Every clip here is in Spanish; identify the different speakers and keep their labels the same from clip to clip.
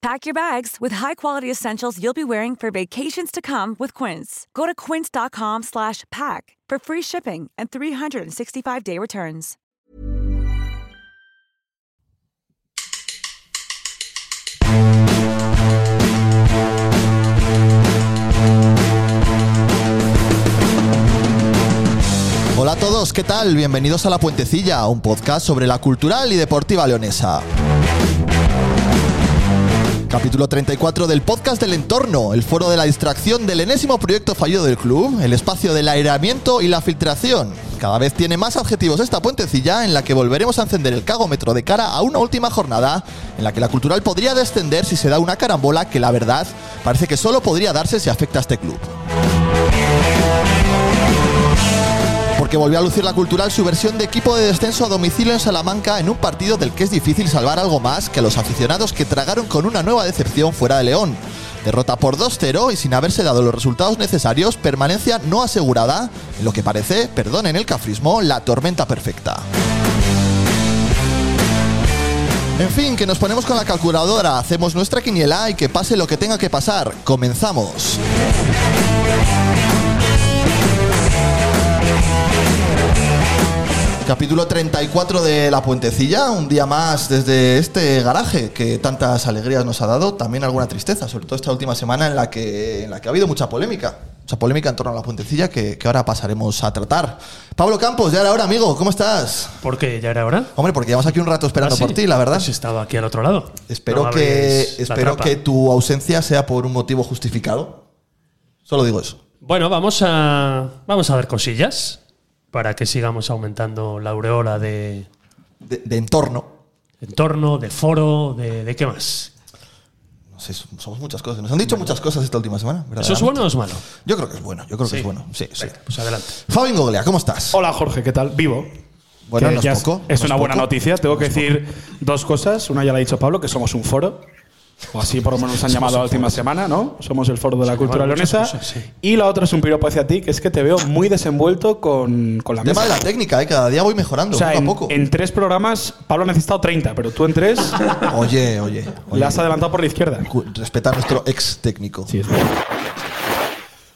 Speaker 1: Pack your bags with high-quality essentials you'll be wearing for vacations to come with Quince. Go to quince.com slash pack for free shipping and 365-day returns.
Speaker 2: Hola a todos, ¿qué tal? Bienvenidos a La Puentecilla, un podcast sobre la cultural y deportiva leonesa. Capítulo 34 del podcast del entorno, el foro de la distracción del enésimo proyecto fallido del club, el espacio del aireamiento y la filtración. Cada vez tiene más adjetivos esta puentecilla en la que volveremos a encender el cagómetro de cara a una última jornada en la que la cultural podría descender si se da una carambola que la verdad parece que solo podría darse si afecta a este club. porque volvió a lucir la cultural su versión de equipo de descenso a domicilio en Salamanca en un partido del que es difícil salvar algo más que a los aficionados que tragaron con una nueva decepción fuera de León. Derrota por 2-0 y sin haberse dado los resultados necesarios, permanencia no asegurada, en lo que parece, perdonen el cafrismo, la tormenta perfecta. En fin, que nos ponemos con la calculadora, hacemos nuestra quiniela y que pase lo que tenga que pasar. Comenzamos. Capítulo 34 de La Puentecilla, un día más desde este garaje que tantas alegrías nos ha dado, también alguna tristeza, sobre todo esta última semana en la que, en la que ha habido mucha polémica, mucha polémica en torno a La Puentecilla que, que ahora pasaremos a tratar. Pablo Campos, ya era hora, amigo, ¿cómo estás?
Speaker 3: ¿Por qué? ¿Ya era hora?
Speaker 2: Hombre, porque llevamos aquí un rato esperando
Speaker 3: Ah, sí.
Speaker 2: por ti, la verdad.
Speaker 3: Pues estaba aquí al otro lado.
Speaker 2: Espero,
Speaker 3: No
Speaker 2: que,
Speaker 3: abres la
Speaker 2: espero
Speaker 3: trampa.
Speaker 2: que tu ausencia sea por un motivo justificado. Solo digo eso.
Speaker 3: Bueno, vamos a, vamos a dar cosillas para que sigamos aumentando la aureola de
Speaker 2: De, de entorno.
Speaker 3: entorno, de foro, de, de qué más.
Speaker 2: No sé, somos muchas cosas. Nos han dicho muchas cosas esta última semana.
Speaker 3: ¿Eso es
Speaker 2: verdaderamente.
Speaker 3: bueno o es malo?
Speaker 2: Yo creo que es bueno, yo creo que es bueno. Sí, sí.
Speaker 3: Venga, pues adelante.
Speaker 2: Fabi Goglia, ¿cómo estás?
Speaker 4: Hola Jorge, ¿qué tal? Vivo.
Speaker 2: Bueno,
Speaker 4: Que
Speaker 2: no es
Speaker 4: ya
Speaker 2: poco,
Speaker 4: Es
Speaker 2: no es
Speaker 4: una buena
Speaker 2: poco.
Speaker 4: noticia. Tengo que decir dos cosas. Una ya la ha dicho Pablo, que somos un foro. O así por lo menos nos han llamado la última semana, ¿no? Somos el foro de la cultura
Speaker 3: llaman muchas
Speaker 4: leonesa.
Speaker 3: cosas, sí.
Speaker 4: Y la otra es un piropo hacia ti, que es que te veo muy desenvuelto con, con la
Speaker 2: El tema
Speaker 4: mesa.
Speaker 2: de la técnica, ¿eh? cada día voy mejorando
Speaker 4: o sea,
Speaker 2: poco
Speaker 4: en,
Speaker 2: a poco.
Speaker 4: en tres programas, Pablo ha necesitado 30, pero tú en tres
Speaker 2: Oye, oye. oye.
Speaker 4: la has adelantado por la izquierda.
Speaker 2: Cu- Respeta a nuestro ex técnico.
Speaker 4: Sí, es verdad.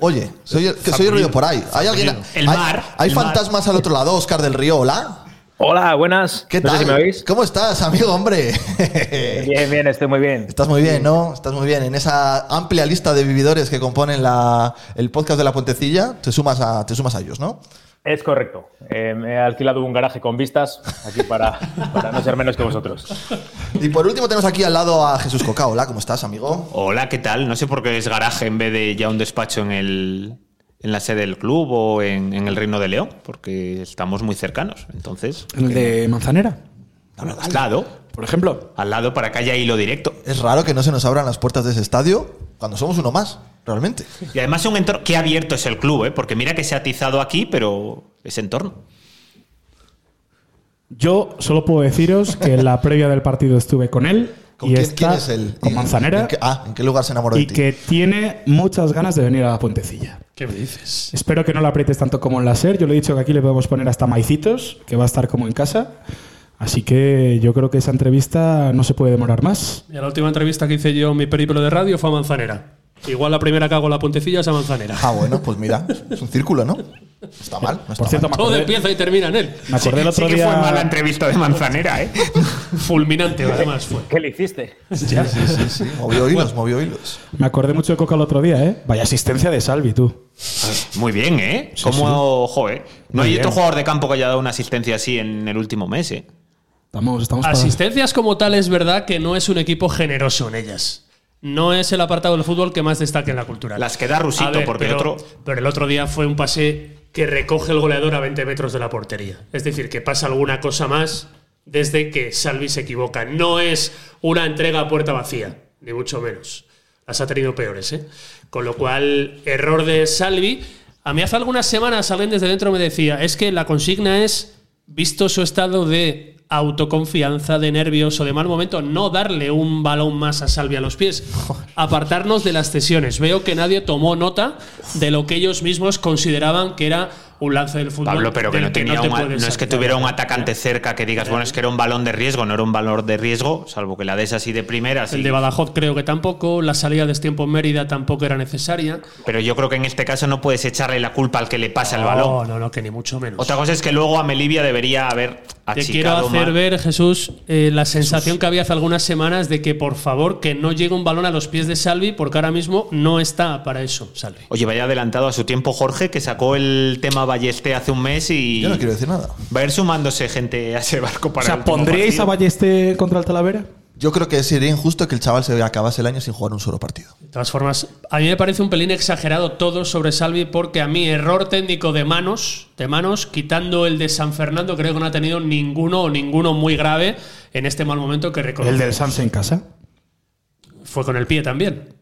Speaker 2: Oye, soy el- que soy el ruido por ahí. ¿Hay alguien?
Speaker 3: El
Speaker 2: hay-
Speaker 3: mar,
Speaker 2: Hay
Speaker 3: el
Speaker 2: fantasmas al otro lado, Oscar del Río, hola.
Speaker 5: Hola, Ah, buenas.
Speaker 2: ¿Qué
Speaker 5: no
Speaker 2: tal?
Speaker 5: sé si me oís.
Speaker 2: ¿Cómo estás, amigo, hombre?
Speaker 4: Eh,
Speaker 5: Bien, bien, estoy muy bien.
Speaker 2: Estás muy bien, ¿no? Estás muy bien. En esa amplia lista de vividores que componen la, el podcast de La Puentecilla, te sumas a, te sumas a ellos, ¿no?
Speaker 5: Es correcto. Eh, me he alquilado un garaje con vistas aquí para, para no ser menos que vosotros.
Speaker 2: Y por último tenemos aquí al lado a Jesús Coca. Hola, ¿cómo estás, amigo?
Speaker 6: Hola, ¿qué tal? No sé por qué es garaje en vez de ya un despacho en, el, en la sede del club o en, en el Reino de León, porque estamos muy cercanos. Entonces,
Speaker 4: El de Manzanera,
Speaker 6: al lado,
Speaker 4: por ejemplo.
Speaker 6: al lado para que haya hilo directo.
Speaker 2: Es raro que no se nos abran las puertas de ese estadio cuando somos uno más, realmente.
Speaker 6: Y además es un entorno que abierto es el club, ¿eh? porque mira que se ha atizado aquí, pero es entorno.
Speaker 4: Yo solo puedo deciros que en la previa del partido estuve con él
Speaker 2: ¿Con
Speaker 4: y
Speaker 2: quién,
Speaker 4: esta
Speaker 2: quién es él?
Speaker 4: con
Speaker 2: ¿En-
Speaker 4: Manzanera
Speaker 2: en qué- ah, ¿en qué lugar se enamoró
Speaker 4: y
Speaker 2: de ti?
Speaker 4: que tiene muchas ganas de venir a la puentecilla.
Speaker 3: ¿Qué me dices?
Speaker 4: Espero que no la aprietes tanto como en la SER. Yo le he dicho que aquí le podemos poner hasta maicitos, que va a estar como en casa. Así que yo creo que esa entrevista no se puede demorar más.
Speaker 3: Mira, la última entrevista que hice yo en mi periplo de radio fue a Manzanera. Igual la primera que hago en la puentecilla es a Manzanera.
Speaker 2: Ah, bueno, pues mira, es un círculo, ¿no? Está mal. No está
Speaker 4: Por cierto,
Speaker 2: mal.
Speaker 4: me
Speaker 3: Todo
Speaker 4: acordé,
Speaker 3: empieza y termina en él.
Speaker 4: me acordé el
Speaker 6: Sí
Speaker 4: otro
Speaker 6: que fue mala
Speaker 4: día.
Speaker 6: entrevista de Manzanera, ¿eh?
Speaker 3: Fulminante, además fue.
Speaker 5: ¿Qué le hiciste?
Speaker 2: Sí, sí, sí. Movió hilos, movió hilos.
Speaker 4: Me acordé mucho de Coca el otro día, ¿eh? Vaya asistencia de Salvi, tú.
Speaker 6: Muy bien, ¿eh? Como, ojo, ¿eh? No
Speaker 4: Muy
Speaker 6: hay
Speaker 4: bien.
Speaker 6: otro jugador de campo que haya dado una asistencia así en el último mes, ¿eh?
Speaker 4: Estamos, estamos para-
Speaker 3: Asistencias como tal es verdad que no es un equipo generoso en ellas. No es el apartado del fútbol que más destaca en la cultura.
Speaker 6: Las que da Rusito,
Speaker 3: A ver,
Speaker 6: porque
Speaker 3: pero,
Speaker 6: otro.
Speaker 3: Pero el otro día fue un pase que recoge el goleador a 20 metros de la portería. Es decir, que pasa alguna cosa más desde que Salvi se equivoca. No es una entrega a puerta vacía, ni mucho menos. Las ha tenido peores, ¿eh? Con lo cual, error de Salvi. A mí hace algunas semanas alguien desde dentro me decía, es que la consigna es, visto su estado de autoconfianza, de nervios o de mal momento, no darle un balón más a Salvi a los pies. Apartarnos de las cesiones. Veo que nadie tomó nota de lo que ellos mismos consideraban que era un lance del fútbol.
Speaker 6: Pablo, pero que
Speaker 3: del
Speaker 6: no tenía
Speaker 3: te
Speaker 6: un-
Speaker 3: puedes
Speaker 6: no es que
Speaker 3: saltar.
Speaker 6: tuviera un atacante cerca que digas, bueno, es que era un balón de riesgo, no era un balón de riesgo, salvo que la des así de primera.
Speaker 3: El de Badajoz creo que tampoco, la salida de tiempo en Mérida tampoco era necesaria.
Speaker 6: Pero yo creo que en este caso no puedes echarle la culpa al que le pasa el balón.
Speaker 3: No, no, no, que ni mucho menos.
Speaker 6: Otra cosa es que luego a Melivia debería haber
Speaker 3: Te
Speaker 6: achicado
Speaker 3: quiero hacer
Speaker 6: más.
Speaker 3: ver, Jesús, eh, la sensación que había hace algunas semanas de que, por favor, que no llegue un balón a los pies de Salvi, porque ahora mismo no está para eso, Salvi.
Speaker 6: Oye, vaya adelantado a su tiempo Jorge, que sacó el tema Ballesté hace un mes y
Speaker 2: Yo no quiero decir nada.
Speaker 6: va a ir sumándose gente a ese barco
Speaker 4: O
Speaker 6: para
Speaker 4: sea,
Speaker 6: el último
Speaker 4: ¿pondríais
Speaker 6: partido.
Speaker 4: a Balleste contra el Talavera?
Speaker 2: Yo creo que sería injusto que el chaval se acabase el año sin jugar un solo partido.
Speaker 3: De todas formas, a mí me parece un pelín exagerado todo sobre Salvi, porque a mí error técnico de manos, de manos, quitando el de San Fernando, creo que no ha tenido ninguno o ninguno muy grave en este mal momento que reconoce.
Speaker 4: El del Sanse en casa.
Speaker 3: Fue con el pie también.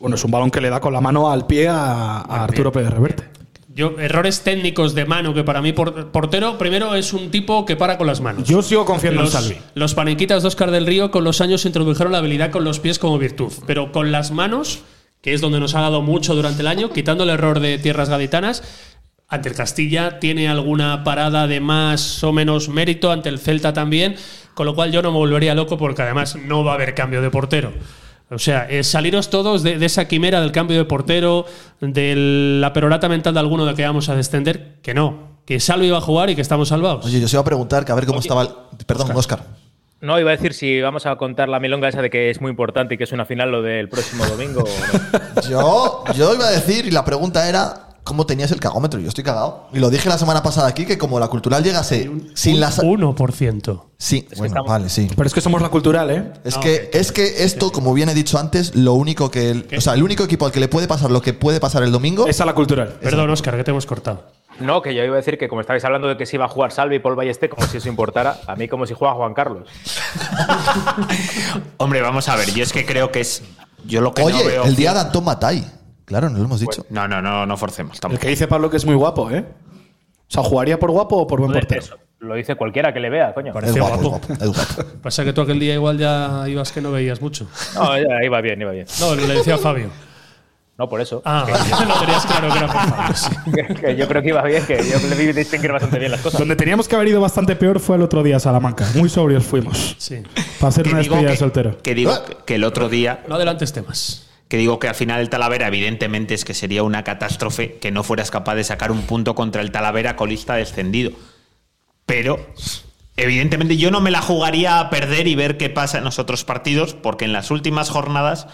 Speaker 4: Bueno, es un balón que le da con la mano al pie a, a Arturo Pérez Reverte.
Speaker 3: Yo, errores técnicos de mano, que para mí por- portero, primero es un tipo que para con las manos.
Speaker 4: Yo sigo confiando
Speaker 3: los,
Speaker 4: en Salvi.
Speaker 3: los paniquitas de Oscar del Río con los años introdujeron la habilidad con los pies como virtud, pero con las manos, que es donde nos ha dado mucho durante el año, quitando el error de tierras gaditanas, ante el Castilla tiene alguna parada de más o menos mérito, ante el Celta también, con lo cual yo no me volvería loco porque además no va a haber cambio de portero. O sea, eh, saliros todos de, de esa quimera del cambio de portero, de la perorata mental de alguno de que vamos a descender, que no, que Salvi va a jugar y que estamos salvados.
Speaker 2: Oye, yo se iba a preguntar que a ver cómo estaba el. Perdón, Oscar.
Speaker 5: No, iba a decir si vamos a contar la milonga esa de que es muy importante y que es una final lo del próximo domingo. o no.
Speaker 2: Yo, yo iba a decir, y la pregunta era: ¿cómo tenías el cagómetro? Yo estoy cagado. Y lo dije la semana pasada aquí, que como la cultural llegase sin las.
Speaker 3: 1%.
Speaker 2: Sí,
Speaker 5: que
Speaker 2: bueno,
Speaker 5: estamos-
Speaker 2: vale, sí.
Speaker 4: Pero es que somos la cultural, ¿eh?
Speaker 2: Es, que, es que esto, como bien he dicho antes, lo único que. el- o sea, el único equipo al que le puede pasar lo que puede pasar el domingo.
Speaker 4: Es a la cultural.
Speaker 3: Perdón, Oscar, que te hemos cortado.
Speaker 5: No, que yo iba a decir que como estabais hablando de que si iba a jugar Salvi y Paul Ballesté, como si eso importara, a mí como si juega Juan Carlos.
Speaker 6: Hombre, vamos a ver, yo es que creo que es. Yo lo que
Speaker 2: Oye,
Speaker 6: no veo.
Speaker 2: el día de Antón Matai. Claro, no lo hemos dicho.
Speaker 6: No, no, no, no forcemos
Speaker 4: El
Speaker 6: tampoco.
Speaker 4: que dice Pablo que es muy guapo, ¿eh? O sea, ¿jugaría por guapo o por buen
Speaker 5: Joder,
Speaker 4: portero?
Speaker 5: eso Lo dice cualquiera que le vea, coño.
Speaker 2: es
Speaker 3: Parece
Speaker 2: guapo, es
Speaker 3: guapo.
Speaker 2: guapo, es guapo.
Speaker 3: Pasa que tú aquel día igual ya ibas que no veías mucho.
Speaker 5: No, ya, iba bien, iba bien.
Speaker 3: No, le decía a Fabio.
Speaker 5: No, por eso.
Speaker 3: Ah, vale, lo tenías claro que era por Fabio. sí.
Speaker 5: Que- que yo creo que iba bien, que yo le vi distinguir bastante bien ¿eh? las cosas.
Speaker 4: Donde teníamos que haber ido bastante peor fue el otro día a Salamanca. Muy sobrios fuimos.
Speaker 3: Sí.
Speaker 4: Para hacer
Speaker 6: Que
Speaker 4: una
Speaker 6: digo
Speaker 4: despedida de
Speaker 6: que-
Speaker 4: soltero.
Speaker 6: Que digo que el otro día,
Speaker 3: No adelantes temas.
Speaker 6: que digo que al final el Talavera, evidentemente, es que sería una catástrofe que no fueras capaz de sacar un punto contra el Talavera colista descendido. Pero, evidentemente, yo no me la jugaría a perder y ver qué pasa en los otros partidos, porque en las últimas jornadas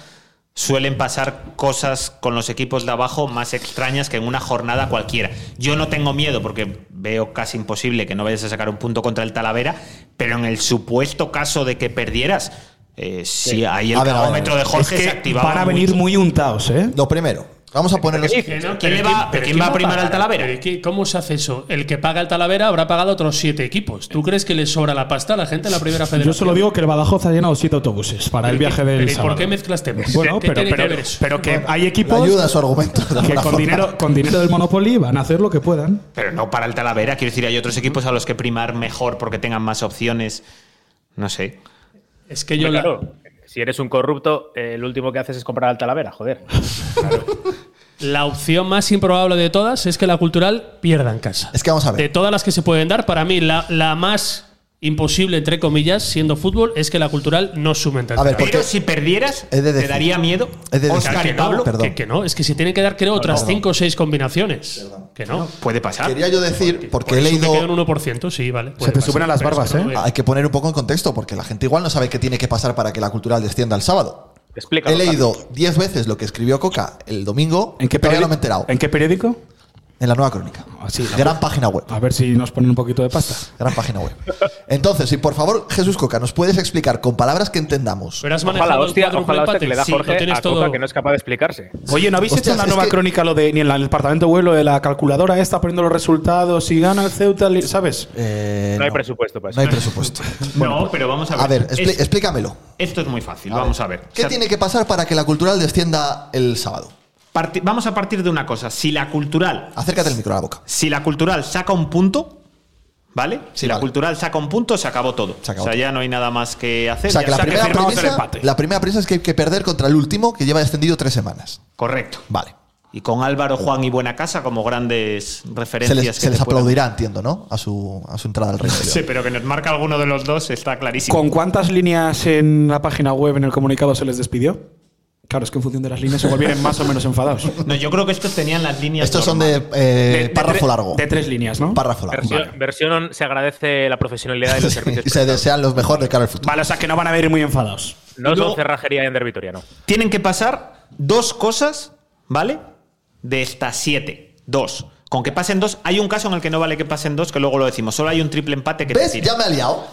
Speaker 6: suelen pasar cosas con los equipos de abajo más extrañas que en una jornada cualquiera. Yo no tengo miedo porque veo casi imposible que no vayas a sacar un punto contra el Talavera, pero en el supuesto caso de que perdieras, eh, sí, ahí el
Speaker 2: A ver, a ver, a ver.
Speaker 6: cronómetro de Jorge
Speaker 4: es
Speaker 6: se
Speaker 4: que
Speaker 6: activaba.
Speaker 4: van a venir
Speaker 6: mucho.
Speaker 4: muy untados, ¿eh?
Speaker 2: Lo primero, vamos a ponerlos.
Speaker 6: ¿Quién le va- pero quién va a primar
Speaker 3: pagar?
Speaker 6: al Talavera?
Speaker 3: Pero ¿qué- ¿Cómo se hace eso? El que paga al Talavera habrá pagado otros siete equipos. ¿Tú crees que le sobra la pasta a la gente en la primera federación?
Speaker 4: Yo solo digo que el Badajoz ha llenado siete autobuses para el viaje del
Speaker 3: Pero, ¿y ¿Por
Speaker 4: sábado.
Speaker 3: qué mezclas temas?
Speaker 4: Bueno,
Speaker 3: ¿Qué
Speaker 4: pero,
Speaker 3: tiene que
Speaker 4: pero,
Speaker 3: ver eso?
Speaker 4: pero que hay
Speaker 2: Le
Speaker 4: equipos
Speaker 2: ayuda a su argumento. de
Speaker 4: que
Speaker 2: alguna
Speaker 4: con
Speaker 2: forma.
Speaker 4: dinero, con dinero del Monopoly van a hacer lo que puedan.
Speaker 6: Pero no para el Talavera, quiero decir, hay otros equipos a los que primar mejor porque tengan más opciones. No sé.
Speaker 3: es que yo la-
Speaker 5: Claro, si eres un corrupto, eh, lo último que haces es comprar al Talavera, joder.
Speaker 3: La opción más improbable de todas es que la cultural pierda en casa.
Speaker 2: Es que vamos a ver.
Speaker 3: De todas las que se pueden dar, para mí la, la más imposible, entre comillas, siendo fútbol, es que la cultural no sume en
Speaker 2: A ver,
Speaker 6: Pero
Speaker 2: Porque-
Speaker 6: si perdieras,
Speaker 2: He de
Speaker 6: te
Speaker 2: decir-
Speaker 6: daría miedo.
Speaker 2: He de decir-
Speaker 6: Oscar y
Speaker 3: que, no,
Speaker 6: Pablo.
Speaker 2: Perdón.
Speaker 3: que- que no, es que se tienen que dar, creo, otras
Speaker 2: perdón.
Speaker 3: 5 o 6 combinaciones. Que no.
Speaker 6: Puede pasar.
Speaker 2: Quería yo decir, porque pues he
Speaker 3: Eso me queda
Speaker 2: leído.
Speaker 3: un 1%, sí, vale. puede
Speaker 4: te
Speaker 3: pasar,
Speaker 4: suben a las
Speaker 3: pero es
Speaker 4: barbas,
Speaker 3: que no
Speaker 4: ¿eh?
Speaker 3: lo veo.
Speaker 2: Hay que poner un poco en contexto, porque la gente igual no sabe qué tiene que pasar para que la cultural descienda el sábado.
Speaker 5: Explícalo.
Speaker 2: He leído 10 veces lo que escribió Coca el domingo.
Speaker 4: ¿En qué,
Speaker 2: todavía
Speaker 4: periódico?
Speaker 2: no me he enterado.
Speaker 4: ¿En qué periódico?
Speaker 2: En la nueva crónica.
Speaker 4: Ah, sí, la Ah,
Speaker 2: Gran página web.
Speaker 4: A ver si nos ponen un poquito de pasta.
Speaker 2: Gran página web. Entonces, si por favor, Jesús Coca, nos puedes explicar con palabras que entendamos.
Speaker 3: Pero has manejado
Speaker 5: Ojalá,
Speaker 3: el
Speaker 5: hostia,
Speaker 3: cuádruple
Speaker 5: ojalá hostia,
Speaker 3: empate.
Speaker 5: que le da
Speaker 3: Sí,
Speaker 5: Jorge
Speaker 3: lo tienes
Speaker 5: a
Speaker 3: todo.
Speaker 5: Coca que no es capaz de explicarse.
Speaker 4: Oye, ¿no habéis
Speaker 2: Hostias,
Speaker 4: hecho en la
Speaker 2: es
Speaker 4: nueva
Speaker 2: que-
Speaker 4: crónica lo de ni en la- el departamento web lo de la calculadora esta poniendo los resultados si gana el Ceuta, li- ¿sabes?
Speaker 2: Eh,
Speaker 5: No hay presupuesto para eso.
Speaker 2: No hay presupuesto.
Speaker 6: No, pero vamos a ver.
Speaker 2: A ver, expli-
Speaker 6: Es-
Speaker 2: explícamelo.
Speaker 6: esto es muy fácil. vamos a ver. O
Speaker 2: ¿Qué
Speaker 6: sea,
Speaker 2: tiene que pasar para que la cultural descienda el sábado?
Speaker 6: parti- vamos a partir de una cosa. Si la cultural
Speaker 2: Acércate el micro a la boca.
Speaker 6: si la cultural saca un punto, ¿vale? Si
Speaker 2: Sí,
Speaker 6: la
Speaker 2: vale.
Speaker 6: cultural saca un punto, se acabó todo.
Speaker 2: Se acabó
Speaker 6: o sea,
Speaker 2: todo.
Speaker 6: ya no hay nada más que hacer.
Speaker 2: O sea,
Speaker 6: ya
Speaker 2: que la
Speaker 6: está,
Speaker 2: primera,
Speaker 6: firmamos el
Speaker 2: premisa,
Speaker 6: empate.
Speaker 2: la primera premisa es que hay que perder contra el último que lleva descendido tres semanas.
Speaker 6: Correcto.
Speaker 2: Vale.
Speaker 6: Y con Álvaro, Juan y Buena Casa como grandes
Speaker 2: Se
Speaker 6: referencias.
Speaker 2: les,
Speaker 6: que
Speaker 2: se les
Speaker 6: te puedan-
Speaker 2: aplaudirá, entiendo, ¿no? A su, a su entrada al reino.
Speaker 6: Sí, pero que nos marca alguno de los dos está clarísimo.
Speaker 4: ¿Con cuántas líneas en la página web, en el comunicado, se les despidió? Claro, es que en función de las líneas se volvieron más o menos enfadados.
Speaker 6: No, yo creo que estos tenían las líneas.
Speaker 2: Estos son
Speaker 6: normales.
Speaker 2: de, eh,
Speaker 4: De- de
Speaker 2: párrafo
Speaker 4: tre-
Speaker 2: largo.
Speaker 4: De tres líneas, ¿no?
Speaker 2: Párrafo largo.
Speaker 5: Versión, versión se agradece la profesionalidad y los servicios.
Speaker 2: Y se desean los mejores de cara al futuro.
Speaker 4: Vale, o sea que no van a venir muy enfadados.
Speaker 5: No
Speaker 6: Luego-
Speaker 3: Oh.
Speaker 5: son cerrajería en Vitoriano.
Speaker 6: Tienen que pasar dos cosas, ¿vale? De estas siete. Dos. Con que pasen dos, hay un caso en el que no vale que pasen dos, que luego lo decimos. Solo hay un triple empate que
Speaker 2: ¿Ves?
Speaker 6: te tira.
Speaker 2: Ya me ha liado.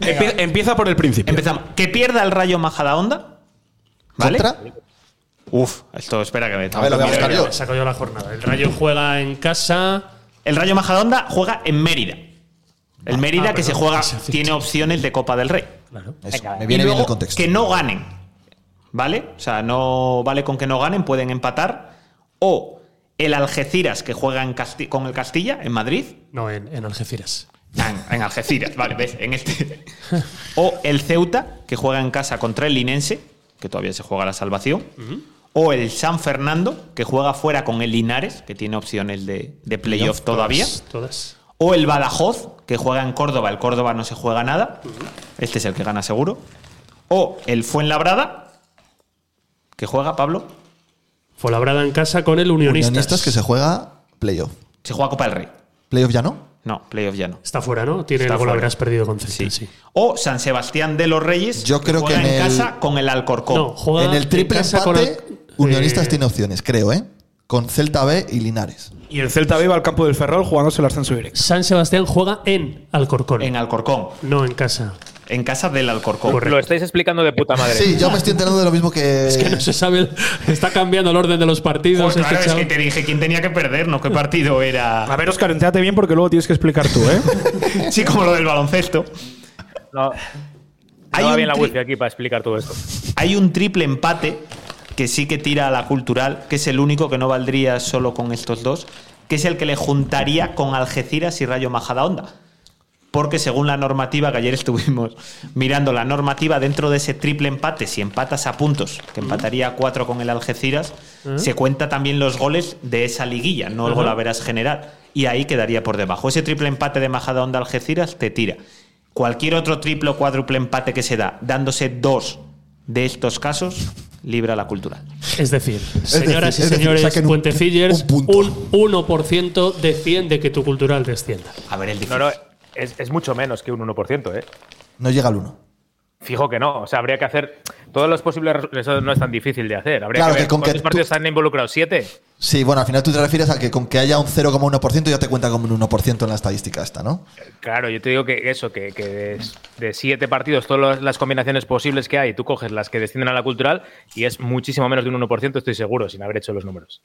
Speaker 4: Empie- Empieza por el principio.
Speaker 6: Empezamos. Que pierda el rayo Majadahonda. ¿Vale?
Speaker 2: ¿Contra?
Speaker 6: Uf, esto espera que me
Speaker 2: A ver, lo voy a buscar yo.
Speaker 3: Saco yo la jornada. El Rayo juega en casa.
Speaker 6: El rayo Majadahonda juega en Mérida. El Mérida
Speaker 3: ah,
Speaker 6: que se
Speaker 3: perdón,
Speaker 6: juega,
Speaker 3: sí, sí, sí.
Speaker 6: tiene opciones de Copa del Rey.
Speaker 3: Claro.
Speaker 2: Eso,
Speaker 5: Venga,
Speaker 2: me
Speaker 6: Y
Speaker 2: viene bien
Speaker 6: luego,
Speaker 2: el contexto.
Speaker 6: Que no ganen. ¿Vale? O sea, no vale con que no ganen, pueden empatar. O el Algeciras que juega en Casti- con el Castilla, en Madrid.
Speaker 3: No, en, en Algeciras.
Speaker 6: Ah, En, en Algeciras, vale, ves, en este. O el Ceuta, que juega en casa contra el Linense, que todavía se juega la salvación. O el San Fernando, que juega fuera con el Linares, que tiene opciones de, de playoff todavía.
Speaker 3: Todas, todas.
Speaker 6: O el Badajoz, que juega en Córdoba. El Córdoba no se juega nada. Este es el que gana seguro. O el Fuenlabrada, que juega Pablo.
Speaker 3: Folabrada en casa con el Unionistas.
Speaker 2: Unionistas que se juega playoff.
Speaker 6: Se juega Copa del Rey.
Speaker 2: ¿Playoff ya no?
Speaker 6: No, playoff ya no.
Speaker 3: Está fuera, ¿no? Tiene
Speaker 6: Está
Speaker 3: la bola
Speaker 6: fuera.
Speaker 3: habrás perdido con
Speaker 6: Sí.
Speaker 3: Celta, sí.
Speaker 6: O San Sebastián de los Reyes,
Speaker 2: Yo creo que
Speaker 6: juega
Speaker 2: en
Speaker 6: en
Speaker 2: el-
Speaker 6: casa con el Alcorcón.
Speaker 3: No, juega
Speaker 2: en el triple
Speaker 3: casa
Speaker 2: empate,
Speaker 3: con el-
Speaker 2: Unionistas
Speaker 3: eh,
Speaker 2: tiene opciones, creo, ¿eh? Con Celta B y Linares.
Speaker 4: Y el Celta viva al campo del Ferrol jugándose el ascenso directo.
Speaker 3: San Sebastián juega en Alcorcón.
Speaker 6: En Pues Alcorcón.
Speaker 3: no en casa.
Speaker 6: En casa del Alcorcón.
Speaker 5: Lo estáis explicando de puta madre.
Speaker 2: Sí, yo me estoy enterando de lo mismo que.
Speaker 3: Es que no se sabe. el- Está cambiando el orden de los partidos.
Speaker 6: Joder, Pues claro,
Speaker 3: este
Speaker 6: es
Speaker 3: chaval.
Speaker 6: que te dije quién tenía que perder, no qué partido
Speaker 4: A
Speaker 6: era.
Speaker 4: ver, Oscar, entéate bien porque luego tienes que explicar tú, ¿eh?
Speaker 6: Sí, como lo del baloncesto.
Speaker 5: No, no
Speaker 6: Hay
Speaker 5: va
Speaker 6: un
Speaker 5: bien la
Speaker 6: tri-
Speaker 5: wifi aquí para explicar todo esto.
Speaker 6: Hay un triple empate que sí que tira a la cultural, que es el único que no valdría solo con estos dos, que es el que le juntaría con Algeciras y Rayo Majadahonda. Porque según la normativa, que ayer estuvimos mirando la normativa, dentro de ese triple empate, si empatas a puntos, que empataría a cuatro con el Algeciras, se cuenta también los goles de esa liguilla, no el golaveras general. Y ahí quedaría por debajo. Ese triple empate de Majadahonda Algeciras te tira. Cualquier otro triple o cuádruple empate que se da, dándose dos de estos casos, libra la cultura.
Speaker 3: Es decir, señoras
Speaker 2: decir, es decir,
Speaker 3: y señores,
Speaker 2: saquen un-
Speaker 3: Puentecillers,
Speaker 2: un
Speaker 3: un,
Speaker 2: punto.
Speaker 3: 1% defiende que tu cultural descienda.
Speaker 6: A ver, el difícil.
Speaker 5: No, no, es, es mucho menos que un 1%, ¿eh?
Speaker 2: No llega al 1.
Speaker 5: Fijo que no. O sea, habría que hacer todos los posibles resu- Eso no es tan difícil de hacer. Habría
Speaker 2: Claro
Speaker 5: que
Speaker 2: que
Speaker 5: ver
Speaker 2: con que
Speaker 5: cuántos
Speaker 2: tú-
Speaker 5: partidos están involucrados. ¿Siete?
Speaker 2: Sí, bueno, al final tú te refieres a que con que haya un 0,1% ya te cuenta como un 1% en la estadística esta, ¿no?
Speaker 5: Claro, yo te digo que eso, que, que de, de siete partidos, todas las- las combinaciones posibles que hay, tú coges las que descienden a la cultural y es muchísimo menos de un 1%, estoy seguro, sin haber hecho los números.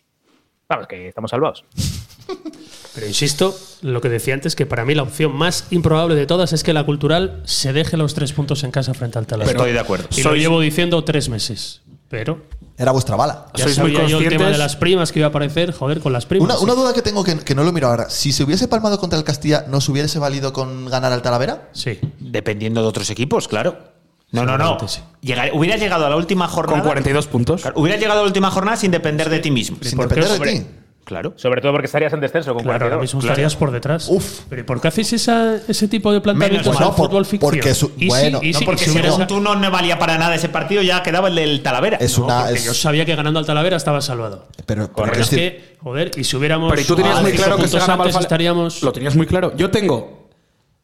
Speaker 5: Vamos, que estamos salvados.
Speaker 3: Pero insisto, lo que decía antes, que para mí la opción más improbable de todas es que la cultural se deje los tres puntos en casa frente al Talavera.
Speaker 6: Estoy de acuerdo.
Speaker 3: Y lo llevo diciendo tres meses. Pero
Speaker 2: Era vuestra bala.
Speaker 3: ya
Speaker 4: Sois muy
Speaker 3: sabía yo el tema de
Speaker 4: conscientes-
Speaker 3: las primas que iba a aparecer, joder, con las primas.
Speaker 2: Una, una duda que tengo que, que no lo miro ahora. Si se hubiese palmado contra el Castilla, ¿no se hubiese valido con ganar al Talavera?
Speaker 3: Sí.
Speaker 6: Dependiendo de otros equipos, claro. No, no, no.
Speaker 3: Seguramente sí.
Speaker 6: Llega- hubieras llegado a la última jornada.
Speaker 4: Con 42 puntos.
Speaker 6: Claro, hubieras llegado a la última jornada sin depender de ti mismo.
Speaker 2: Sin
Speaker 3: ¿Por qué,
Speaker 2: depender de
Speaker 3: hombre?
Speaker 2: ti.
Speaker 6: Claro.
Speaker 5: Sobre todo porque estarías en descenso con
Speaker 3: Claro, ahora
Speaker 5: 42.
Speaker 3: mismo estarías por detrás.
Speaker 2: Uf.
Speaker 3: Pero ¿y por qué hacéis esa- ese tipo de planteamientos
Speaker 6: Menos mal,
Speaker 3: al fútbol
Speaker 2: por-
Speaker 3: ficción?
Speaker 2: porque su-
Speaker 3: Y si-
Speaker 2: bueno,
Speaker 3: y
Speaker 2: no,
Speaker 3: si-
Speaker 6: Porque
Speaker 3: y si
Speaker 6: según
Speaker 3: hubieras-
Speaker 6: tú no, no valía para nada ese partido, ya quedaba el del Talavera.
Speaker 2: Es una.
Speaker 3: Porque
Speaker 2: es-
Speaker 3: yo sabía que ganando al Talavera estaba salvado.
Speaker 2: pero, pero
Speaker 3: Pero es
Speaker 2: es decir,
Speaker 3: que, joder, y si hubiéramos.
Speaker 4: Pero ¿y tú tenías
Speaker 3: Ah,
Speaker 4: muy
Speaker 3: cinco
Speaker 4: claro que se
Speaker 3: puntos
Speaker 4: ganaba
Speaker 3: antes
Speaker 4: al Fal-
Speaker 3: estaríamos.
Speaker 4: Lo tenías muy claro. Yo tengo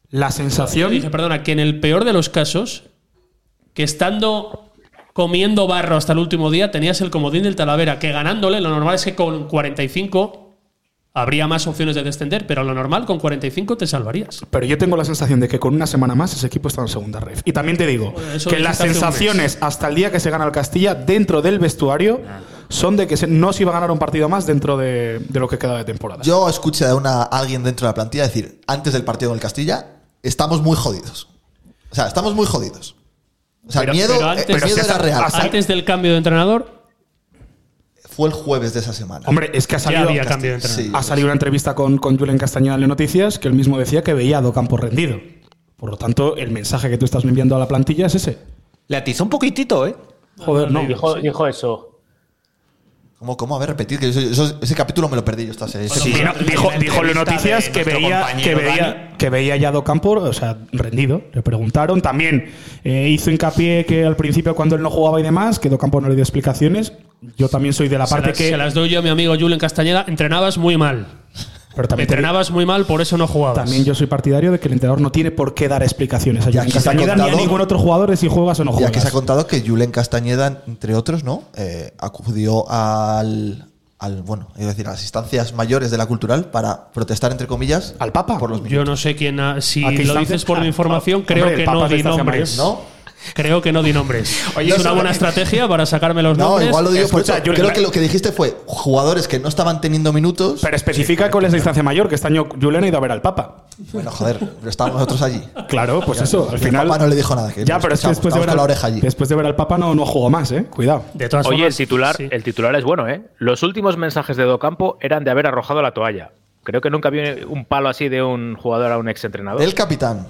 Speaker 4: la
Speaker 3: Yo
Speaker 4: sensación.
Speaker 3: dije, perdona, que en el peor de los casos, que estando comiendo barro hasta el último día, tenías el comodín del Talavera, que ganándole, lo normal es que con 45 habría más opciones de descender, pero lo normal con 45 te salvarías.
Speaker 4: Pero yo tengo la sensación de que con una semana más ese equipo está en segunda red. Y también te digo
Speaker 3: Bueno, eso
Speaker 4: que
Speaker 3: lo
Speaker 4: las
Speaker 3: dijiste hace un
Speaker 4: sensaciones hasta el día que se gana el Castilla dentro del vestuario
Speaker 5: Ah.
Speaker 4: son de que se- no se iba a ganar un partido más dentro de, de lo que queda de temporada.
Speaker 2: yo escuché a, una, a alguien dentro de la plantilla decir, antes del partido con el Castilla, estamos muy jodidos. O sea, estamos muy jodidos. O sea,
Speaker 3: Pero-
Speaker 2: el miedo,
Speaker 3: pero antes-
Speaker 2: el
Speaker 3: pero
Speaker 2: miedo
Speaker 4: eh, si
Speaker 2: era
Speaker 4: hasta-
Speaker 2: real.
Speaker 4: hasta-
Speaker 3: Antes del cambio de entrenador,
Speaker 2: Fue el jueves de esa semana.
Speaker 4: Hombre, es que ha
Speaker 3: ya
Speaker 4: salido,
Speaker 3: había cambio de entrenador.
Speaker 2: Sí.
Speaker 4: ha salido una entrevista con, con Julen Castañeda en las noticias que él mismo decía que veía a Docampo rendido. Por lo tanto, el mensaje que tú estás enviando a la plantilla es ese.
Speaker 6: Le atizó un poquitito, ¿eh?
Speaker 4: Joder, no.
Speaker 5: Dijo, dijo eso.
Speaker 2: ¿Cómo, cómo? A ver, repetir, que yo- yo- ese capítulo me lo perdí yo esta serie.
Speaker 6: Sí.
Speaker 4: Bueno, dijo,
Speaker 6: En la
Speaker 4: dijo en las
Speaker 6: entrevista
Speaker 4: noticias
Speaker 6: de
Speaker 4: que
Speaker 6: nuestro
Speaker 4: veía, que
Speaker 6: compañero
Speaker 4: veía
Speaker 6: Dani.
Speaker 4: que veía ya Docampo, o sea, rendido. Le preguntaron también eh, hizo hincapié que al principio cuando él no jugaba y demás, que Docampo no le dio explicaciones. Yo también soy de la
Speaker 3: Se
Speaker 4: parte
Speaker 3: las, se
Speaker 4: que
Speaker 3: las doy yo a mi amigo Julen Castañeda. Entrenabas muy mal.
Speaker 4: pero también te-
Speaker 3: Entrenabas muy mal, por eso no jugabas.
Speaker 4: también yo soy partidario de que el entrenador no tiene por qué dar explicaciones a
Speaker 2: Y
Speaker 4: Julen
Speaker 2: aquí se ha
Speaker 4: Castañeda ni a
Speaker 2: contado-
Speaker 4: ningún otro jugador de si juegas o no
Speaker 2: Y
Speaker 4: juegas.
Speaker 2: aquí se ha contado que Julen Castañeda, entre otros, ¿no? Eh, acudió al, al, bueno, iba a decir, a las instancias mayores de la cultural para protestar, entre comillas,
Speaker 4: ¿Al Papa?
Speaker 2: por los mismos.
Speaker 3: Yo no sé quién. ha- si
Speaker 4: ¿A qué
Speaker 3: lo
Speaker 4: instancia?
Speaker 3: dices por mi información,
Speaker 4: Hombre,
Speaker 3: creo
Speaker 4: el
Speaker 3: que
Speaker 4: Papa
Speaker 3: no
Speaker 4: es de
Speaker 3: di
Speaker 4: Estancia
Speaker 3: nombres.
Speaker 4: Mayor,
Speaker 3: Creo que no di nombres.
Speaker 2: Oye,
Speaker 3: es
Speaker 2: eso
Speaker 3: una
Speaker 2: no-
Speaker 3: buena estrategia para sacarme los
Speaker 2: No,
Speaker 3: nombres.
Speaker 2: igual lo digo por eso.
Speaker 4: Escucha, Julen,
Speaker 2: Creo
Speaker 4: la-
Speaker 2: que lo que dijiste fue jugadores que no estaban teniendo minutos.
Speaker 4: Pero especifica cuál es la distancia mayor, que este año Julen ha ido a ver al Papa.
Speaker 2: bueno, joder, pero estábamos nosotros allí.
Speaker 4: Claro, pues eso, al
Speaker 2: El
Speaker 4: final
Speaker 2: Papa no le dijo nada, que
Speaker 4: ya,
Speaker 2: nos
Speaker 4: pero es que
Speaker 2: escuchamos,
Speaker 4: después
Speaker 2: estamos
Speaker 4: de, ver
Speaker 2: con la
Speaker 4: al,
Speaker 2: oreja allí.
Speaker 4: después de ver al Papa no, no jugó más, ¿eh? Cuidado.
Speaker 3: De todas
Speaker 5: Oye, el
Speaker 3: formas,
Speaker 5: titular,
Speaker 3: sí.
Speaker 5: el titular es bueno, ¿eh? Los últimos mensajes de Docampo eran de haber arrojado la toalla. Creo que nunca vi un palo así de un jugador a un exentrenador.
Speaker 2: El capitán.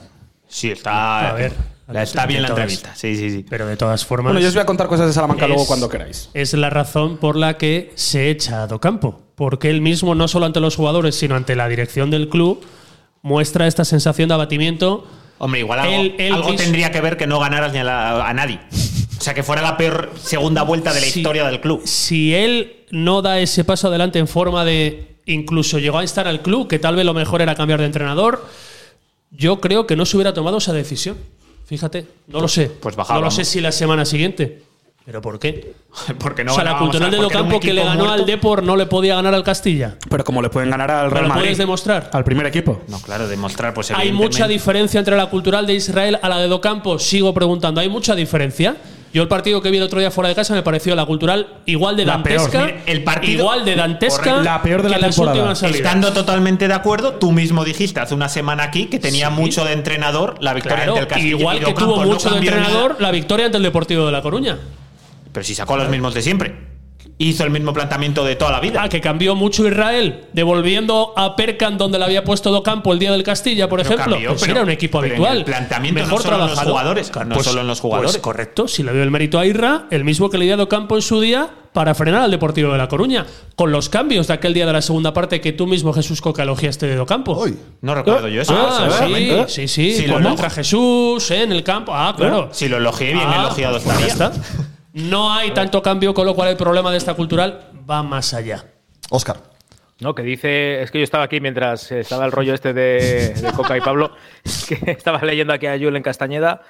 Speaker 6: Sí, está.
Speaker 3: A ver,
Speaker 6: la- está
Speaker 3: de
Speaker 6: bien la
Speaker 3: todas.
Speaker 6: entrevista. Sí, sí, sí.
Speaker 3: Pero de todas formas,
Speaker 4: Bueno, yo os voy a contar cosas de Salamanca
Speaker 3: Es-
Speaker 4: luego cuando queráis.
Speaker 3: es la razón por la que se echa a Docampo. Porque él mismo, no solo ante los jugadores, sino ante la dirección del club, muestra esta sensación de abatimiento.
Speaker 6: Hombre, igual algo,
Speaker 3: Él- él
Speaker 6: algo
Speaker 3: quiso-
Speaker 6: tendría que ver que no ganaras ni a, la- a nadie. O sea, que fuera la peor segunda vuelta de la
Speaker 3: Sí.
Speaker 6: historia del club.
Speaker 3: si él no da ese paso adelante en forma de incluso llegó a instar al club, que tal vez lo mejor era cambiar de entrenador, yo creo que no se hubiera tomado esa decisión. Fíjate, no lo sé.
Speaker 6: Pues bajaba,
Speaker 3: No lo
Speaker 6: vamos.
Speaker 3: sé si la semana siguiente. ¿Pero por qué?
Speaker 6: Porque no
Speaker 3: o sea, la
Speaker 6: ganábamos,
Speaker 3: cultural de
Speaker 6: porque era un
Speaker 3: Docampo que le
Speaker 6: equipo
Speaker 3: ganó al
Speaker 6: muerto.
Speaker 3: Depor no le podía ganar al Castilla.
Speaker 4: Pero como le pueden ganar al
Speaker 3: ¿Me
Speaker 4: Real
Speaker 3: lo
Speaker 4: Madrid.
Speaker 3: puedes demostrar?
Speaker 4: Al primer equipo.
Speaker 6: No, claro, demostrar, pues
Speaker 3: ¿Hay mucha
Speaker 6: evidentemente.
Speaker 3: diferencia entre la cultural de Israel a la de Docampo? Sigo preguntando, ¿hay mucha diferencia? Yo el partido que vi el otro día fuera de casa me pareció la cultural igual de
Speaker 4: La peor.
Speaker 3: dantesca,
Speaker 6: Mire, el partido-
Speaker 3: igual de dantesca,
Speaker 4: Correcto. La peor de la
Speaker 3: que las
Speaker 4: temporada.
Speaker 3: últimas salidas.
Speaker 6: Estando totalmente de acuerdo, tú mismo dijiste hace una semana aquí que tenía mucho de entrenador la victoria
Speaker 3: Claro,
Speaker 6: ante el Castillo.
Speaker 3: igual
Speaker 6: y
Speaker 3: que
Speaker 6: Docampo
Speaker 3: tuvo
Speaker 6: no
Speaker 3: mucho de
Speaker 6: cambió nada.
Speaker 3: entrenador la victoria ante el Deportivo de La Coruña.
Speaker 6: Pero si sacó a los mismos de siempre. Hizo el mismo planteamiento de toda la vida.
Speaker 3: Ah, que cambió mucho Israel, devolviendo a Perkan donde le había puesto Docampo el día del Castilla, por
Speaker 6: Pero
Speaker 3: ejemplo.
Speaker 6: cambió,
Speaker 3: Pues
Speaker 6: pero-
Speaker 3: era un equipo
Speaker 6: pero en
Speaker 3: habitual.
Speaker 6: el planteamiento
Speaker 3: mejor
Speaker 6: no solo en los
Speaker 3: trabajado.
Speaker 6: jugadores, no solo en los jugadores.
Speaker 3: pues correcto, si le dio el mérito a Irra, el mismo que le dio a Docampo en su día para frenar al Deportivo de La Coruña, con los cambios de aquel día de la segunda parte que tú mismo, Jesús Coca, elogiaste de Docampo.
Speaker 4: Oh.
Speaker 2: Hoy.
Speaker 6: No recuerdo yo eso.
Speaker 3: Ah,
Speaker 6: seguramente.
Speaker 3: sí, sí, sí. Pues
Speaker 6: Si lo
Speaker 3: Cuando
Speaker 6: elogi-
Speaker 3: entra Jesús eh, en el campo. Ah, claro.
Speaker 6: Si lo elogié bien,
Speaker 3: Ah,
Speaker 6: elogiado
Speaker 3: pues ya
Speaker 6: estaría.
Speaker 3: está. No hay tanto cambio, con lo cual el problema de esta cultural va más allá.
Speaker 2: Oscar.
Speaker 5: No, que dice, es que yo estaba aquí mientras estaba el rollo este de, de Coca y Pablo, que estaba leyendo aquí a Julen Castañeda,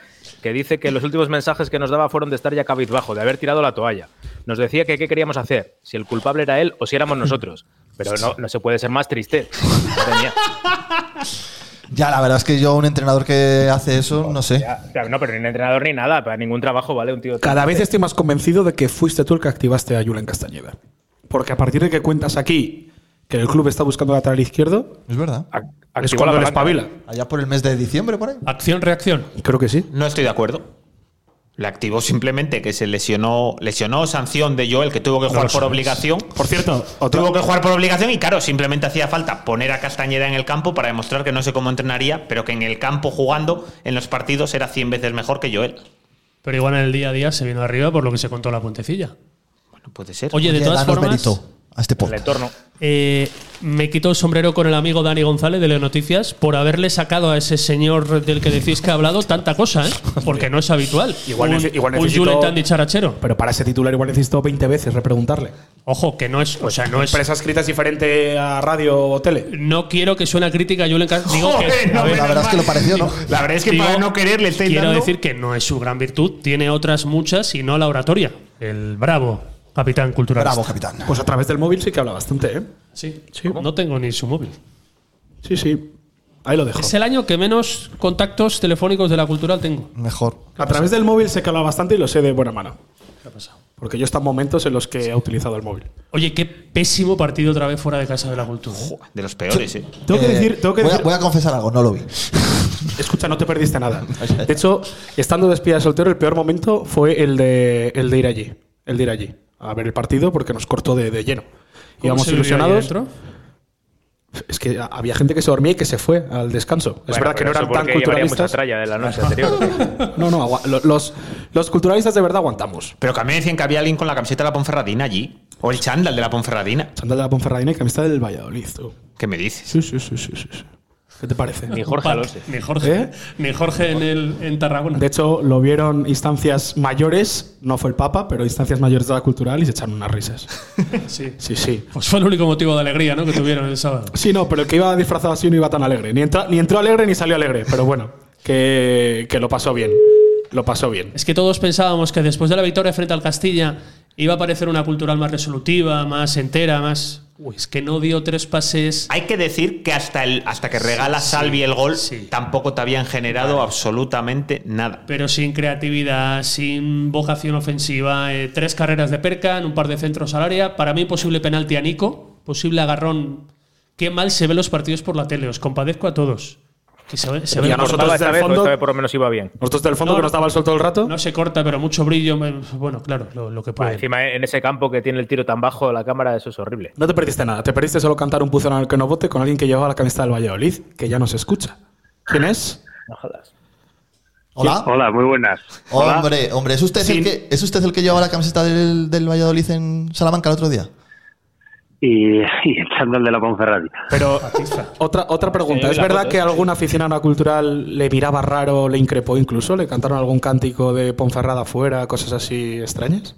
Speaker 5: que dice que los últimos mensajes que nos daba fueron de estar ya cabizbajo, de haber tirado la toalla. Nos decía que qué queríamos hacer, si el culpable era él o si éramos nosotros. Pero no, no se puede ser más triste. Madre mía.
Speaker 2: Ya, la verdad es que yo, un entrenador que hace eso, no sé.
Speaker 5: Ya, claro, no, pero ni un entrenador ni nada, para ningún trabajo, ¿vale? Un tío.
Speaker 4: Cada vez estoy más convencido de que fuiste tú el que activaste a Julen Castañeda. Porque a partir de que cuentas aquí que el club está buscando lateral izquierdo,
Speaker 2: Es verdad.
Speaker 5: Ac-
Speaker 4: es
Speaker 5: activó
Speaker 4: cuando
Speaker 5: la
Speaker 4: le
Speaker 5: palanca.
Speaker 4: espabila.
Speaker 2: Allá por el mes de diciembre, por ahí.
Speaker 3: Acción-reacción.
Speaker 4: Creo que sí.
Speaker 6: No estoy de acuerdo. Le activó simplemente que se lesionó, lesionó sanción de Joel, que tuvo que jugar por obligación.
Speaker 4: Por cierto, otro-
Speaker 6: Tuvo que jugar por obligación y claro, simplemente hacía falta poner a Castañeda en el campo para demostrar que no sé cómo entrenaría, pero que en el campo jugando, en los partidos, era 100 veces mejor que Joel.
Speaker 3: Pero igual en el día a día se vino arriba por lo que se contó la puentecilla.
Speaker 6: Bueno, puede ser.
Speaker 3: Oye, de
Speaker 2: Oye,
Speaker 3: todas
Speaker 2: danos
Speaker 3: formas,
Speaker 2: mérito a este
Speaker 5: El
Speaker 2: podcast.
Speaker 5: entorno.
Speaker 3: eh, me quito el sombrero con el amigo Dani González de Leo Noticias por haberle sacado a ese señor del que decís que ha hablado tanta cosa, ¿eh? Porque no es habitual.
Speaker 4: Igual
Speaker 3: un,
Speaker 4: nece- igual
Speaker 3: un
Speaker 4: necesito-
Speaker 3: Julen tan dicharachero.
Speaker 4: Pero para ese titular igual necesito 20 veces repreguntarle.
Speaker 3: Ojo, que no es, o sea, no es
Speaker 4: ¿Empresa escrita es diferente a radio o tele?
Speaker 3: no quiero que suene a crítica a Julen Car- digo que-
Speaker 6: Joder, no,
Speaker 3: a ver,
Speaker 2: La verdad es que lo pareció, ¿no?
Speaker 6: La verdad es que
Speaker 3: Digo,
Speaker 6: para no querer le estáis
Speaker 3: Quiero
Speaker 6: dando-
Speaker 3: decir que no es su gran virtud, tiene otras muchas y no la oratoria. El bravo capitán cultural.
Speaker 2: Bravo, capitán.
Speaker 4: Pues a través del móvil sí que habla bastante, ¿eh?
Speaker 3: Sí,
Speaker 4: Sí.
Speaker 3: No tengo ni su móvil.
Speaker 4: Sí, sí. Ahí lo dejo.
Speaker 3: Es el año que menos contactos telefónicos de la cultural tengo.
Speaker 2: Mejor.
Speaker 4: A través del móvil sé que habla bastante y lo sé de buena mano. Porque yo he estado en momentos en los que he utilizado el móvil.
Speaker 3: Oye, qué pésimo partido otra vez fuera de casa de la cultura.
Speaker 6: De los peores, ¿eh?
Speaker 4: Tengo que
Speaker 2: Eh,
Speaker 4: decir, tengo que
Speaker 2: voy, a,
Speaker 4: decir-
Speaker 2: voy a confesar algo, no lo vi.
Speaker 4: escucha, no te perdiste nada. De hecho, estando de espía de soltero, el peor momento fue el de, el de ir allí. El de ir allí. A ver el partido porque nos cortó de, de lleno.
Speaker 3: ¿Cómo
Speaker 4: Íbamos
Speaker 3: se vivió ahí
Speaker 4: ilusionados.
Speaker 3: dentro?
Speaker 4: Es que a- había gente que se dormía y que se fue al descanso. es verdad que no eran tan
Speaker 5: mucha
Speaker 4: culturalistas.
Speaker 5: tralla de la noche anterior.
Speaker 4: No, no, agua- lo- los, los culturalistas de verdad aguantamos.
Speaker 6: Pero que a mí me decían que había alguien con la camiseta de la Ponferradina allí. O el chándal de la Ponferradina.
Speaker 4: Sandal de la Ponferradina y camiseta del Valladolid. tú.
Speaker 6: ¿Qué me dices?
Speaker 4: Sí, sí, sí, sí, sí, sí. ¿Qué te parece?
Speaker 5: Ni Jorge Alonso.
Speaker 3: Ni Jorge,
Speaker 4: ¿Eh?
Speaker 3: ni Jorge en, el, en Tarragona.
Speaker 4: De hecho, lo vieron instancias mayores, no fue el Papa, pero instancias mayores de la cultural y se echaron unas risas.
Speaker 3: Sí.
Speaker 4: Sí, sí.
Speaker 3: Pues fue el único motivo de alegría ¿no? que tuvieron el sábado.
Speaker 4: Sí, no, pero el que iba disfrazado así no iba tan alegre. Ni, entra- ni entró alegre ni salió alegre, pero bueno, que, que lo pasó bien. Lo pasó bien.
Speaker 3: Es que todos pensábamos que después de la victoria frente al Castilla iba a aparecer una cultural más resolutiva, más entera, más. Uy, es que no dio tres pases.
Speaker 6: Hay que decir que hasta, el, hasta que regala Salvi el gol,
Speaker 3: sí.
Speaker 6: tampoco te habían generado absolutamente nada.
Speaker 3: Pero sin creatividad, sin vocación ofensiva, eh, tres carreras de perca, un par de centros al área. Para mí, posible penalti a Nico, posible agarrón. Qué mal se ven los partidos por la tele, os compadezco a todos. Que se, ve- se
Speaker 4: Y
Speaker 3: ven
Speaker 4: a
Speaker 3: por-
Speaker 4: nosotros
Speaker 5: Cortaba esta
Speaker 4: desde el
Speaker 5: vez, o
Speaker 4: fondo-
Speaker 5: esta vez por lo menos iba bien.
Speaker 4: Nosotros del fondo
Speaker 3: No,
Speaker 4: que nos daba el sol todo el rato.
Speaker 3: no se corta, pero mucho brillo. me- Bueno, claro, lo, lo que
Speaker 4: pues,
Speaker 5: Bah,
Speaker 3: puede.
Speaker 5: encima, ¿eh? en ese campo que tiene el tiro tan bajo la cámara, eso es horrible.
Speaker 4: No te perdiste nada, te perdiste solo cantar un puzón al que no vote con alguien que llevaba la camiseta del Valladolid, que ya no se escucha. ¿Quién es?
Speaker 5: No jodas.
Speaker 2: Hola.
Speaker 7: Hola, muy buenas.
Speaker 2: Hombre, hombre, ¿es usted, el que, ¿es usted el que llevaba la camiseta del, del Valladolid en Salamanca el otro día?
Speaker 7: Y, y el chándal de la Ponferradina.
Speaker 4: Pero otra, otra pregunta,
Speaker 5: Sí,
Speaker 4: ¿es
Speaker 5: la
Speaker 4: verdad
Speaker 5: foto,
Speaker 4: que algún aficionado cultural le miraba raro, le increpó incluso? ¿Le cantaron algún cántico de Ponferrada fuera, cosas así extrañas?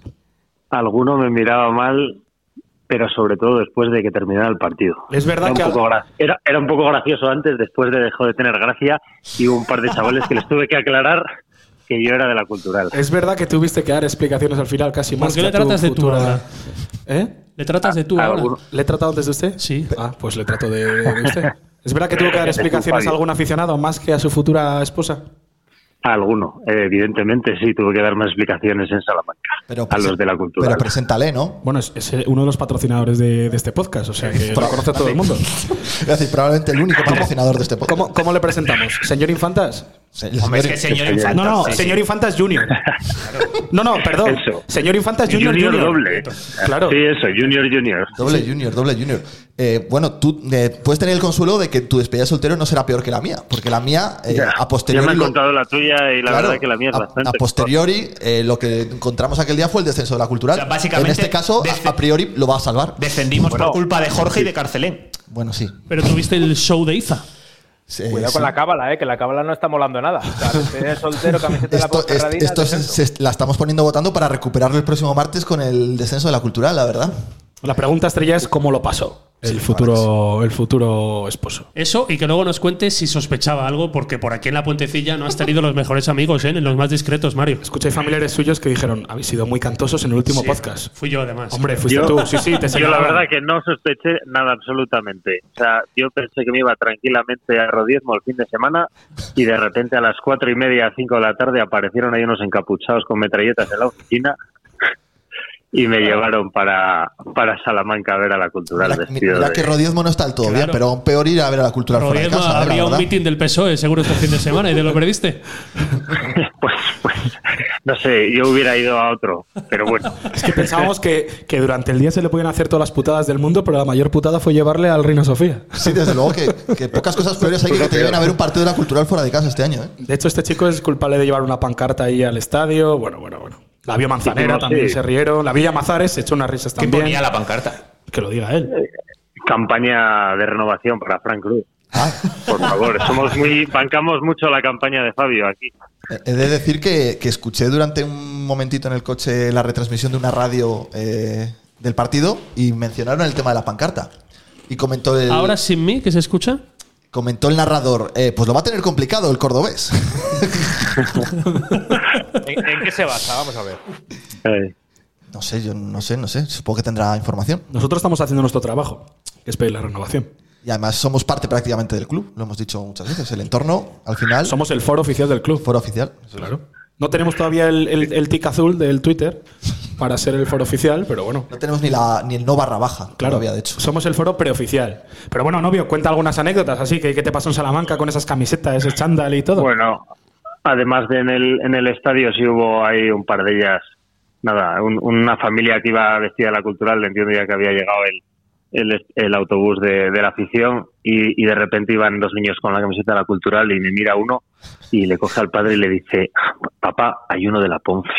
Speaker 7: Alguno me miraba mal, pero sobre todo después de que terminara el partido.
Speaker 4: Es verdad
Speaker 7: era
Speaker 4: que-
Speaker 7: Un poco gra- era, era un poco gracioso antes, después de dejó de tener gracia y hubo un par de chavales que les tuve que aclarar que yo era de la cultural.
Speaker 4: Es verdad que tuviste que dar explicaciones al final casi
Speaker 3: ¿Por
Speaker 4: más
Speaker 3: qué
Speaker 4: que
Speaker 3: le
Speaker 4: a tu
Speaker 3: tratas de tú
Speaker 4: futura-
Speaker 3: ahora?
Speaker 4: ¿Eh?
Speaker 3: ¿Le tratas de tú
Speaker 7: Ah,
Speaker 3: ahora?
Speaker 7: alguno.
Speaker 4: ¿Le he tratado desde usted?
Speaker 3: Sí.
Speaker 4: Ah, pues le trato de, de usted. ¿Es verdad que tuvo que dar
Speaker 7: Eres un
Speaker 4: explicaciones a
Speaker 7: sabio.
Speaker 4: algún aficionado más que a su futura esposa?
Speaker 7: Alguno, eh, evidentemente sí, tuve que dar más explicaciones en Salamanca
Speaker 2: Pero
Speaker 7: a los
Speaker 2: presen-
Speaker 7: de la cultural.
Speaker 2: Pero preséntale, ¿no?
Speaker 4: Bueno, es, es uno de los patrocinadores de, de este podcast, o sea que lo conoce todo el mundo.
Speaker 2: Es decir, probablemente el único patrocinador de este podcast.
Speaker 4: ¿Cómo, cómo le presentamos? ¿Señor Infantas?
Speaker 2: Se- el
Speaker 6: Hombre,
Speaker 2: señor-
Speaker 6: es que señor Infante.
Speaker 4: No, no,
Speaker 6: sí, sí.
Speaker 4: señor Infantas Junior. No, no, perdón.
Speaker 7: Eso.
Speaker 4: Señor Infantas Junior.
Speaker 7: Junior, doble.
Speaker 4: Claro.
Speaker 7: Sí, eso, Junior Junior.
Speaker 2: Doble junior, doble junior. Eh, bueno, tú eh, puedes tener el consuelo de que tu despedida de soltero no será peor que la mía, porque la mía, eh,
Speaker 7: Ya,
Speaker 2: a
Speaker 7: ya
Speaker 2: posteriori.
Speaker 7: me han
Speaker 2: lo-
Speaker 7: contado la tuya y la
Speaker 2: Claro,
Speaker 7: verdad que la mía es
Speaker 2: a-
Speaker 7: bastante.
Speaker 2: a posteriori, eh, lo que encontramos aquel día fue el descenso de la cultural.
Speaker 6: O sea, básicamente,
Speaker 2: en este caso, a-
Speaker 6: desde-
Speaker 2: a, priori lo va a salvar.
Speaker 6: Descendimos por culpa de Jorge y de Carcelén.
Speaker 2: Bueno, sí.
Speaker 3: Pero tuviste el show de Iza.
Speaker 2: Sí,
Speaker 5: Cuidado
Speaker 2: sí.
Speaker 5: con la cábala, eh, que la cábala no está molando nada. O sea, tener soltero, camiseta de la
Speaker 2: Esto, es-
Speaker 5: Ponferradina,
Speaker 2: esto es-
Speaker 5: descenso.
Speaker 2: se- la estamos poniendo votando para recuperarlo el próximo martes con el descenso de la cultural, la verdad.
Speaker 4: La pregunta estrella es cómo lo pasó el
Speaker 2: Sí,
Speaker 4: futuro, el futuro esposo.
Speaker 3: Eso, y que luego nos cuentes si sospechaba algo, porque por aquí en la puentecilla no has tenido los mejores amigos, ¿eh? Ni los más discretos, Mario.
Speaker 4: Escuché familiares suyos que dijeron, habéis sido muy cantosos en el último podcast.
Speaker 3: Fui yo, además.
Speaker 4: Hombre, fuiste tú. Sí, sí, te
Speaker 7: Yo la
Speaker 4: señalaban.
Speaker 7: verdad que no sospeché nada absolutamente. O sea, yo pensé que me iba tranquilamente a Rodiezmo el fin de semana y de repente a las cuatro y media, cinco de la tarde aparecieron ahí unos encapuchados con metralletas en la oficina y me llevaron para, para Salamanca a ver a la cultural
Speaker 2: Mira,
Speaker 7: vestido
Speaker 2: mira
Speaker 7: de-
Speaker 2: que Rodiezmo no está del todo
Speaker 3: Claro.
Speaker 2: bien, pero aún peor ir a ver a la cultural fuera de
Speaker 3: Rodiezma,
Speaker 2: casa. eh, la
Speaker 3: habría un
Speaker 2: verdad.
Speaker 3: mitin del PSOE, seguro este fin de semana, y te lo perdiste.
Speaker 7: Pues
Speaker 6: pues no sé, yo hubiera ido a otro, pero bueno.
Speaker 4: Es que pensábamos que, que durante el día se le podían hacer todas las putadas del mundo, pero la mayor putada fue llevarle al Reino Sofía.
Speaker 2: Sí, desde luego que, que pocas cosas peores hay que, que te lleven a ver un partido de la cultural fuera de casa este año, ¿eh?
Speaker 4: De hecho, este chico es culpable de llevar una pancarta ahí al estadio. Bueno, bueno, bueno. La vio Manzanera
Speaker 6: Sí,
Speaker 4: también,
Speaker 6: sí.
Speaker 4: se rieron. La Villa Mazares se echó unas risas
Speaker 3: ¿Qué
Speaker 4: también.
Speaker 3: ponía la pancarta?
Speaker 4: Que lo diga él.
Speaker 6: Campaña de renovación para Frank Cruz. Por favor, somos muy bancamos mucho la campaña de Fabio aquí.
Speaker 2: Eh, He de decir que, que escuché durante un momentito en el coche la retransmisión de una radio eh, del partido y mencionaron el tema de la pancarta. Y comentó el,
Speaker 8: Ahora sin mí, que se escucha.
Speaker 2: comentó el narrador, eh, pues lo va a tener complicado el cordobés.
Speaker 9: ¿En, en qué se basa? Vamos a ver.
Speaker 6: Eh,
Speaker 2: no sé, yo no sé, no sé. Supongo que tendrá información.
Speaker 4: Nosotros estamos haciendo nuestro trabajo, que es pedir la renovación.
Speaker 2: Y además somos parte prácticamente del club, lo hemos dicho muchas veces. El entorno, al final, somos
Speaker 4: Somos el foro oficial del club.
Speaker 2: foro oficial.
Speaker 4: Claro. No tenemos todavía el, el, el tic azul del Twitter para ser el foro oficial, pero bueno.
Speaker 2: No tenemos ni, la, ni el no barra baja, claro.
Speaker 4: Claro,
Speaker 2: había de hecho.
Speaker 4: somos el foro preoficial. Pero bueno, novio, cuenta algunas anécdotas, así que qué te pasó en Salamanca con esas camisetas, ese chándal y todo.
Speaker 6: Bueno, además de en el, en el estadio sí hubo ahí un par de ellas. Nada, un- una familia que iba vestida a la cultural, le entiendo ya que había llegado el, el, el autobús de, de la afición y, y de repente iban dos niños con la camiseta de la cultural y me mira uno y le coge al padre y le dice, "Ah, papá, hay uno de la Ponce.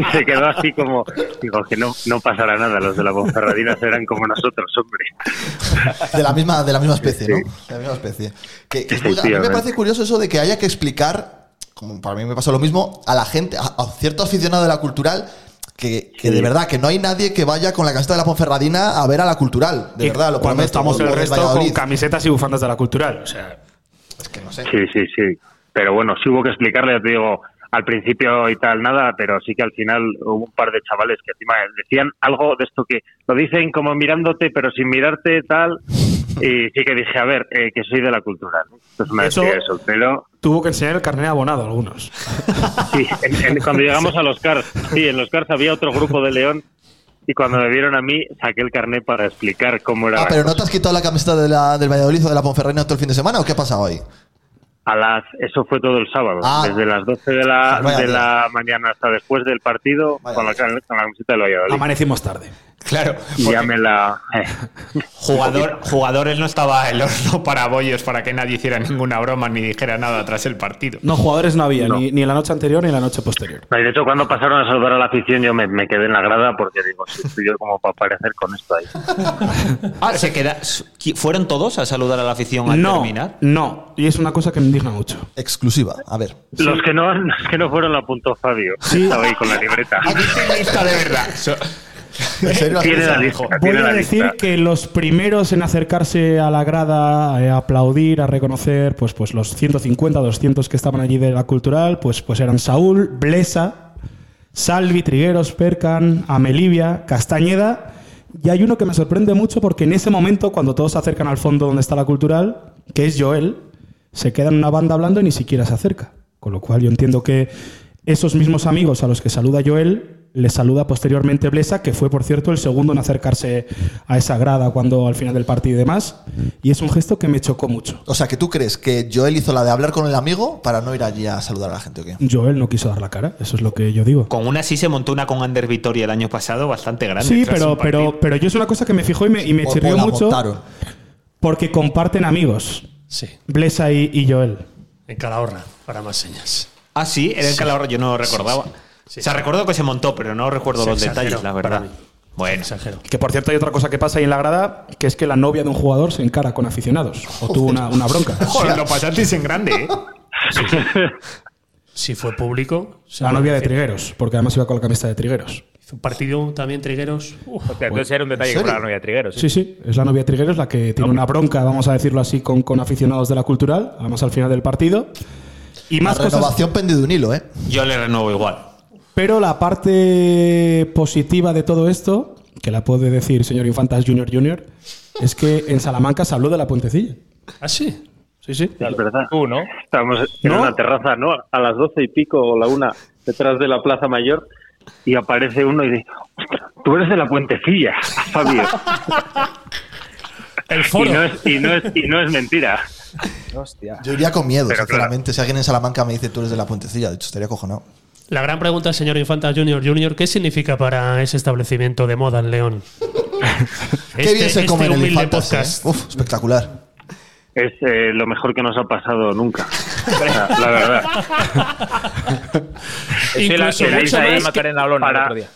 Speaker 6: y se quedó así como, digo, que no, no pasará nada, los de la Ponferradina serán como nosotros, hombre.
Speaker 2: De la misma, de la misma especie, ¿no? De la misma especie. Que- que es muy- a mí me
Speaker 6: Efectivamente.
Speaker 2: parece curioso eso de que haya que explicar, como para mí me pasó lo mismo, a la gente, a, a cierto aficionado de la cultural, que, que de
Speaker 6: Sí.
Speaker 2: verdad, que no hay nadie que vaya con la camiseta de la Ponferradina a ver a la cultural. De
Speaker 4: Y
Speaker 2: verdad, lo
Speaker 4: cuando
Speaker 2: prometo,
Speaker 4: estamos
Speaker 2: por-
Speaker 4: el
Speaker 2: por
Speaker 4: resto con
Speaker 2: Valladolid.
Speaker 4: camisetas y bufandas de la cultural. O sea,
Speaker 2: Es que no sé. Ah,
Speaker 6: Sí, sí, sí. Pero bueno, sí hubo que explicarle, ya te digo, al principio y tal, nada, pero sí que al final hubo un par de chavales que encima decían algo de esto que lo dicen como mirándote, pero sin mirarte, tal. Y sí que dije, a ver, eh, que soy de la cultura. ¿no? Esto es una
Speaker 4: Eso-
Speaker 6: despedida de soltero.
Speaker 4: tuvo que enseñar el carnet abonado a algunos.
Speaker 6: Sí, en- en- cuando llegamos a los Cars, sí, en los Cars había otro grupo de León. Y cuando me vieron a mí, saqué el carnet para explicar cómo era.
Speaker 2: Ah,
Speaker 6: la
Speaker 2: pero
Speaker 6: cosa.
Speaker 2: ¿no te has quitado la camiseta de la, del Valladolid o de la Ponferradina todo el fin de semana o qué ha pasado ahí?
Speaker 6: A las, eso fue todo el sábado,
Speaker 2: Ah.
Speaker 6: desde las 12 de la,
Speaker 2: Vaya
Speaker 6: de
Speaker 2: día.
Speaker 6: la mañana hasta después del partido,
Speaker 2: Vaya
Speaker 6: con la,
Speaker 2: día.
Speaker 6: con la camiseta del
Speaker 4: Ah,
Speaker 6: Valladolid.
Speaker 4: Amanecimos tarde.
Speaker 3: Claro.
Speaker 6: Y ya me la. eh,
Speaker 3: Jugador, jugadores no estaba el horno para bollos para que nadie hiciera ninguna broma ni dijera nada tras el partido.
Speaker 4: No, jugadores no había, Ni, ni en la noche anterior ni en la noche posterior.
Speaker 6: no, y de hecho, cuando pasaron a saludar a la afición, yo me, me quedé en la grada porque digo, si estoy yo como para aparecer con esto ahí.
Speaker 3: Ah, se queda. ¿Fueron todos a saludar a la afición al
Speaker 4: no,
Speaker 3: terminar?
Speaker 4: no. Y es una cosa que me indigna mucho.
Speaker 2: Exclusiva, a ver.
Speaker 6: Los que no, los que no fueron lo apuntó Fabio. Estaba ahí con la libreta.
Speaker 4: Ah,
Speaker 3: Aquí estoy lista de verdad. So-
Speaker 2: ¿En serio?
Speaker 6: Tiene la lista.
Speaker 4: Voy
Speaker 6: Tiene
Speaker 4: a
Speaker 6: la
Speaker 4: decir
Speaker 6: lista.
Speaker 4: que los primeros en acercarse a la grada, eh, a aplaudir, a reconocer, pues, pues los 150, 200 que estaban allí de la cultural, pues, pues eran Saúl, Blesa, Salvi, Trigueros, Percan, Amelivia, Castañeda. Y hay uno que me sorprende mucho porque en ese momento, cuando todos se acercan al fondo donde está la cultural, que es Joel, se queda en una banda hablando y ni siquiera se acerca. Con lo cual yo entiendo que esos mismos amigos a los que saluda Joel, le saluda posteriormente Blesa, que fue, por cierto, el segundo en acercarse a esa grada cuando al final del partido y demás. Y es un gesto que me chocó mucho.
Speaker 2: O sea, que tú crees que Joel hizo la de hablar con el amigo para no ir allí a saludar a la gente, ¿o qué?
Speaker 4: Joel no quiso dar la cara, eso es lo que yo digo.
Speaker 3: Con una sí se montó una con Ander Vitoria el año pasado bastante grande.
Speaker 4: Sí,
Speaker 3: tras
Speaker 4: pero,
Speaker 3: un partido.
Speaker 4: pero, pero yo es una cosa que me fijó y me, y me
Speaker 2: O- o
Speaker 4: chirrió
Speaker 2: la
Speaker 4: mucho
Speaker 2: montaron.
Speaker 4: porque comparten amigos,
Speaker 8: Sí,
Speaker 4: Blesa y, y Joel.
Speaker 8: en Calahorra, para más señas.
Speaker 3: Ah, sí, era el calor, yo no lo recordaba. O sea, recuerdo que se montó, pero no recuerdo
Speaker 8: Se
Speaker 3: los
Speaker 8: exageró
Speaker 3: detalles, la
Speaker 8: para
Speaker 3: verdad.
Speaker 8: mí.
Speaker 3: Bueno,
Speaker 8: Exagero.
Speaker 4: Que por cierto hay otra cosa que pasa ahí en la grada, que es que la novia de un jugador se encara con aficionados o tuvo una, una bronca.
Speaker 3: Joder, lo pasasteis en grande, ¿eh?
Speaker 8: Si fue público, se
Speaker 4: La
Speaker 8: puede
Speaker 4: novia de
Speaker 8: decir.
Speaker 4: Trigueros, porque además iba con la camiseta de Trigueros.
Speaker 8: Hizo un partido también, Trigueros. Uf,
Speaker 9: O sea, entonces era un detalle
Speaker 2: ¿en
Speaker 9: que
Speaker 2: serio?
Speaker 9: fuera la novia de Trigueros.
Speaker 4: Sí, sí, es la novia de Trigueros la que tiene una bronca, vamos a decirlo así, con, con aficionados de la cultural, además al final del partido. Y
Speaker 2: La
Speaker 4: más cosas,
Speaker 2: renovación pendido de un hilo, ¿eh?
Speaker 3: Yo le renuevo igual.
Speaker 4: pero la parte positiva de todo esto, que la puede decir señor Infantas Junior Junior, es que en Salamanca se habló de la puentecilla.
Speaker 8: ¿Ah, sí?
Speaker 4: Sí, sí.
Speaker 6: Es verdad.
Speaker 9: Tú, ¿no?
Speaker 6: Estábamos en
Speaker 4: ¿No?
Speaker 6: una terraza, ¿no? A las doce y pico o la una, detrás de la Plaza Mayor, y aparece uno y dice, "Ostras, tú eres de la Puentecilla, Fabio.
Speaker 8: El
Speaker 6: Y
Speaker 8: foro.
Speaker 6: no es, y no es, y no es mentira.
Speaker 4: Hostia.
Speaker 2: Yo iría con miedo,
Speaker 6: Pero
Speaker 2: sinceramente. Si alguien en Salamanca me dice tú eres de la puentecilla, de hecho estaría cojonado.
Speaker 3: La gran pregunta, señor Infanta Junior Junior, ¿qué significa para ese establecimiento de moda en León?
Speaker 2: Qué bien se come en el
Speaker 3: Este- humilde
Speaker 2: Infantas,
Speaker 3: podcast.
Speaker 2: eh. Uf, espectacular.
Speaker 6: Es eh, lo mejor que nos ha pasado nunca. O sea, la verdad.
Speaker 3: Incluso
Speaker 10: la-
Speaker 3: mucho
Speaker 10: la- la-
Speaker 3: más
Speaker 10: la-
Speaker 3: que-
Speaker 10: Macarena Olona el
Speaker 6: para-
Speaker 10: otro día.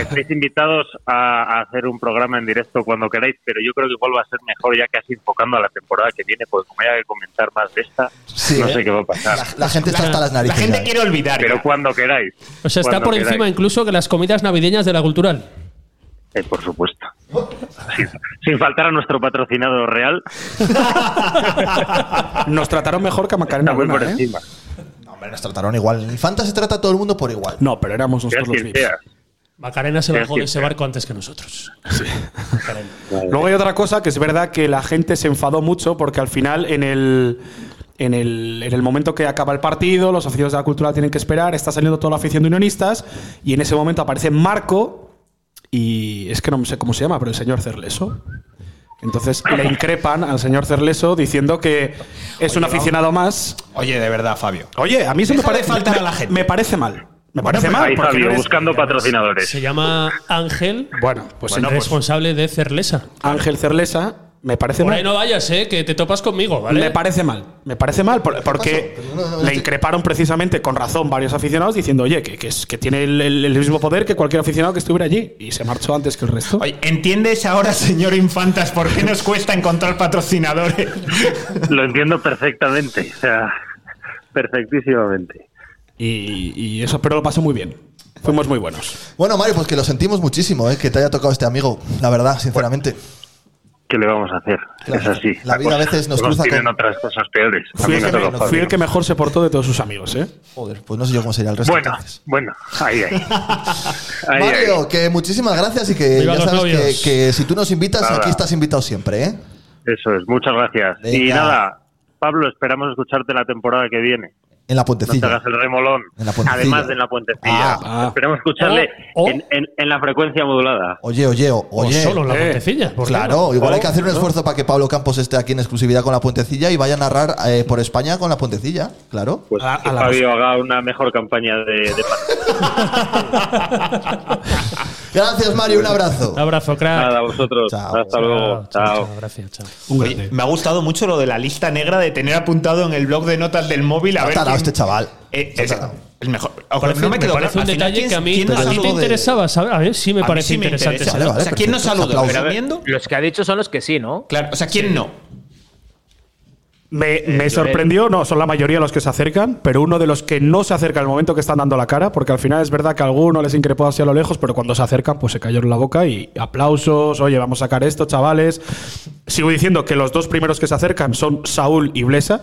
Speaker 6: Estáis invitados a, a hacer un programa en directo cuando queráis, pero yo creo que igual va a ser mejor ya casi enfocando a la temporada que viene, porque como haya que comentar más de esta,
Speaker 2: Sí,
Speaker 6: no
Speaker 2: ¿eh?
Speaker 6: sé qué va a pasar.
Speaker 2: La, la gente está hasta las
Speaker 11: La
Speaker 2: narices.
Speaker 11: gente
Speaker 2: ya. ¿eh?
Speaker 11: quiere olvidar.
Speaker 6: Pero cuando queráis.
Speaker 3: O sea, está
Speaker 6: Cuando
Speaker 3: por
Speaker 6: queráis.
Speaker 3: encima incluso que las comidas navideñas de la cultural.
Speaker 6: Eh, por supuesto. Sin, sin faltar a nuestro patrocinado real,
Speaker 4: Nos trataron mejor que a Macarena
Speaker 6: está muy por
Speaker 4: Olona, ¿eh?
Speaker 6: encima.
Speaker 2: No, hombre, nos trataron igual. En Infanta se trata a todo el mundo por igual.
Speaker 4: No, pero éramos
Speaker 6: Seas
Speaker 4: nosotros los
Speaker 6: quien
Speaker 4: VIPs.
Speaker 6: seas.
Speaker 3: Macarena se
Speaker 6: Sí,
Speaker 3: bajó de
Speaker 6: sí,
Speaker 3: ese
Speaker 6: sí.
Speaker 3: barco antes que nosotros. Macarena.
Speaker 4: Luego hay otra cosa que es verdad que la gente se enfadó mucho porque al final en el, en el, en el momento que acaba el partido, los aficionados de la cultura tienen que esperar, está saliendo toda la afición de unionistas y en ese momento aparece Marco y es que no sé cómo se llama, pero el señor Cerleso. Entonces le increpan al señor Cerleso diciendo que es un aficionado más.
Speaker 11: Oye, de verdad, Fabio.
Speaker 4: Oye, a mí eso me
Speaker 11: Deja de
Speaker 4: parece
Speaker 11: faltar a la gente.
Speaker 4: Me parece mal. Me parece mal.
Speaker 6: Ahí,
Speaker 4: porque no
Speaker 6: Fabio,
Speaker 4: eres-
Speaker 6: buscando patrocinadores.
Speaker 3: Se llama Ángel,
Speaker 4: Bueno, pues
Speaker 3: el responsable de Cerlesa.
Speaker 4: Ángel Cerlesa me parece
Speaker 3: Por
Speaker 4: mal.
Speaker 3: ahí no vayas, ¿eh? que te topas conmigo, ¿vale?
Speaker 4: Me parece mal, me parece mal, por- porque
Speaker 2: pasó? Pero no, no,
Speaker 4: le
Speaker 2: estoy-
Speaker 4: increparon precisamente con razón varios aficionados diciendo, oye, que, que es- que tiene el, el- el mismo poder que cualquier aficionado que estuviera allí y se marchó antes que el resto.
Speaker 11: Oye, ¿entiendes ahora, señor Infantas, por qué nos cuesta encontrar patrocinadores?
Speaker 6: Lo entiendo perfectamente. O sea, perfectísimamente.
Speaker 4: Y, y eso, pero lo pasó muy bien. Fuimos muy buenos.
Speaker 2: Bueno, Mario, pues que lo sentimos muchísimo, eh, que te haya tocado este amigo. La verdad, sinceramente.
Speaker 6: ¿Qué le vamos a hacer?
Speaker 2: Claro,
Speaker 6: es así.
Speaker 2: la vida a veces nos cruza
Speaker 6: tienen
Speaker 2: con-
Speaker 6: otras cosas peores. A
Speaker 4: Fui
Speaker 6: mí
Speaker 4: el,
Speaker 6: me
Speaker 4: que,
Speaker 6: toca
Speaker 4: me-
Speaker 6: Fabio.
Speaker 4: fui el que mejor se portó de todos sus amigos, ¿eh?
Speaker 2: Joder, pues no sé yo cómo sería el resto.
Speaker 6: Bueno,
Speaker 2: entonces.
Speaker 6: bueno, ahí, ahí. Ahí,
Speaker 2: Mario,
Speaker 6: ahí.
Speaker 2: que muchísimas gracias y que ya
Speaker 3: Viva los
Speaker 2: sabes
Speaker 3: novios.
Speaker 2: que, que si tú nos invitas,
Speaker 6: Nada.
Speaker 2: aquí estás invitado siempre, ¿eh?
Speaker 6: Eso es, muchas gracias. Y
Speaker 2: Venga.
Speaker 6: nada, Pablo, esperamos escucharte la temporada que viene.
Speaker 2: En la
Speaker 6: No te
Speaker 2: puentecilla.
Speaker 6: hagas el remolón.
Speaker 2: En la puentecilla.
Speaker 6: Además de en la puentecilla.
Speaker 2: Ah,
Speaker 4: ah.
Speaker 6: Esperemos escucharle
Speaker 3: O- o-
Speaker 6: En, en- en la frecuencia modulada.
Speaker 2: Oye, oye, o-
Speaker 3: O
Speaker 2: oye.
Speaker 3: Pues solo en la
Speaker 4: eh,
Speaker 3: puentecilla. ¿por qué no?
Speaker 2: Claro, igual hay que hacer un esfuerzo para que Pablo Campos esté aquí en exclusividad con la puentecilla y vaya a narrar eh, por España con la puentecilla, claro.
Speaker 6: Pues
Speaker 4: A la-
Speaker 6: que
Speaker 4: a la
Speaker 6: Fabio haga una mejor campaña de, de
Speaker 2: Gracias, Mario, un abrazo.
Speaker 3: Un abrazo, crack.
Speaker 6: nada a vosotros.
Speaker 2: Chao.
Speaker 6: Hasta luego. Chao.
Speaker 3: Gracias, chao.
Speaker 4: Un
Speaker 11: Oye,
Speaker 4: grande.
Speaker 11: me ha gustado mucho lo de la lista negra de tener apuntado en el blog de notas del móvil a
Speaker 2: Ha
Speaker 11: ver.
Speaker 2: tarado
Speaker 11: quién-
Speaker 2: este chaval.
Speaker 11: Eh, es el mejor. Ojo,
Speaker 3: Parece-
Speaker 11: no me
Speaker 3: me
Speaker 11: quedó
Speaker 3: parece
Speaker 11: claro.
Speaker 3: un
Speaker 11: Al final,
Speaker 3: detalle
Speaker 11: ¿quién-
Speaker 3: que a mí,
Speaker 11: quién nos
Speaker 3: a ti
Speaker 11: saludó
Speaker 3: te
Speaker 2: de-
Speaker 3: interesaba saber. A ver, sí me
Speaker 11: A mí
Speaker 3: parece
Speaker 11: sí me
Speaker 3: interesante.
Speaker 11: interesa.
Speaker 2: Este Vale, vale,
Speaker 11: o sea, ¿quién nos
Speaker 2: perfecto.
Speaker 11: saludó?
Speaker 2: Aplausos.
Speaker 11: ¿Bebiendo?
Speaker 10: Los que ha dicho son los que sí, ¿no?
Speaker 11: Claro, o sea, ¿quién no? Eh,
Speaker 4: Me, me sorprendió, no, son la mayoría los que se acercan, pero uno de los que no se acerca al momento que están dando la cara, porque al final es verdad que a alguno les increpó hacia lo lejos, pero cuando se acercan, pues se cayeron la boca y aplausos, oye, vamos a sacar esto, chavales. Sigo diciendo que los dos primeros que se acercan son Saúl y Blesa,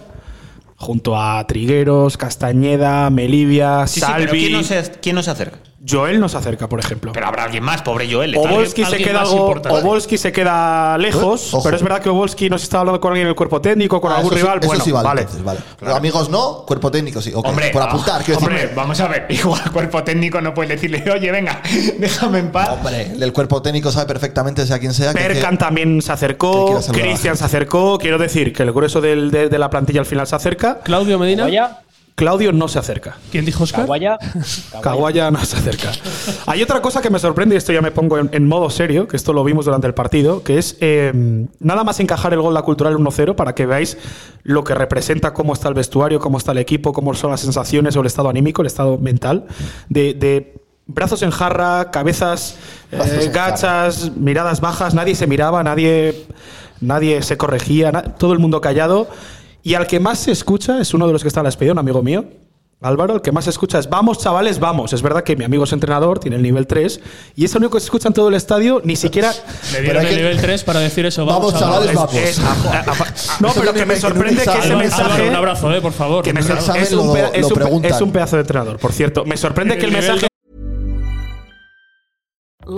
Speaker 4: junto a Trigueros, Castañeda, Melivia,
Speaker 11: Sí, sí, pero
Speaker 4: Salvi.
Speaker 11: ¿quién no, se, ¿Quién no se acerca?
Speaker 4: Joel nos acerca, por ejemplo.
Speaker 11: Pero habrá alguien más, pobre Joel. está bien.
Speaker 4: Obolski se,
Speaker 3: alguien
Speaker 4: queda
Speaker 3: más
Speaker 4: algo-
Speaker 3: importante.
Speaker 4: Obolski se queda lejos,
Speaker 2: Eh, ojo.
Speaker 4: pero es verdad que Obolski no se está hablando con alguien en el cuerpo técnico, con
Speaker 2: Ah,
Speaker 4: algún
Speaker 2: eso sí-
Speaker 4: rival.
Speaker 2: eso
Speaker 4: bueno,
Speaker 2: sí vale,
Speaker 4: vale.
Speaker 2: entonces, vale. Amigos no, cuerpo técnico sí. ok, por apuntar,
Speaker 11: ah,
Speaker 2: quiero decir.
Speaker 11: hombre, vamos a ver. Igual cuerpo técnico no puede decirle, oye, venga, déjame en paz.
Speaker 2: Hombre, el cuerpo técnico sabe perfectamente, sea quien sea. que-
Speaker 4: Perkan
Speaker 2: que-
Speaker 4: también se
Speaker 2: que quiero
Speaker 4: acercó,
Speaker 2: saludar a la
Speaker 4: Cristian
Speaker 2: gente.
Speaker 4: se acercó. Quiero decir que el grueso del- de, de la plantilla al final se acerca.
Speaker 3: Claudio Medina.
Speaker 4: Caguaya. Claudio no se acerca.
Speaker 3: ¿Quién dijo Oscar?
Speaker 4: Caguaya no se acerca. Hay otra cosa que me sorprende, y esto ya me pongo en, en modo serio, que esto lo vimos durante el partido, que es eh, nada más encajar el gol de la cultural 1-0 para que veáis lo que representa, cómo está el vestuario, cómo está el equipo, cómo son las sensaciones o el estado anímico, el estado mental, de, de brazos en jarra, cabezas eh,
Speaker 2: Brazos en jarra.
Speaker 4: gachas. Estas miradas bajas, nadie se miraba, nadie, nadie se corregía, na- todo el mundo callado. Y al que más se escucha es uno de los que está en la despedida, un amigo mío. Álvaro, el que más se escucha es vamos chavales, vamos. Es verdad que mi amigo es entrenador, tiene el nivel 3 y es el único que se escucha en todo el estadio, ni siquiera...
Speaker 3: Le dieron
Speaker 2: Pero hay
Speaker 3: el
Speaker 2: que-
Speaker 3: nivel 3 para decir eso. Vamos,
Speaker 2: Vamos, chavales,
Speaker 4: Es-
Speaker 2: vamos.
Speaker 4: es- a- a- a- no,
Speaker 2: Eso
Speaker 4: pero que
Speaker 2: viene
Speaker 4: me
Speaker 2: en un
Speaker 4: sorprende que ese
Speaker 2: examen.
Speaker 3: Álvaro,
Speaker 4: mensaje...
Speaker 3: un abrazo, eh, por favor.
Speaker 4: que me-
Speaker 2: Claro. Saben,
Speaker 4: es, un
Speaker 2: lo-
Speaker 4: pe- es
Speaker 2: lo
Speaker 4: un pe-
Speaker 2: preguntan.
Speaker 4: es un pedazo de entrenador, por cierto. Me sorprende que el
Speaker 3: nivel
Speaker 4: mensaje...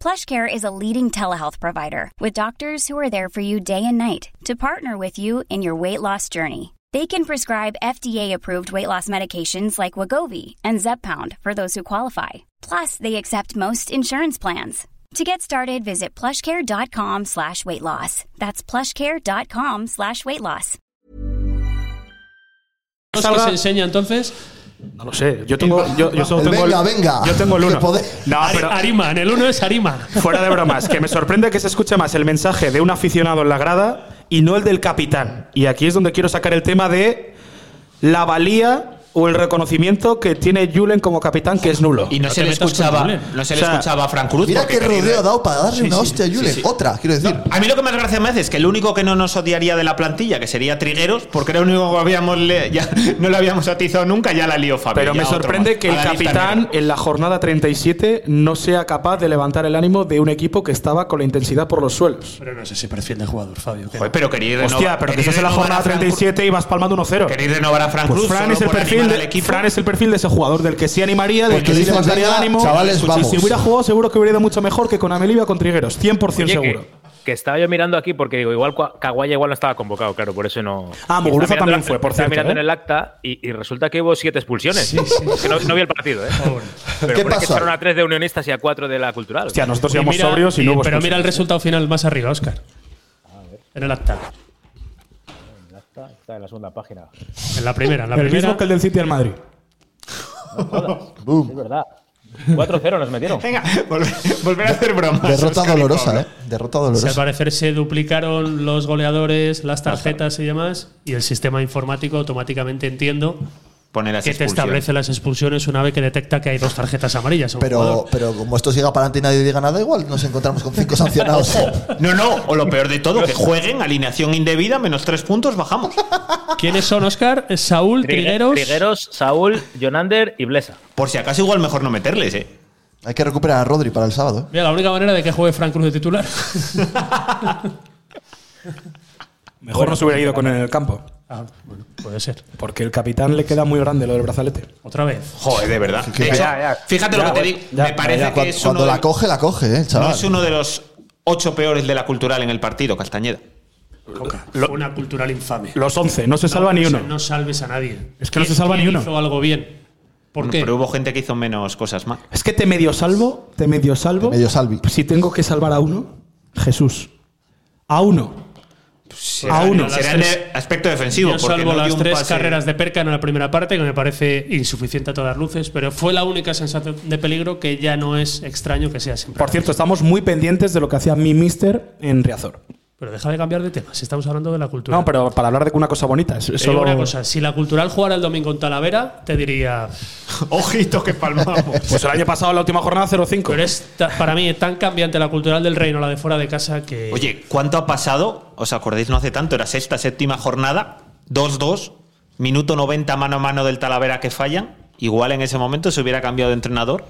Speaker 1: PlushCare is a leading telehealth provider with doctors who are there for you day and night to partner with you in your weight loss journey. They can prescribe FDA-approved weight loss medications like Wagovi and Zepbound for those who qualify. Plus, they accept most insurance plans. To get started, visit plushcare.com slash weight loss. That's plushcare.com slash weight loss.
Speaker 3: ¿Qué se enseña entonces?
Speaker 4: No lo sé. Yo tengo. Yo, yo solo
Speaker 2: El
Speaker 4: tengo
Speaker 2: venga, venga,
Speaker 4: Yo tengo el
Speaker 2: que
Speaker 4: uno.
Speaker 2: pode-
Speaker 4: No,
Speaker 3: Ari-
Speaker 4: pero-
Speaker 3: Ariman, el uno es Ariman.
Speaker 4: Fuera de bromas, que me sorprende que se escuche más el mensaje de un aficionado en la grada y no el del capitán. Y aquí es donde quiero sacar el tema de la valía o el reconocimiento que tiene Julen como capitán, que es nulo.
Speaker 12: Y no,
Speaker 3: te
Speaker 12: se le
Speaker 3: metas con
Speaker 12: escuchaba,
Speaker 3: Julen.
Speaker 12: no se le
Speaker 4: O sea,
Speaker 12: escuchaba a Frank Cruz.
Speaker 2: Mira
Speaker 12: porque
Speaker 2: qué
Speaker 12: quería-
Speaker 2: rodeo ha dado para darle
Speaker 12: Sí,
Speaker 2: una
Speaker 12: sí,
Speaker 2: hostia a
Speaker 12: sí,
Speaker 2: Julen.
Speaker 12: sí.
Speaker 2: Otra, quiero decir.
Speaker 12: A mí lo que más gracia me hace es que el único que no nos odiaría de la plantilla, que sería Trigueros, porque era el único que habíamos le- ya, no lo habíamos atizado nunca, ya la lío Fabio.
Speaker 4: Pero
Speaker 12: ya
Speaker 4: me
Speaker 12: otro
Speaker 4: sorprende
Speaker 12: más.
Speaker 4: que
Speaker 12: A
Speaker 4: el
Speaker 12: la lista
Speaker 4: capitán
Speaker 12: negra.
Speaker 4: en la jornada 37 no sea capaz de levantar el ánimo de un equipo que estaba con la intensidad por los suelos.
Speaker 3: Pero no sé si perfil de jugador, Fabio. que-
Speaker 12: Joder, pero quería renovar.
Speaker 4: Hostia, pero que
Speaker 12: quería
Speaker 4: estás en la
Speaker 12: renovar a
Speaker 4: jornada
Speaker 12: Frank Cruz.
Speaker 4: 37 y vas palmando 1-0.
Speaker 12: Queréis renovar a Frank
Speaker 4: Pues
Speaker 12: Cruz.
Speaker 4: Fran
Speaker 12: solo
Speaker 4: es, el
Speaker 12: por
Speaker 4: perfil
Speaker 12: animar
Speaker 4: de,
Speaker 12: al equipo.
Speaker 4: Fran es el perfil de ese jugador, del que sí animaría, del
Speaker 2: Porque
Speaker 4: que sí
Speaker 2: dicen,
Speaker 4: levantaría el
Speaker 2: "Venga,
Speaker 4: ánimo.
Speaker 2: chavales,
Speaker 4: Y
Speaker 2: vamos".
Speaker 4: Si hubiera jugado, seguro que hubiera ido mucho mejor que con Amelivia o con Trigueros. 100%
Speaker 6: Oye,
Speaker 4: seguro.
Speaker 6: Que, que estaba yo mirando aquí porque digo, igual Cua- Caguaya igual no estaba convocado, claro, por eso no.
Speaker 4: Ah,
Speaker 6: Y
Speaker 4: Muguruza
Speaker 6: estaba mirando
Speaker 4: también
Speaker 6: el-
Speaker 4: fue, por
Speaker 6: estaba
Speaker 4: cierto,
Speaker 6: mirando
Speaker 4: ¿eh?
Speaker 6: en el acta y, y resulta que hubo siete expulsiones. Que no, no vi el partido, ¿eh? Pero
Speaker 2: ¿Qué
Speaker 6: pone que
Speaker 2: pasó?
Speaker 6: echaron a tres de unionistas y a cuatro de la cultural.
Speaker 4: Hostia, nosotros
Speaker 3: Y
Speaker 4: íbamos
Speaker 3: mira-
Speaker 4: sobrios y
Speaker 3: y-
Speaker 4: no hubo
Speaker 3: Pero
Speaker 4: expulsión.
Speaker 3: mira el resultado final más arriba, Oscar. En el acta.
Speaker 6: Está en la segunda página.
Speaker 3: En la primera, en la
Speaker 4: el
Speaker 3: primera.
Speaker 4: mismo que el del City al Madrid.
Speaker 6: Es verdad. 4-0 nos metieron.
Speaker 12: Venga, volver, volver a hacer bromas.
Speaker 2: Derrota
Speaker 12: Oscar y
Speaker 2: dolorosa,
Speaker 12: Pablo.
Speaker 2: ¿eh? Derrota
Speaker 3: O sea, al
Speaker 2: dolorosa.
Speaker 3: parecer se duplicaron los goleadores, las tarjetas y demás, y el sistema informático automáticamente entiendo
Speaker 12: Poner las
Speaker 3: que te
Speaker 12: expulsiones.
Speaker 3: establece las expulsiones una vez que detecta que hay dos tarjetas amarillas. a un
Speaker 2: Pero,
Speaker 3: jugador.
Speaker 2: pero como esto siga para adelante y nadie diga nada, igual nos encontramos con cinco sancionados.
Speaker 12: No, no, o lo peor de todo, que jueguen, alineación indebida, menos tres puntos, bajamos.
Speaker 4: Ah.
Speaker 3: ¿Quiénes son, Oscar? Saúl, Trigueros.
Speaker 6: Trigueros, Saúl, Jonander y Blesa.
Speaker 12: Por si acaso, igual mejor no meterles, ¿eh?
Speaker 2: Hay que recuperar a Rodri para el sábado. ¿eh?
Speaker 3: Mira, la única manera de que juegue Frank Cruz de titular.
Speaker 4: Mejor no se hubiera ido con él en el campo.
Speaker 3: Ah, bueno, puede ser.
Speaker 4: Porque el capitán le queda muy grande lo del brazalete.
Speaker 3: Otra vez.
Speaker 12: Joder, de verdad. De hecho,
Speaker 4: ya, ya.
Speaker 12: fíjate
Speaker 4: Ya,
Speaker 12: lo que te
Speaker 4: pues,
Speaker 12: digo.
Speaker 2: ¿eh?
Speaker 4: ya,
Speaker 12: me parece
Speaker 4: ya,
Speaker 12: que
Speaker 2: Cuando,
Speaker 12: es
Speaker 2: cuando
Speaker 12: uno,
Speaker 2: la
Speaker 12: de-
Speaker 2: coge, la coge, ¿eh, el
Speaker 12: no
Speaker 2: chaval.
Speaker 12: es uno de los ocho peores de la cultural en el partido, Castañeda.
Speaker 3: Fue una cultural infame.
Speaker 4: Los 11, no se salva ni
Speaker 3: O sea,
Speaker 4: uno.
Speaker 3: No salves a nadie.
Speaker 4: Es que no se
Speaker 3: ¿Quién-
Speaker 4: salva ni
Speaker 3: quién
Speaker 4: uno.
Speaker 3: hizo algo bien. ¿Por qué?
Speaker 12: Pero hubo gente que hizo menos cosas mal.
Speaker 4: Es que te medio salvo, te medio salvo.
Speaker 2: Te medio salvi.
Speaker 4: Si tengo que salvar a uno, Jesús. A uno.
Speaker 12: Será-
Speaker 4: a uno.
Speaker 12: Será en el aspecto defensivo.
Speaker 3: Yo
Speaker 12: porque
Speaker 3: salvo
Speaker 12: no dio
Speaker 3: las
Speaker 12: un
Speaker 3: tres
Speaker 12: pase.
Speaker 3: carreras de Perca en la primera parte, que me parece insuficiente a todas luces, pero fue la única sensación de peligro que ya no es extraño que sea siempre.
Speaker 4: Por cierto, estamos muy pendientes de lo que hacía mi mister en Riazor.
Speaker 3: Pero deja de cambiar de tema, si estamos hablando de la cultura.
Speaker 4: No, pero para hablar de una cosa bonita. Es, es
Speaker 3: Te digo
Speaker 4: solo
Speaker 3: una cosa, si la cultural jugara el domingo en Talavera, te diría.
Speaker 12: Ojito que palmamos.
Speaker 4: Pues el año pasado, la última jornada, 0-5.
Speaker 3: Pero es ta- para mí es tan cambiante la cultural del reino, la de fuera de casa, que.
Speaker 12: Oye, ¿cuánto ha pasado? ¿Os acordáis? No hace tanto, era sexta, séptima jornada, 2-2, minuto 90 mano a mano del Talavera que fallan. Igual en ese momento se hubiera cambiado de entrenador.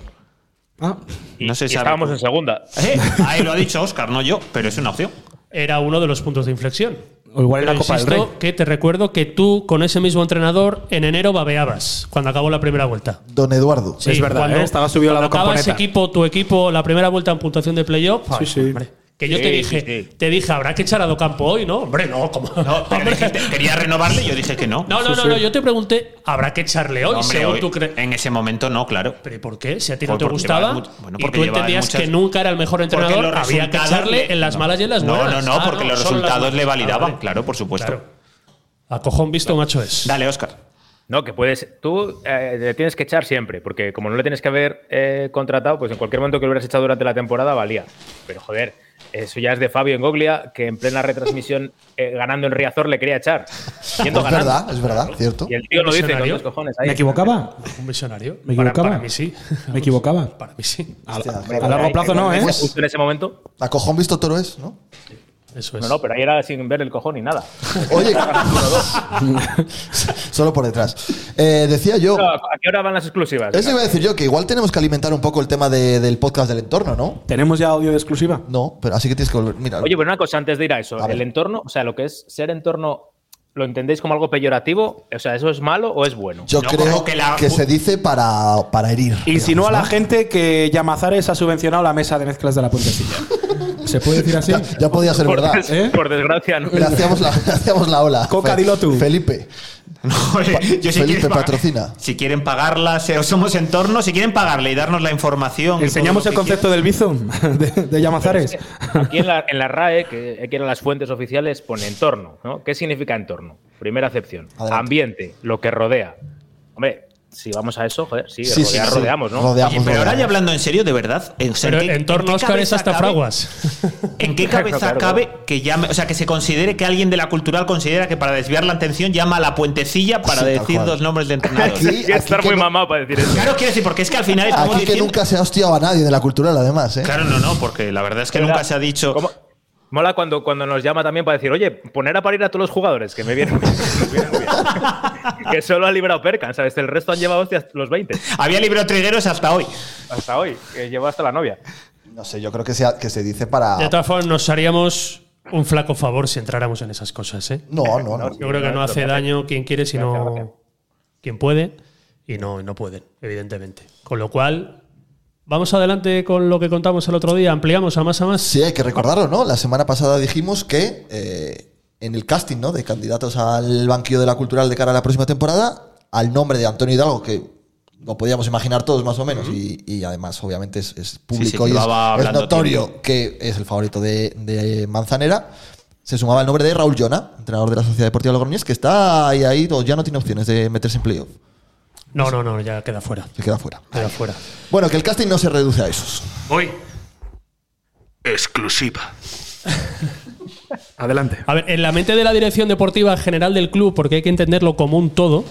Speaker 4: Ah,
Speaker 6: Y-
Speaker 12: No se
Speaker 6: y
Speaker 12: sabe
Speaker 6: estábamos
Speaker 12: cómo.
Speaker 6: en segunda.
Speaker 12: Eh, Ahí lo ha dicho Oscar, no yo, pero es una opción.
Speaker 3: era uno de los puntos de inflexión.
Speaker 4: O igual era
Speaker 3: Pero
Speaker 4: Copa del
Speaker 3: insisto
Speaker 4: Rey.
Speaker 3: que te recuerdo que tú con ese mismo entrenador en enero babeabas cuando acabó la primera vuelta.
Speaker 2: Don Eduardo.
Speaker 4: Es verdad, ¿eh? Estaba subido a la
Speaker 3: cuando acaba ese
Speaker 4: componeta.
Speaker 3: equipo, tu equipo, la primera vuelta en puntuación de playoff.
Speaker 4: Sí, sí.
Speaker 3: Que yo te
Speaker 6: Sí,
Speaker 3: dije,
Speaker 6: sí, sí.
Speaker 3: te dije, habrá que echar a Docampo hoy, ¿no? Hombre, no, como
Speaker 12: No, pero dijiste, quería renovarle y yo dije que no.
Speaker 3: no, no, no, no, yo te pregunté, habrá que echarle hoy,
Speaker 12: No, hombre,
Speaker 3: según
Speaker 12: hoy-
Speaker 3: tú crees.
Speaker 12: En ese momento no, claro.
Speaker 3: ¿Pero ¿y por qué? Si a ti no
Speaker 12: Joder,
Speaker 3: te
Speaker 12: porque
Speaker 3: gustaba
Speaker 12: llevabas mucho- bueno,
Speaker 3: y
Speaker 12: porque
Speaker 3: tú
Speaker 12: llevabas
Speaker 3: entendías
Speaker 12: muchas-
Speaker 3: que nunca era el mejor
Speaker 12: Porque
Speaker 3: entrenador,
Speaker 12: los
Speaker 3: había que
Speaker 12: resultados
Speaker 3: echarle
Speaker 12: le-
Speaker 3: en las
Speaker 12: no.
Speaker 3: malas y en las
Speaker 12: No,
Speaker 3: buenas.
Speaker 12: no, no,
Speaker 3: Ah,
Speaker 12: porque los
Speaker 3: solo en las
Speaker 12: resultados
Speaker 3: buenas.
Speaker 12: le validaban,
Speaker 3: Ah, vale.
Speaker 12: claro, por supuesto.
Speaker 3: Claro. A cojón visto, macho es.
Speaker 12: Dale, Oscar.
Speaker 6: No, que puedes. Tú eh, le tienes que echar siempre, porque como no le tienes que haber eh, contratado, pues en cualquier momento que lo hubieras echado durante la temporada valía. Pero joder, eso ya es de Fabio Engoglia, que en plena retransmisión eh, ganando en Riazor le quería echar. Yendo
Speaker 2: Es
Speaker 6: ganando.
Speaker 2: verdad, es verdad, cierto.
Speaker 6: Y el tío lo dice con
Speaker 3: Visionario.
Speaker 6: los
Speaker 2: Pues
Speaker 6: cojones ahí.
Speaker 4: ¿Me equivocaba?
Speaker 3: Un visionario.
Speaker 4: ¿Me
Speaker 3: Para-
Speaker 4: equivocaba?
Speaker 3: Para, mí sí.
Speaker 4: ¿Me equivocaba? Ah.
Speaker 3: Para mí sí.
Speaker 4: A,
Speaker 2: Hostia,
Speaker 4: a
Speaker 2: claro.
Speaker 4: largo plazo no, ¿eh?
Speaker 6: Justo en ese momento.
Speaker 2: La cojón visto toro es, ¿no?
Speaker 3: Eso es.
Speaker 6: No, no, pero ahí era sin ver el cojón ni nada.
Speaker 2: Oye. Solo por detrás. Eh, decía yo.
Speaker 6: Pero, ¿A qué hora van las exclusivas?
Speaker 2: Eso iba a decir yo, que igual tenemos que alimentar un poco el tema de- del podcast del entorno, ¿no?
Speaker 4: ¿Tenemos ya audio de exclusiva?
Speaker 12: pues,
Speaker 2: No, pero así que tienes que volver. Mira,
Speaker 6: Oye, pero una cosa antes de ir a eso.
Speaker 2: A ver.
Speaker 6: el entorno, o sea, lo que es ser entorno lo entendéis como algo peyorativo? O sea, ¿eso es malo o es bueno?
Speaker 2: Yo creo que, se dice para, para herir.
Speaker 4: Insinúa a la gente que Llamazares ha subvencionado la mesa de mezclas de la puentecilla.
Speaker 13: ¿Se puede decir así?
Speaker 2: Ya, ya podía ser
Speaker 6: por,
Speaker 2: verdad.
Speaker 6: des-
Speaker 12: ¿eh?
Speaker 6: por desgracia, no.
Speaker 2: Le hacíamos la, le hacíamos la ola.
Speaker 4: Coca,
Speaker 2: Fe-
Speaker 4: dilo tú.
Speaker 2: Felipe.
Speaker 12: Joder, yo si
Speaker 2: Felipe,
Speaker 12: quieren pagar-
Speaker 2: patrocina.
Speaker 12: Si quieren pagarla, se- somos en torno, si quieren pagarle y darnos la información.
Speaker 4: ¿Enseñamos el concepto del bizum de, de Llamazares?
Speaker 6: Aquí en la, en la RAE, que aquí eran las fuentes oficiales, pone entorno. ¿no? ¿Qué significa entorno? Primera acepción.
Speaker 2: Adelante.
Speaker 6: Ambiente, lo que rodea. Hombre, si vamos a eso, joder, sí,
Speaker 2: Sí, sí,
Speaker 6: rodear,
Speaker 2: sí.
Speaker 6: rodeamos, ¿no?
Speaker 2: Rodeamos,
Speaker 12: Pero ahora
Speaker 2: rodeamos.
Speaker 12: ya hablando en serio, de verdad. eh, o sea,
Speaker 3: Pero
Speaker 12: ¿en qué-
Speaker 3: en torno
Speaker 12: qué
Speaker 3: a Oscar es
Speaker 12: cabeza
Speaker 3: hasta
Speaker 12: cabe-
Speaker 3: fraguas.
Speaker 12: ¿En qué
Speaker 6: Claro,
Speaker 12: cabeza
Speaker 6: claro,
Speaker 12: cabe
Speaker 6: claro.
Speaker 12: que llame, o sea, que se considere que alguien de la cultural considera que para desviar la atención llama a la puentecilla para
Speaker 2: Sí, tal
Speaker 12: decir
Speaker 2: cual.
Speaker 12: dos nombres de ¿eh?
Speaker 2: Aquí-
Speaker 12: entrenadores?
Speaker 6: Hay que estar
Speaker 2: aquí
Speaker 6: muy
Speaker 2: que no-
Speaker 6: mamado para decir eso.
Speaker 12: Claro, quiero decir, porque es que al final estamos
Speaker 2: Aquí que
Speaker 12: diciendo.
Speaker 2: nunca se ha hostiado a nadie de la cultural, además, ¿eh?
Speaker 12: Claro, no, no, porque la verdad es que nunca se ha dicho.
Speaker 6: ¿Cómo? Mola cuando, cuando nos llama también para decir, oye, poner a parir a todos los jugadores, que me vienen muy bien. me vienen muy bien". que solo ha librado Perkan, ¿sabes? El resto han llevado hostias los 20,
Speaker 12: Había libro trigueros hasta hoy.
Speaker 6: hasta hoy, que llevó hasta la novia.
Speaker 2: No sé, yo creo que se, ha- que se dice para.
Speaker 3: De todas formas, nos haríamos un flaco favor si entráramos en esas cosas, ¿eh?
Speaker 2: No, no, no.
Speaker 3: Yo creo que
Speaker 6: no,
Speaker 3: no
Speaker 6: lo que
Speaker 3: hace
Speaker 6: hace-
Speaker 3: daño quien quiere,
Speaker 6: lo que hace
Speaker 3: sino quien puede. Y no, y no pueden, evidentemente. Con lo cual, vamos adelante con lo que contamos el otro día. Ampliamos a más a más.
Speaker 2: Sí, hay que recordarlo, ¿no? La semana pasada dijimos que eh, en el casting, ¿no? De candidatos al banquillo de la cultural de cara a la próxima temporada, al nombre de Antonio Hidalgo, que lo podíamos imaginar todos más o menos, y, y además, obviamente, es, es público
Speaker 12: se
Speaker 2: y es,
Speaker 12: llevaba
Speaker 2: es
Speaker 12: hablando
Speaker 2: notorio
Speaker 12: tiempo.
Speaker 2: que es el favorito de, de Manzanera. Se sumaba el nombre de Raúl Llona, entrenador de la Sociedad Deportiva Logroñés, que está ahí, ahí, o ya no tiene opciones de meterse en playoff.
Speaker 3: No, no, no, ya queda fuera.
Speaker 2: Se queda fuera.
Speaker 3: Queda fuera.
Speaker 2: Bueno, que el casting no se reduce a esos.
Speaker 3: Voy.
Speaker 14: Exclusiva.
Speaker 4: Adelante.
Speaker 3: A ver, en la mente de la dirección deportiva general del club, porque hay que entenderlo como un todo,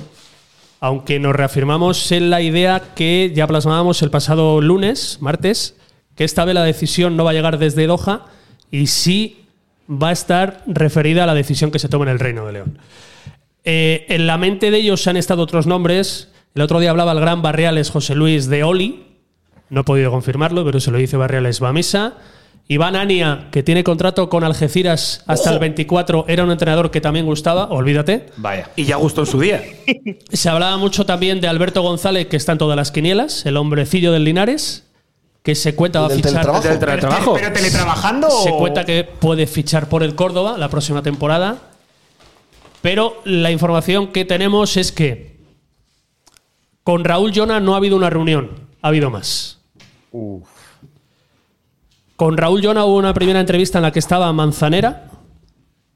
Speaker 3: aunque nos reafirmamos en la idea que ya plasmábamos el pasado lunes, martes, que esta vez la decisión no va a llegar desde Doha y sí va a estar referida a la decisión que se tome en el Reino de León. Eh, en la mente de ellos han estado otros nombres. El otro día hablaba el gran Barriales José Luis de Oli. No he podido confirmarlo, pero se lo dice Barriales Bamesa. Iván Ania, que tiene contrato con Algeciras hasta el 24, era un entrenador que también gustaba, olvídate.
Speaker 12: Vaya.
Speaker 4: Y ya gustó en su día.
Speaker 3: Se hablaba mucho también de Alberto González, que está en todas las quinielas, el hombrecillo del Linares, que se cuenta va a
Speaker 2: ¿El del
Speaker 3: fichar.
Speaker 2: teletrabajo?
Speaker 4: ¿Del teletrabajo?
Speaker 12: ¿Pero teletrabajando?
Speaker 3: Se
Speaker 12: o-
Speaker 3: cuenta que puede fichar por el Córdoba la próxima temporada. Pero la información que tenemos es que con Raúl Llona no ha habido una reunión, ha habido más. Con Raúl Llona hubo una primera entrevista en la que estaba Manzanera.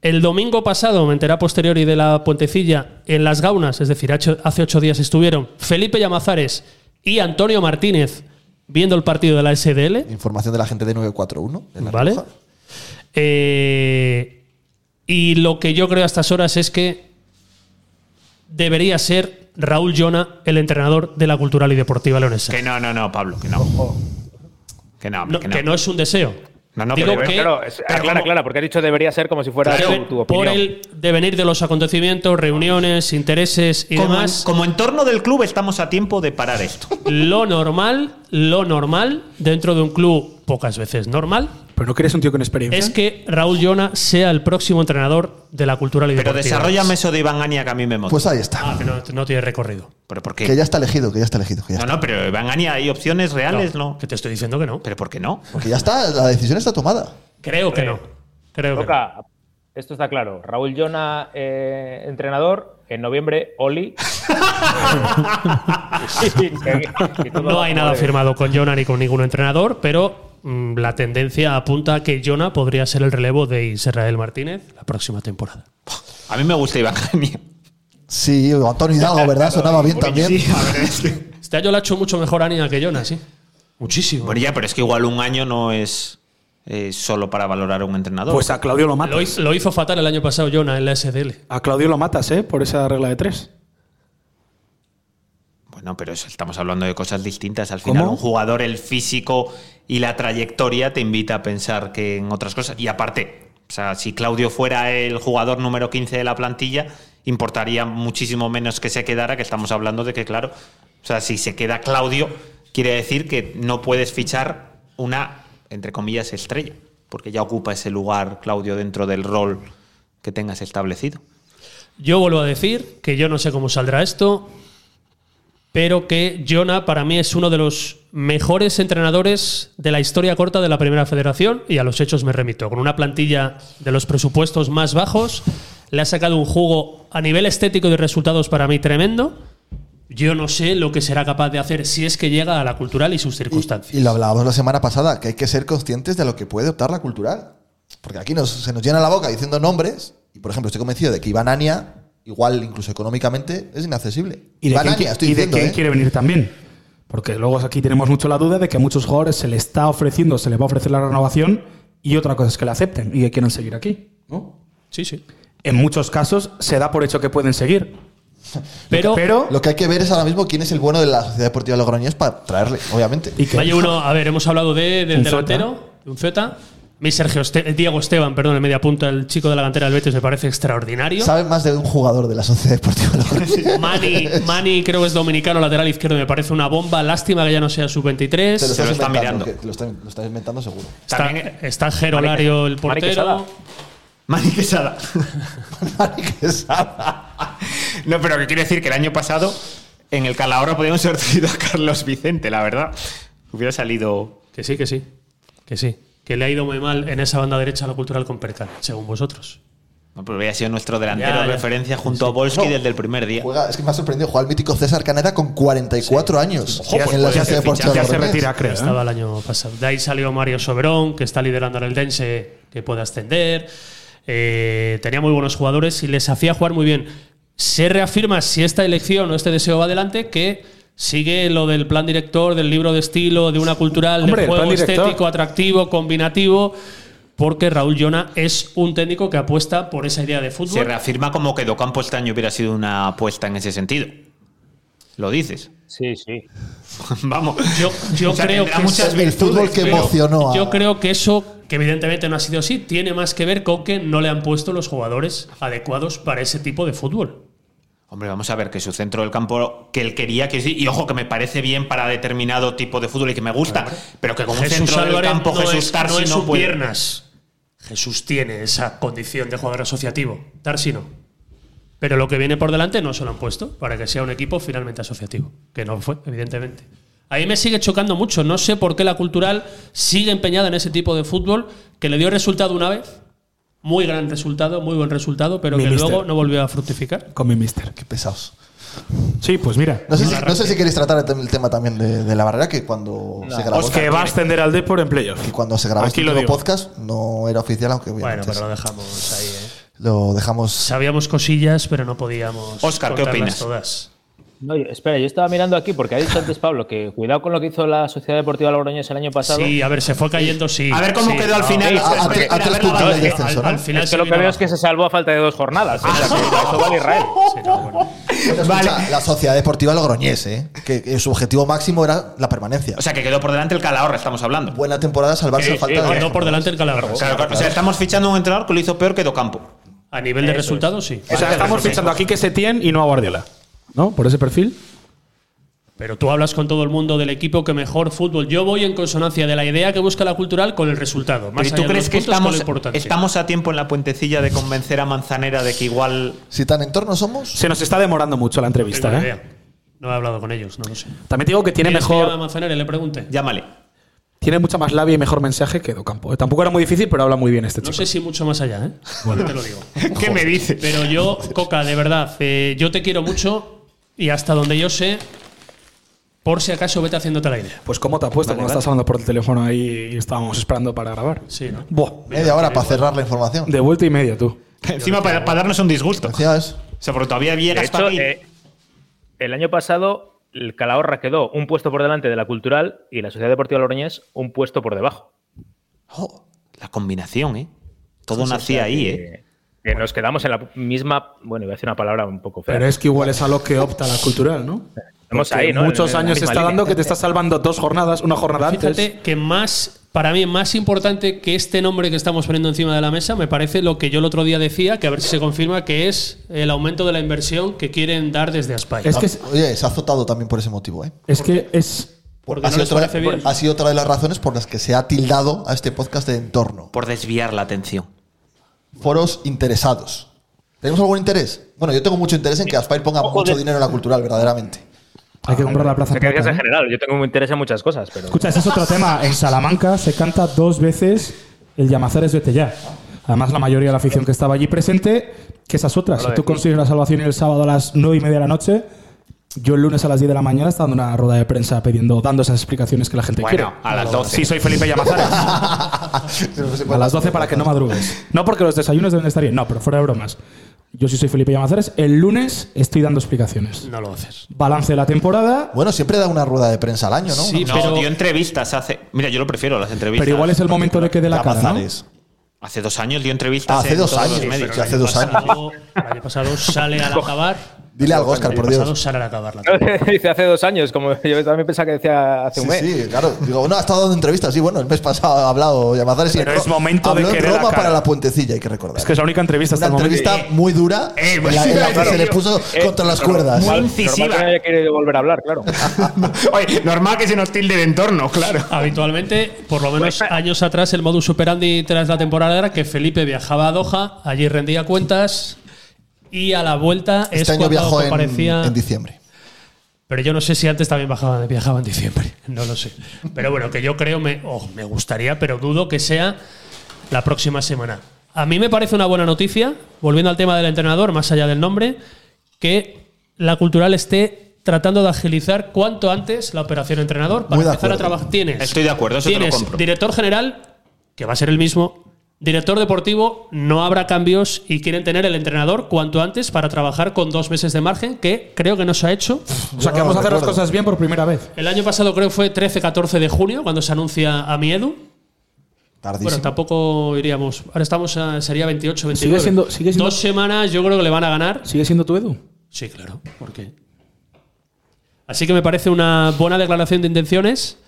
Speaker 3: El domingo pasado, me enteré a posteriori de la puentecilla, en Las Gaunas, es decir, hacho- hace ocho días estuvieron Felipe Llamazares y Antonio Martínez viendo el partido de la SDL.
Speaker 2: Información de la gente de 941. de La
Speaker 3: ¿Vale?
Speaker 2: Rioja.
Speaker 3: Eh, y lo que yo creo a estas horas es que debería ser Raúl Llona el entrenador de la Cultural y Deportiva Leonesa.
Speaker 12: Que no, no, no, Pablo, que no. Que no, hombre,
Speaker 3: No,
Speaker 12: que
Speaker 3: que,
Speaker 12: no.
Speaker 3: no. es un deseo.
Speaker 12: No, no,
Speaker 3: Digo
Speaker 12: pero-
Speaker 3: que
Speaker 6: Claro, es-
Speaker 12: pero
Speaker 6: aclara,
Speaker 12: como-
Speaker 6: aclara, porque ha dicho debería ser como si fuera
Speaker 3: debe-
Speaker 6: tu, tu
Speaker 3: por
Speaker 6: opinión.
Speaker 3: el devenir de los acontecimientos, reuniones, intereses y
Speaker 12: como,
Speaker 3: demás,
Speaker 12: como entorno del club estamos a tiempo de parar esto.
Speaker 3: lo normal, lo normal dentro de un club pocas veces normal,
Speaker 4: ¿Pero no quieres un tío con experiencia?
Speaker 3: es que Raúl Llona sea el próximo entrenador de la Cultural y
Speaker 12: Pero
Speaker 3: Deportiva.
Speaker 12: desarrollame eso de Iván Ania que a mí me motiva.
Speaker 2: Pues ahí está.
Speaker 3: Ah, que no, no tiene recorrido.
Speaker 12: ¿Pero por
Speaker 2: Que
Speaker 12: qué?
Speaker 2: ya está elegido, que ya está elegido. Que ya,
Speaker 12: No,
Speaker 2: está.
Speaker 12: no, pero Iván Ania hay opciones reales,
Speaker 3: No,
Speaker 12: ¿no?
Speaker 3: Que te estoy diciendo que no.
Speaker 12: ¿Pero eh, por qué no?
Speaker 2: Porque ya está, la decisión está tomada.
Speaker 3: Creo que no. Creo que no.
Speaker 6: Toca, esto está claro. Raúl Llona, eh, entrenador. En noviembre, Oli. Y todo
Speaker 3: No hay
Speaker 6: como
Speaker 3: nada
Speaker 6: debe.
Speaker 3: firmado con Jonah ni con ningún entrenador, pero mm, la tendencia apunta a que Jonah podría ser el relevo de Israel Martínez la próxima temporada.
Speaker 12: A mí me gusta Iván Ania.
Speaker 2: Sí, o Antonio Hidalgo, ¿verdad? Sonaba bien también.
Speaker 12: Sí, la verdad es que-
Speaker 3: Este año lo ha hecho mucho mejor Ania que Jonah, sí. Muchísimo.
Speaker 12: Bueno, ya, pero es que igual un año no es eh, solo para valorar a un entrenador.
Speaker 4: Pues a Claudio lo
Speaker 3: Lo,
Speaker 4: matas.
Speaker 3: hizo- lo hizo fatal el año pasado Jonah en la SDL.
Speaker 4: A Claudio lo matas, ¿eh? Por esa regla de tres.
Speaker 12: Bueno, pero eso, estamos hablando de cosas distintas. Pues Al final,
Speaker 4: ¿Cómo?
Speaker 12: un jugador, el físico y la trayectoria te invita a pensar que en otras cosas. Y aparte, o sea, si Claudio fuera el jugador número 15 de la plantilla, importaría muchísimo menos que se quedara, que estamos hablando de que, claro, o sea, si se queda Claudio, quiere decir que no puedes fichar una, entre comillas, estrella, porque ya ocupa ese lugar Claudio dentro del rol que tengas establecido.
Speaker 3: Yo vuelvo a decir que yo no sé cómo saldrá esto, pero que Jonah para mí es uno de los mejores entrenadores de la historia corta de la Primera Federación y a los hechos me remito. Con una plantilla de los presupuestos más bajos, le ha sacado un jugo a nivel estético y de resultados para mí tremendo. Yo no sé lo que será capaz de hacer si es que llega a la cultural y sus circunstancias.
Speaker 2: Y lo hablábamos la semana pasada, que hay que ser conscientes de lo que puede optar la cultural. Porque aquí nos, se nos llena la boca diciendo nombres, y por ejemplo, estoy convencido de que Iván Ania, igual incluso económicamente, es inaccesible.
Speaker 4: Y de
Speaker 2: Iván
Speaker 4: quién,
Speaker 2: Ania,
Speaker 4: qui-
Speaker 2: estoy
Speaker 4: y de
Speaker 2: diciendo,
Speaker 4: quién
Speaker 2: ¿eh?
Speaker 4: quiere venir también. Porque luego aquí tenemos mucho la duda de que a muchos jugadores se le está ofreciendo, se les va a ofrecer la renovación y otra cosa es que la acepten y que quieran seguir aquí.
Speaker 3: Sí, sí.
Speaker 4: En muchos casos se da por hecho que pueden seguir.
Speaker 3: Pero,
Speaker 4: Pero
Speaker 2: Lo que hay que ver es ahora mismo quién es el bueno de la Sociedad Deportiva Logroñés para traerle, obviamente.
Speaker 4: y que-
Speaker 3: Vaya uno, a ver, hemos hablado de, del
Speaker 4: Un
Speaker 3: delantero, de un Z. Mi Sergio Este- Diego Esteban, perdón, el media punta, el chico de la cantera del Betis, me parece extraordinario.
Speaker 2: Sabe más de un jugador de la Sociedad Deportiva Logroñés.
Speaker 3: Mani, Mani creo que es dominicano, lateral izquierdo, me parece una bomba. Lástima que ya no sea
Speaker 2: Te
Speaker 3: sub-23.
Speaker 6: Se lo está
Speaker 2: inventando,
Speaker 6: mirando.
Speaker 2: que te lo, estás, lo estás inventando seguro.
Speaker 3: Está,
Speaker 6: También-
Speaker 3: está Gerolario, el
Speaker 5: Mani Quesada.
Speaker 3: portero.
Speaker 6: Mani Quesada.
Speaker 2: Mani Quesada.
Speaker 6: No, pero que quiero decir que el año pasado en el Calahorra podíamos haber tenido a Carlos Vicente, la verdad. Hubiera salido.
Speaker 3: Que sí, que sí. Que sí. Que le ha ido muy mal en esa banda derecha a la cultural con Percal, según vosotros.
Speaker 6: No, pero hubiera sido nuestro delantero
Speaker 3: Ya, ya.
Speaker 6: referencia junto a Volsky
Speaker 2: No.
Speaker 6: desde el primer día.
Speaker 2: Juega, es que me ha sorprendido, juega el mítico César Caneda con 44 años
Speaker 6: Ojo, pues
Speaker 2: en la
Speaker 6: puede
Speaker 2: Sociedad
Speaker 6: ser
Speaker 2: Deportiva
Speaker 6: fichaje,
Speaker 4: ya se
Speaker 2: Logroñés.
Speaker 4: retira, creo. ¿eh?
Speaker 3: Estaba el año pasado. De ahí salió Mario Soberón, que está liderando al Dense, que puede ascender. Eh, tenía muy buenos jugadores y les hacía jugar muy bien. Se reafirma si esta elección o este deseo va adelante que sigue lo del plan director, del libro de estilo, de una cultural,
Speaker 4: Hombre,
Speaker 3: del
Speaker 4: el
Speaker 3: juego
Speaker 4: plan director.
Speaker 3: estético, atractivo, combinativo, porque Raúl Llona es un técnico que apuesta por esa idea de
Speaker 6: Se
Speaker 3: fútbol.
Speaker 6: reafirma como que Docampo este año hubiera sido una apuesta en ese sentido. Lo dices.
Speaker 15: Sí, sí.
Speaker 6: Vamos.
Speaker 3: Yo, yo
Speaker 6: O sea,
Speaker 3: creo que
Speaker 6: tendrá muchas
Speaker 3: es-
Speaker 2: El fútbol que
Speaker 6: pero
Speaker 2: emocionó a-
Speaker 3: Yo creo que eso, que evidentemente no ha sido así, tiene más que ver con que no le han puesto los jugadores adecuados para ese tipo de fútbol.
Speaker 6: Hombre, vamos a ver que su centro del campo que él quería, que sí, y ojo que me parece bien para determinado tipo de fútbol y que me gusta, pero que con un centro del campo
Speaker 3: no
Speaker 6: Jesús
Speaker 3: es,
Speaker 6: Tarsi
Speaker 3: no
Speaker 6: no,
Speaker 3: es un
Speaker 6: puede.
Speaker 3: piernas. Jesús tiene esa condición de jugador asociativo, Tarsi no. Pero lo que viene por delante no se lo han puesto para que sea un equipo finalmente asociativo, que no fue, evidentemente. A mí me sigue chocando mucho, no sé por qué la cultural sigue empeñada en ese tipo de fútbol que le dio resultado una vez, muy gran resultado, muy buen resultado, pero
Speaker 4: Mi
Speaker 3: que
Speaker 4: mister.
Speaker 3: luego no volvió a fructificar.
Speaker 4: Con mi mister.
Speaker 2: Qué pesados.
Speaker 4: Sí, pues mira.
Speaker 2: No sé, si,
Speaker 3: Una
Speaker 2: no sé si queréis tratar el tem- el tema también de, de la barrera, que cuando se grabó. este
Speaker 4: Os que va a ascender al Depor en playoff.
Speaker 2: que cuando se grabó
Speaker 4: Aquí
Speaker 2: este
Speaker 4: lo
Speaker 2: último
Speaker 4: digo.
Speaker 2: podcast no era oficial, aunque
Speaker 3: Bueno,
Speaker 2: obviamente
Speaker 3: pero lo
Speaker 2: es-
Speaker 3: dejamos ahí. ¿eh?
Speaker 2: lo dejamos.
Speaker 3: Sabíamos cosillas, pero no podíamos.
Speaker 6: Óscar, ¿qué
Speaker 3: contarlas
Speaker 6: opinas?
Speaker 3: Todas.
Speaker 5: No, yo- espera, yo estaba mirando aquí porque ha dicho antes Pablo que cuidado con lo que hizo la Sociedad Deportiva Logroñés el año pasado.
Speaker 3: Sí, a ver, se fue cayendo, sí.
Speaker 6: A ver cómo
Speaker 3: sí, Ah,
Speaker 6: quedó al
Speaker 3: no.
Speaker 6: final.
Speaker 2: A- a- a
Speaker 6: Espera,
Speaker 2: tres
Speaker 6: ver la
Speaker 2: puntos
Speaker 6: barra.
Speaker 2: del descenso, ¿no?
Speaker 3: Al final
Speaker 5: es
Speaker 3: se
Speaker 5: que lo que
Speaker 3: vino
Speaker 5: veo es que
Speaker 3: abajo.
Speaker 5: se salvó a falta de dos jornadas. o
Speaker 6: Ah,
Speaker 5: sea, que para eso vale Israel.
Speaker 3: Sí, no, bueno.
Speaker 2: Bueno, escucha, la Sociedad Deportiva Logroñés, ¿eh? que, que su objetivo máximo era la permanencia.
Speaker 6: O sea, que quedó por delante el Calahorra, estamos hablando.
Speaker 2: Buena temporada, salvarse a falta
Speaker 3: No,
Speaker 2: de.
Speaker 3: Eh, no por delante el Calahorra.
Speaker 6: Claro, claro, O sea, estamos fichando a un entrenador que lo hizo peor que Docampo.
Speaker 3: A nivel de resultados, sí.
Speaker 4: O sea, estamos fichando aquí que Setién y no a Guardiola. ¿No? Por ese perfil.
Speaker 3: Pero tú hablas con todo el mundo del equipo que mejor fútbol. Yo voy en consonancia de la idea que busca la cultural con el resultado. Más
Speaker 6: ¿Y tú
Speaker 3: allá de
Speaker 6: crees
Speaker 3: los
Speaker 6: que
Speaker 3: puntos, con lo
Speaker 6: estamos,
Speaker 3: importante.
Speaker 6: estamos a tiempo en la puentecilla de convencer a Manzanera de que igual
Speaker 2: Si tan en torno somos.
Speaker 4: Se nos está demorando mucho la
Speaker 3: No
Speaker 4: entrevista.
Speaker 3: tengo ni
Speaker 4: ¿eh?
Speaker 3: idea. No he hablado con ellos, no lo sé.
Speaker 4: También te digo que tiene
Speaker 3: ¿Quieres que llame a
Speaker 4: mejor,
Speaker 3: Manzanera y le pregunte?
Speaker 6: llámale?
Speaker 4: tiene mucha más labia y mejor mensaje que Docampo. ¿eh? Tampoco era muy difícil, pero habla muy bien este
Speaker 3: No
Speaker 4: chico.
Speaker 3: sé si mucho más allá, ¿eh? Bueno, te lo digo.
Speaker 6: ¿Qué me dice?
Speaker 3: Pero yo, Coca, de verdad, eh, yo te quiero mucho y hasta donde yo sé, por si acaso vete haciéndote la idea.
Speaker 4: Pues cómo te apuesto cuando estás hablando por el teléfono ahí y estábamos esperando para grabar.
Speaker 3: Sí, ¿no?
Speaker 4: Buah,
Speaker 2: Media hora para cerrar la información.
Speaker 4: de vuelta y media tú.
Speaker 6: Encima para, para darnos un disgusto. O
Speaker 2: Gracias.
Speaker 6: sea, porque todavía
Speaker 5: De
Speaker 6: llegas
Speaker 5: hecho,
Speaker 6: para mí.
Speaker 5: eh, el año pasado el Calahorra quedó un puesto por delante de la Cultural y la Sociedad Deportiva Logroñés un puesto por debajo.
Speaker 2: Jo,
Speaker 6: La combinación, ¿eh? Todo nacía ahí, ¿eh?
Speaker 5: Que- que nos quedamos en la misma, bueno, iba a decir una palabra un poco fea.
Speaker 4: Pero es que igual es a lo que opta la cultural, ¿no?
Speaker 5: Estamos
Speaker 4: Porque
Speaker 5: ahí, ¿no? En-
Speaker 4: Muchos
Speaker 5: en la
Speaker 4: años se
Speaker 5: misma
Speaker 4: está
Speaker 5: línea.
Speaker 4: dando que te está salvando dos jornadas, una jornada antes.
Speaker 3: Fíjate que más, para mí, más importante que este nombre que estamos poniendo encima de la mesa, me parece lo que yo el otro día decía, que a ver si se confirma, que es el aumento de la inversión que quieren dar desde Aspire.
Speaker 4: Es que es,
Speaker 2: Ah, Oye, se ha azotado también por ese motivo. ¿eh?
Speaker 4: es que es
Speaker 3: Porque
Speaker 2: ha,
Speaker 3: no
Speaker 2: sido
Speaker 3: les
Speaker 2: otra,
Speaker 3: parece bien.
Speaker 2: ha sido otra de las razones por las que se ha tildado a este podcast de entorno.
Speaker 6: Por desviar la atención.
Speaker 2: Foros interesados. ¿Tenemos algún interés? Bueno, yo tengo mucho interés en que Aspire ponga mucho dinero en la cultural, verdaderamente.
Speaker 4: Hay que comprar la
Speaker 5: O
Speaker 4: plaza.
Speaker 5: sea, que
Speaker 4: plata,
Speaker 5: digas en
Speaker 4: ¿eh?
Speaker 5: general, yo tengo un interés en muchas cosas, pero.
Speaker 4: Escucha, ese es otro tema. En Salamanca se canta dos veces el Llamazares Vete Ya. Además, la mayoría de la afición que estaba allí presente, que esas otras.
Speaker 5: No lo
Speaker 4: Si tú
Speaker 5: decís.
Speaker 4: consigues la salvación el sábado a las nueve y media de la noche, yo el lunes a las 10 de la mañana estaba dando una rueda de prensa pidiendo, dando esas explicaciones que la gente
Speaker 6: Bueno,
Speaker 4: quiere.
Speaker 6: a las 12.
Speaker 15: Sí, soy Felipe Llamazares.
Speaker 4: A las 12 para que no madrugues. No porque los desayunos deben estar bien, no, pero fuera de bromas. Yo sí soy Felipe Llamazares. El lunes estoy dando explicaciones.
Speaker 3: No lo haces.
Speaker 4: Balance de la temporada,
Speaker 2: Bueno, siempre da una rueda de prensa al año, ¿no?
Speaker 4: Sí,
Speaker 2: Una-
Speaker 6: No,
Speaker 4: pero-
Speaker 6: dio entrevistas hace. Mira, yo lo prefiero, las entrevistas.
Speaker 4: pero igual es el momento de que dé la cara, ¿no?
Speaker 2: Llamazares.
Speaker 6: Hace dos años dio entrevistas.
Speaker 2: Ah, hace
Speaker 6: en
Speaker 2: dos
Speaker 6: todos
Speaker 2: años,
Speaker 6: los medios.
Speaker 2: sí, hace dos años.
Speaker 3: Pasado- el año pasado sale al acabar.
Speaker 2: Dile algo, Oscar,
Speaker 3: El año
Speaker 2: por
Speaker 3: pasado
Speaker 2: Dios.
Speaker 3: sale al acabar la
Speaker 5: Dice hace dos años, como yo también pensaba que decía hace
Speaker 2: Sí,
Speaker 5: un mes.
Speaker 2: sí, claro. Digo, no, ha estado dando entrevistas. Sí, bueno, el mes pasado ha hablado Llamazares. y
Speaker 15: Pero
Speaker 2: en Ro-
Speaker 15: es momento de
Speaker 2: habló en
Speaker 15: que dé la
Speaker 2: Roma
Speaker 15: cara.
Speaker 2: para la puentecilla, hay que recordar.
Speaker 15: Es que es la única entrevista hasta
Speaker 2: una
Speaker 15: el momento.
Speaker 2: entrevista muy dura
Speaker 6: Eh,
Speaker 2: en la, en la que
Speaker 6: claro.
Speaker 2: se les puso
Speaker 5: Eh,
Speaker 2: contra las
Speaker 5: normal-
Speaker 2: cuerdas.
Speaker 6: Muy
Speaker 5: normal
Speaker 6: incisiva.
Speaker 5: que no haya querido volver a hablar, claro.
Speaker 6: Oye, normal que se nos tilde de entorno, claro.
Speaker 3: Habitualmente, por lo menos años atrás, el modus operandi tras la temporada era que Felipe viajaba a Doha, allí rendía cuentas y a la vuelta es
Speaker 2: Este año
Speaker 3: cuando
Speaker 2: viajó en,
Speaker 3: comparecía.
Speaker 2: en diciembre.
Speaker 3: Pero yo no sé si antes también bajaba- viajaba en diciembre, no lo sé. Pero bueno, que yo creo, me, oh, me gustaría, pero dudo que sea la próxima semana. A mí me parece una buena noticia, volviendo al tema del entrenador, más allá del nombre, que la cultural esté tratando de agilizar cuanto antes la operación entrenador para
Speaker 2: Muy de
Speaker 3: empezar a
Speaker 2: acuerdo.
Speaker 3: trabajar. Tienes,
Speaker 6: Estoy de acuerdo, eso te lo
Speaker 3: tienes
Speaker 6: compro.
Speaker 3: director general, que va a ser el mismo. Director deportivo, no habrá cambios y quieren tener el entrenador cuanto antes para trabajar con dos meses de margen, que creo que no se ha hecho.
Speaker 4: O sea, que
Speaker 2: Yo no
Speaker 4: vamos a hacer las
Speaker 2: recuerdo.
Speaker 4: cosas bien por primera vez.
Speaker 3: El año pasado creo fue 13-14 de junio cuando se anuncia a mi Edu.
Speaker 2: Tardísimo.
Speaker 3: Bueno, tampoco iríamos. Ahora estamos a, sería 28, 29.
Speaker 4: Sigue siendo- sigue siendo-
Speaker 3: Dos semanas yo creo que le van a ganar.
Speaker 4: ¿Sigue siendo tu Edu?
Speaker 3: Sí, claro. ¿Por qué? Así que me parece una buena declaración de intenciones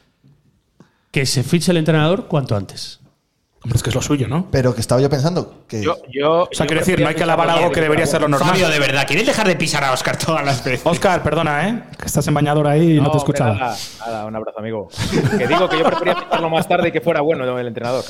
Speaker 3: que se fiche el entrenador cuanto antes.
Speaker 4: Hombre, es que es lo suyo, ¿no?
Speaker 2: Pero que estaba yo pensando que
Speaker 5: Yo, yo,
Speaker 15: O sea, quiero decir, no hay que alabar algo que debería ser lo
Speaker 6: Fabio,
Speaker 15: normal.
Speaker 6: de verdad, ¿quieres dejar de pisar a Oscar todas las veces?
Speaker 15: Oscar, perdona, ¿eh? Que estás en bañador ahí y no, te
Speaker 5: escuchaba.
Speaker 15: escuchaba.
Speaker 5: Nada, nada, un abrazo, amigo. Que digo que yo prefería fijarlo más tarde y que fuera bueno ¿no? el entrenador.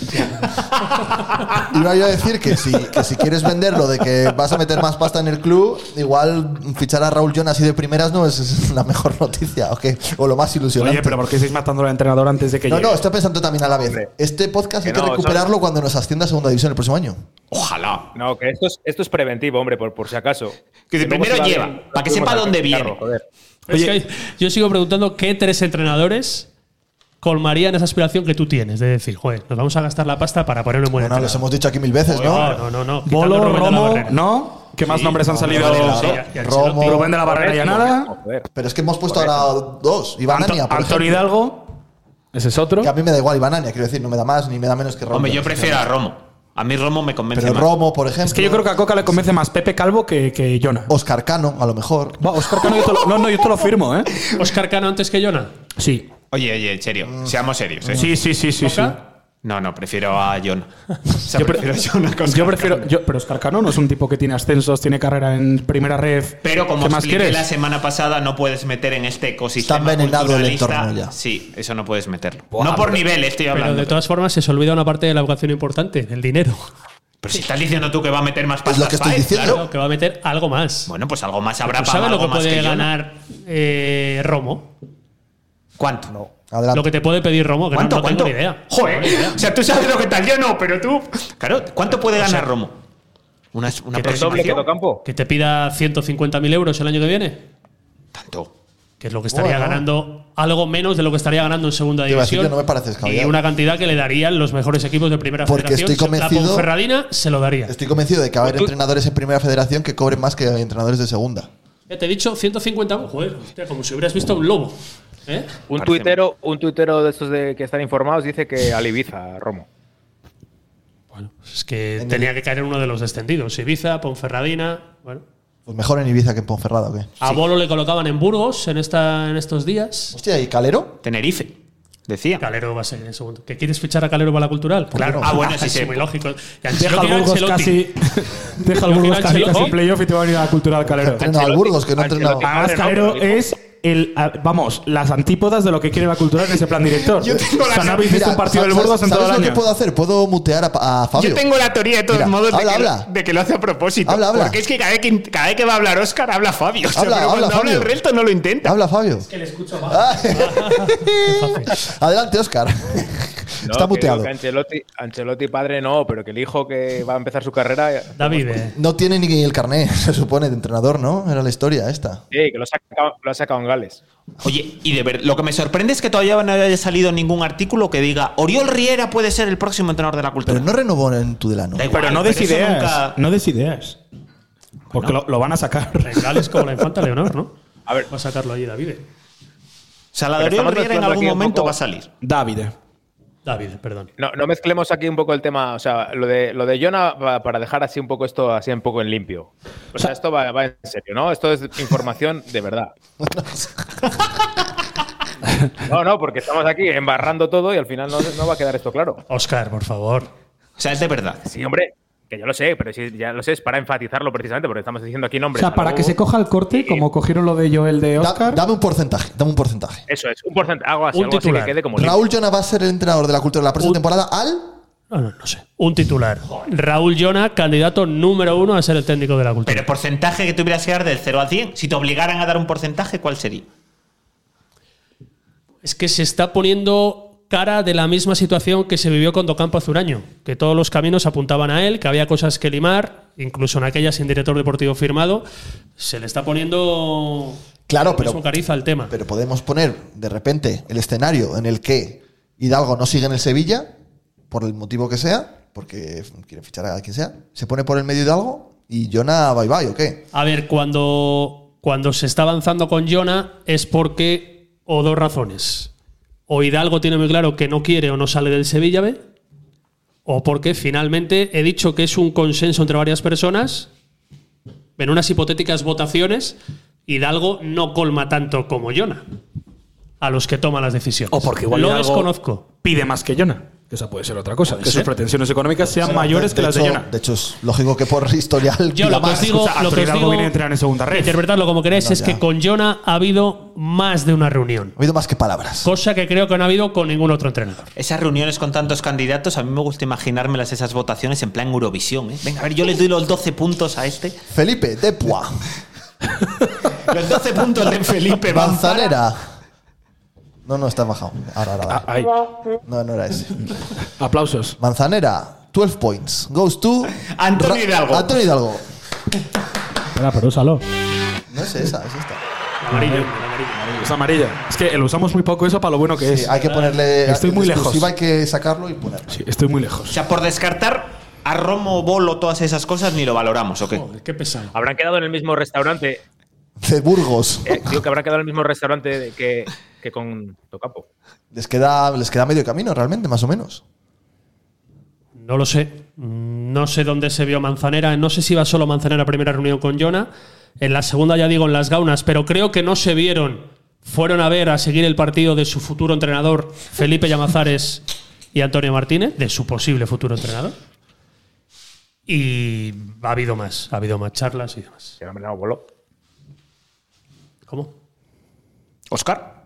Speaker 2: iba yo a decir que si, que si quieres venderlo de que vas a meter más pasta en el club, igual fichar a Raúl Jonas así de primeras no es la mejor noticia o, que, o lo más ilusionante.
Speaker 15: Oye, pero ¿por qué estáis matando al entrenador antes de que
Speaker 2: no,
Speaker 15: llegue?
Speaker 2: no, estoy pensando también a la vez.
Speaker 5: Hombre.
Speaker 2: Este podcast hay
Speaker 5: Que
Speaker 2: que
Speaker 5: no,
Speaker 2: recuperarlo cuando nos ascienda a segunda división el próximo año.
Speaker 6: Ojalá.
Speaker 5: No, que esto es, esto es preventivo, hombre, por, por si acaso.
Speaker 6: Que
Speaker 5: luego
Speaker 6: primero
Speaker 5: se va
Speaker 6: lleva,
Speaker 5: bien,
Speaker 6: para que sepa dónde viene.
Speaker 5: Claro, joder.
Speaker 3: Es que hay- yo sigo preguntando qué tres entrenadores colmarían esa aspiración que tú tienes. De decir, joder, nos vamos a gastar la pasta para poner un buen
Speaker 2: Bueno, los
Speaker 3: entrenador.
Speaker 2: hemos dicho aquí mil veces, Pues ¿no?
Speaker 3: No, no, no. no.
Speaker 15: Bolo,
Speaker 3: Quitando Rubén de la
Speaker 15: Romo,
Speaker 3: Barrera.
Speaker 15: ¿no? ¿Qué más nombres han salido?
Speaker 3: Rubén de la
Speaker 15: Sí.
Speaker 3: Barrera y Ancelotti.
Speaker 2: Romo.
Speaker 15: Rubén de la Barrera ya nada.
Speaker 5: Joder.
Speaker 2: Pero es que hemos puesto ahora dos. Iván
Speaker 15: Anto-
Speaker 2: Ania, por
Speaker 15: Antonio
Speaker 2: ejemplo.
Speaker 15: Hidalgo. Ese es otro.
Speaker 2: Que a mí me da igual Iván Ania, quiero decir, no me da más ni me da menos que Raúl.
Speaker 6: Hombre, yo
Speaker 2: Jonas.
Speaker 6: prefiero a Romo. A mí Romo me convence
Speaker 2: Pero
Speaker 6: más.
Speaker 2: Romo, por ejemplo.
Speaker 15: Es que yo creo que a Coca le convence más Pepe Calvo que, que Jonah.
Speaker 2: Oscar Cano, a lo mejor.
Speaker 15: Va, Oscar Cano, yo te lo, no, no, yo te lo firmo, ¿eh?
Speaker 3: Oscar Cano antes que Jonah.
Speaker 15: Sí.
Speaker 6: Oye, oye, en serio, seamos serios. ¿eh?
Speaker 15: Sí, sí, sí, sí. sí.
Speaker 3: ¿Coca?
Speaker 6: No, no, prefiero a John. O sea, prefiero a John a Oscar
Speaker 15: Yo prefiero.
Speaker 6: Cano.
Speaker 15: yo- pero Oscar Cano no es un tipo que tiene ascensos, tiene carrera en primera red.
Speaker 6: Pero como
Speaker 15: ¿Qué más
Speaker 6: expliqué
Speaker 15: quieres?
Speaker 6: la semana pasada, no puedes meter en este ecosistema.
Speaker 2: Está envenenado el
Speaker 6: culturalista.
Speaker 2: entorno ya.
Speaker 6: Sí, eso no puedes meterlo. no por nivel, estoy
Speaker 3: Pero
Speaker 6: hablando.
Speaker 3: de
Speaker 6: Pero,
Speaker 3: todas formas se os olvida una parte de la vocación importante, el dinero.
Speaker 6: si estás diciendo tú que va a meter más
Speaker 2: Es
Speaker 6: pasta
Speaker 2: lo que estoy
Speaker 6: Faez,
Speaker 2: diciendo.
Speaker 6: claro.
Speaker 3: Que va a meter algo más.
Speaker 6: Bueno, pues algo más habrá
Speaker 3: ¿Tú
Speaker 6: para
Speaker 3: sabes lo
Speaker 6: algo
Speaker 3: que
Speaker 6: más
Speaker 3: puede
Speaker 6: que Jonah.
Speaker 3: ganar eh, Romo?
Speaker 6: ¿Cuánto? No.
Speaker 2: Adelante.
Speaker 3: Lo que te puede pedir Romo, que no,
Speaker 6: ¿Cuánto?
Speaker 3: no
Speaker 6: ¿Cuánto?
Speaker 3: tengo ni idea.
Speaker 6: Joder. O sea, tú sabes lo que tal, yo no, pero tú. Claro, ¿cuánto puede ganar Romo? Una, una
Speaker 5: ¿El doble que
Speaker 6: aproximación.
Speaker 5: Tocampo?
Speaker 3: Que te pida 150.000 euros el año que viene,
Speaker 6: Tanto.
Speaker 3: que es lo que estaría
Speaker 2: Bueno.
Speaker 3: ganando algo menos de lo parece ganando en segunda
Speaker 2: Te iba a decir
Speaker 3: división.
Speaker 2: que no me parece descabellado.
Speaker 3: y una cantidad que le darían los mejores equipos de primera
Speaker 2: Porque
Speaker 3: federación.
Speaker 2: estoy convencido-
Speaker 3: La Ponferradina se lo daría.
Speaker 2: Estoy convencido de que va a haber entrenadores en primera federación que cobren más que entrenadores de segunda.
Speaker 3: Ya te he dicho 150. Joder, hostia, como si hubieras visto un lobo. ¿Eh?
Speaker 5: Un
Speaker 6: Parece-
Speaker 5: tuitero, un tuitero de estos de que están informados dice que aliviza a Romo.
Speaker 3: Bueno, es que tenía que caer en uno de los descendidos. Ibiza, Ponferradina. Bueno.
Speaker 2: Pues mejor en Ibiza que en Ponferrada, ¿o qué?
Speaker 3: A Bolo le colocaban en Burgos en, esta, en estos días.
Speaker 2: Hostia, ¿y Calero?
Speaker 6: Tenerife. Decía.
Speaker 3: Calero va a seguir en segundo. ¿Que quieres fichar a Calero para la cultural? Claro.
Speaker 2: no?
Speaker 6: Ah, bueno, sí,
Speaker 3: es
Speaker 6: sí.
Speaker 3: muy lógico. Y
Speaker 15: Deja
Speaker 3: Ancelotti
Speaker 15: al
Speaker 3: era
Speaker 15: Burgos
Speaker 3: Ancelotti.
Speaker 15: casi. Deja al
Speaker 3: Yo quiero
Speaker 15: Burgos casi,
Speaker 3: Ancelotti.
Speaker 15: casi en playoff y te va a venir a la cultura al calero.
Speaker 2: Entrena al Burgos, que no entrena.
Speaker 5: Ancelotti.
Speaker 15: Además,
Speaker 5: Madre, no,
Speaker 15: Calero
Speaker 5: pero dijo-
Speaker 15: es
Speaker 4: el, ah, vamos, las antípodas de lo que quiere la cultura en ese plan director.
Speaker 6: Yo tengo la-
Speaker 4: Sanabi hizo
Speaker 2: Mira,
Speaker 4: un partido
Speaker 2: ¿sabes-
Speaker 4: del Burgos en
Speaker 2: ¿Sabes
Speaker 4: todo el
Speaker 2: lo que
Speaker 4: año.
Speaker 2: puedo hacer? Puedo mutear a, a Fabio.
Speaker 6: Yo tengo la teoría de todos
Speaker 2: Mira,
Speaker 6: modos de,
Speaker 2: habla,
Speaker 6: que,
Speaker 2: habla.
Speaker 6: de que lo hace a propósito.
Speaker 2: Habla, habla.
Speaker 6: Porque es que cada vez que, cada vez que va a hablar Oscar, habla Fabio. O sea,
Speaker 2: Habla,
Speaker 6: pero
Speaker 2: habla,
Speaker 6: cuando habla el
Speaker 2: Fabio.
Speaker 6: resto no lo intenta.
Speaker 2: Habla Fabio.
Speaker 3: Que le escucho
Speaker 2: Ah, Adelante, Oscar.
Speaker 5: No,
Speaker 2: Está
Speaker 5: que
Speaker 2: muteado.
Speaker 5: digo que Ancelotti, Ancelotti padre no, pero que el hijo que va a empezar su carrera.
Speaker 3: David, eh,
Speaker 2: No tiene ni el carné, se supone, de entrenador, ¿no? Era la historia esta.
Speaker 5: Sí, que lo ha sacado, lo ha sacado en Gales.
Speaker 6: Oye, y de ver, lo que me sorprende es que todavía no haya salido ningún artículo que diga Oriol Riera puede ser el próximo entrenador de la cultura.
Speaker 2: Pero no renovó en Tudelano.
Speaker 6: Da igual,
Speaker 4: Pero no des
Speaker 6: eso
Speaker 4: ideas.
Speaker 6: nunca-
Speaker 4: No des ideas. Porque lo, lo van a sacar.
Speaker 3: regales como la infanta Leonor, ¿no?
Speaker 5: A ver.
Speaker 3: Va a sacarlo allí, David.
Speaker 6: O sea, la de
Speaker 5: Pero
Speaker 6: Oriol
Speaker 5: estamos
Speaker 6: Riera en
Speaker 5: mezclando
Speaker 6: algún
Speaker 5: aquí un
Speaker 6: momento
Speaker 5: poco-
Speaker 6: va a salir.
Speaker 4: David.
Speaker 3: David, perdón.
Speaker 5: No, no mezclemos aquí un poco el tema, o sea, lo de lo de Jonah pa- para dejar así un poco esto así un poco en limpio. O sea, esto va, va en serio, ¿no? Esto es información de verdad. No, no, porque estamos aquí embarrando todo y al final no, no va a quedar esto claro.
Speaker 3: Oscar, por favor.
Speaker 6: O sea, es de verdad.
Speaker 5: Sí, hombre, que yo lo sé, pero sí, ya lo sé, es para enfatizarlo precisamente, porque estamos diciendo aquí
Speaker 4: O
Speaker 5: nombres.
Speaker 4: sea, para
Speaker 5: ¿no?
Speaker 4: que se coja el corte,
Speaker 6: Eh,
Speaker 4: como cogieron lo de Joel de
Speaker 2: Da-
Speaker 4: Oscar.
Speaker 2: dame un porcentaje, dame un porcentaje.
Speaker 5: Eso es, un porcentaje, algo así,
Speaker 3: Un
Speaker 5: algo así que
Speaker 3: titular.
Speaker 5: quede como limpio.
Speaker 2: Raúl Jona va a ser el entrenador de la cultura de la próxima temporada al.
Speaker 3: No, no, no sé. Un titular. Raúl Llona, candidato número uno a ser el técnico de la
Speaker 6: Pero
Speaker 3: cultura.
Speaker 6: el porcentaje que tuvieras que dar del 0 al 100, si te obligaran a dar un porcentaje, ¿cuál sería?
Speaker 3: es que se está poniendo cara de la misma situación que se vivió con Docampo hace un año, que todos los caminos apuntaban a él, que había cosas que limar, incluso en aquella sin director deportivo firmado, se le está poniendo
Speaker 2: Claro,
Speaker 3: el
Speaker 2: pero-
Speaker 3: mismo cariz al tema.
Speaker 2: Pero podemos poner de repente el escenario en el que Hidalgo no sigue en el Sevilla, por el motivo que sea, porque quiere fichar a quien sea. Se pone por el medio Hidalgo y Jona bye bye, ¿o qué?
Speaker 3: A ver, cuando, cuando se está avanzando con Jonah es porque, o dos razones, o Hidalgo tiene muy claro que no quiere o no sale del Sevilla B, o porque finalmente he dicho que es un consenso entre varias personas, en unas hipotéticas votaciones, Hidalgo no colma tanto como Jonah a los que toman las decisiones.
Speaker 4: O porque igual
Speaker 3: Lo
Speaker 4: Hidalgo-
Speaker 3: desconozco.
Speaker 4: Pide más que Jonah. Que esa puede ser otra cosa. Que sus
Speaker 3: ser.
Speaker 4: pretensiones económicas sean mayores que las de
Speaker 2: hecho,
Speaker 4: Jonah.
Speaker 2: de hecho, es lógico que por historial.
Speaker 3: Yo
Speaker 2: pida
Speaker 3: lo que os
Speaker 2: más.
Speaker 3: digo,
Speaker 4: O sea,
Speaker 3: lo que
Speaker 4: Arturo
Speaker 3: os
Speaker 4: Hidalgo
Speaker 3: digo-
Speaker 4: viene a entrenar en segunda red.
Speaker 3: interpretadlo como queráis, es que con Jonah ha habido más de una reunión.
Speaker 2: Ha habido más que palabras.
Speaker 3: Cosa que creo que no ha habido con ningún otro entrenador.
Speaker 6: Esas reuniones con tantos candidatos, a mí me gusta imaginármelas esas votaciones en plan Eurovisión. ¿eh? Venga, a ver, yo le doy los 12 puntos a este.
Speaker 2: Felipe, Depua,
Speaker 6: Los 12 puntos de Felipe Manzanera.
Speaker 2: Manzanera. No, no, está bajado. Ahora, ahora,
Speaker 4: Ah,
Speaker 2: ahora.
Speaker 4: ahí.
Speaker 2: No, no era ese.
Speaker 4: Aplausos.
Speaker 2: Manzanera, 12 points. Goes to.
Speaker 6: Antonio
Speaker 2: Ra-
Speaker 6: Hidalgo.
Speaker 2: Antonio Hidalgo.
Speaker 4: Espera, pero úsalo.
Speaker 2: No es esa, es esta.
Speaker 3: Amarillo, amarillo.
Speaker 4: Es amarilla. Es que lo usamos muy poco eso para lo bueno que
Speaker 2: Sí,
Speaker 4: es.
Speaker 2: Eh, hay que ponerle.
Speaker 4: Estoy muy lejos.
Speaker 2: exclusiva, Hay que sacarlo y ponerlo.
Speaker 4: Sí, estoy muy
Speaker 6: O
Speaker 4: lejos.
Speaker 6: sea, por descartar a Romo, Bolo, todas esas cosas, ni lo valoramos, ¿o qué?
Speaker 3: Qué pesado.
Speaker 5: Habrán quedado en el mismo restaurante,
Speaker 2: De Burgos.
Speaker 5: eh, digo que habrán quedado en el mismo restaurante de- que, que con Tocapo.
Speaker 2: Les queda, les queda medio camino, realmente, más o menos.
Speaker 3: No lo sé. Mm, No sé dónde se vio Manzanera. No sé si iba solo Manzanera a primera reunión con Jonah. En la segunda, ya digo, en las gaunas, pero creo que no se vieron. Fueron a ver, a seguir el partido de su futuro entrenador, Felipe Llamazares y Antonio Martínez, de su posible futuro entrenador. Y ha habido más, ha habido más charlas y demás.
Speaker 5: Se llama Bernardo Bolo.
Speaker 3: ¿Cómo?
Speaker 6: Oscar.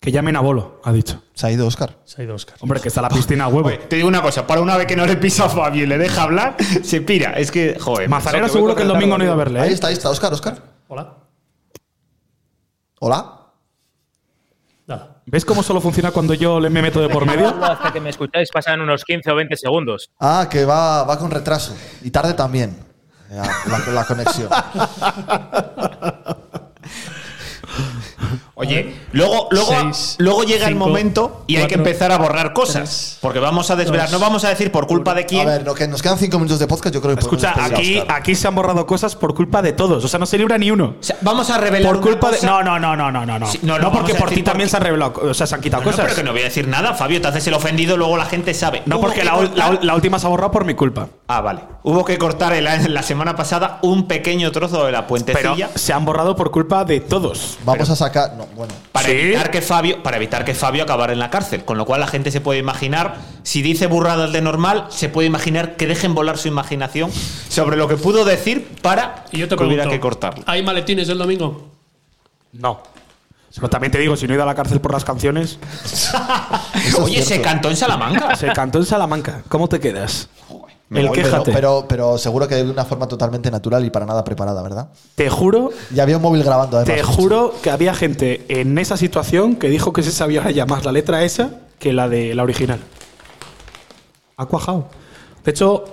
Speaker 4: Que llamen a Bolo, ha dicho.
Speaker 2: Se ha ido Oscar.
Speaker 3: Se ha ido Oscar.
Speaker 4: Hombre, que está la piscina a huevo.
Speaker 6: Te digo una cosa, para una vez que no le pisa a Fabio y le deja hablar, se pira. Es que, joder.
Speaker 4: Mazarero seguro que el domingo no ha ido a verle,
Speaker 2: Ahí
Speaker 4: ¿eh?
Speaker 2: está, ahí está, Oscar, Oscar.
Speaker 3: Hola.
Speaker 2: Hola.
Speaker 3: Nada.
Speaker 4: ¿Ves cómo solo funciona cuando yo le- me meto de por medio?
Speaker 5: Hasta que me escucháis pasan unos 15 o 20 segundos.
Speaker 2: Ah, que va, va con retraso. Y tarde también. Ya, La, la conexión.
Speaker 6: Oye, luego, luego,
Speaker 3: Seis,
Speaker 6: luego llega el
Speaker 3: cinco,
Speaker 6: momento y hay que
Speaker 3: cuatro,
Speaker 6: empezar a borrar cosas.
Speaker 3: tres,
Speaker 6: porque vamos a desvelar,
Speaker 3: dos,
Speaker 6: no vamos a decir por culpa de
Speaker 2: A
Speaker 6: quién.
Speaker 2: ver, lo que nos quedan cinco minutos de podcast, yo creo que podemos
Speaker 4: Escucha,
Speaker 6: Pues
Speaker 2: despedir a
Speaker 4: aquí,
Speaker 2: Óscar.
Speaker 4: aquí se han borrado cosas por culpa de todos. O sea, no se libra ni uno.
Speaker 6: O sea, vamos a revelar.
Speaker 4: Por
Speaker 6: una
Speaker 4: culpa de.
Speaker 6: cosa-
Speaker 4: No, no, no, no, no, no. No,
Speaker 6: Sí, no, no,
Speaker 4: no porque
Speaker 6: vamos a
Speaker 4: por ti
Speaker 6: decir
Speaker 4: también
Speaker 6: por-
Speaker 4: se han revelado. O sea, se han quitado
Speaker 6: No,
Speaker 4: cosas.
Speaker 6: pero que no voy a decir nada, Fabio. Te haces el ofendido, luego la gente sabe.
Speaker 4: No,
Speaker 6: Hubo
Speaker 4: porque
Speaker 6: que
Speaker 4: la, ul- la
Speaker 6: cortar-
Speaker 4: ul- la última se ha borrado por mi culpa.
Speaker 6: Ah, vale. Hubo que cortar el- la semana pasada un pequeño trozo de la
Speaker 4: Pero
Speaker 6: puentecilla
Speaker 4: se han borrado por culpa de todos.
Speaker 2: Vamos a sacar. No, bueno.
Speaker 6: para
Speaker 4: ¿Sí?
Speaker 6: evitar que Fabio para evitar que Fabio acabara en la cárcel. Con lo cual la gente se puede imaginar, si dice burradas de normal, se puede imaginar que dejen volar su imaginación sobre lo que pudo decir para
Speaker 3: Y yo te
Speaker 6: que hubiera
Speaker 3: pregunto,
Speaker 6: que cortarlo.
Speaker 3: ¿hay maletines el domingo?
Speaker 4: No. Pero también te digo, si no he ido a la cárcel por las canciones.
Speaker 3: Oye, se cantó en Salamanca.
Speaker 4: Se cantó en Salamanca. ¿Cómo te quedas?
Speaker 2: Me
Speaker 4: el
Speaker 2: voy, pero,
Speaker 4: quéjate.
Speaker 2: pero, pero seguro que de una forma totalmente natural y para nada preparada, ¿verdad?
Speaker 4: te juro,
Speaker 2: Y había un móvil grabando, además.
Speaker 4: te juro que había gente en esa situación que dijo que se sabía ahora ya más la letra esa que la de la original. Ha cuajado. De hecho,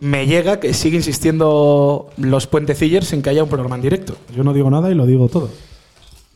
Speaker 4: me llega que sigue insistiendo los puentecillers en que haya un programa en directo.
Speaker 16: Yo no digo nada y lo digo todo.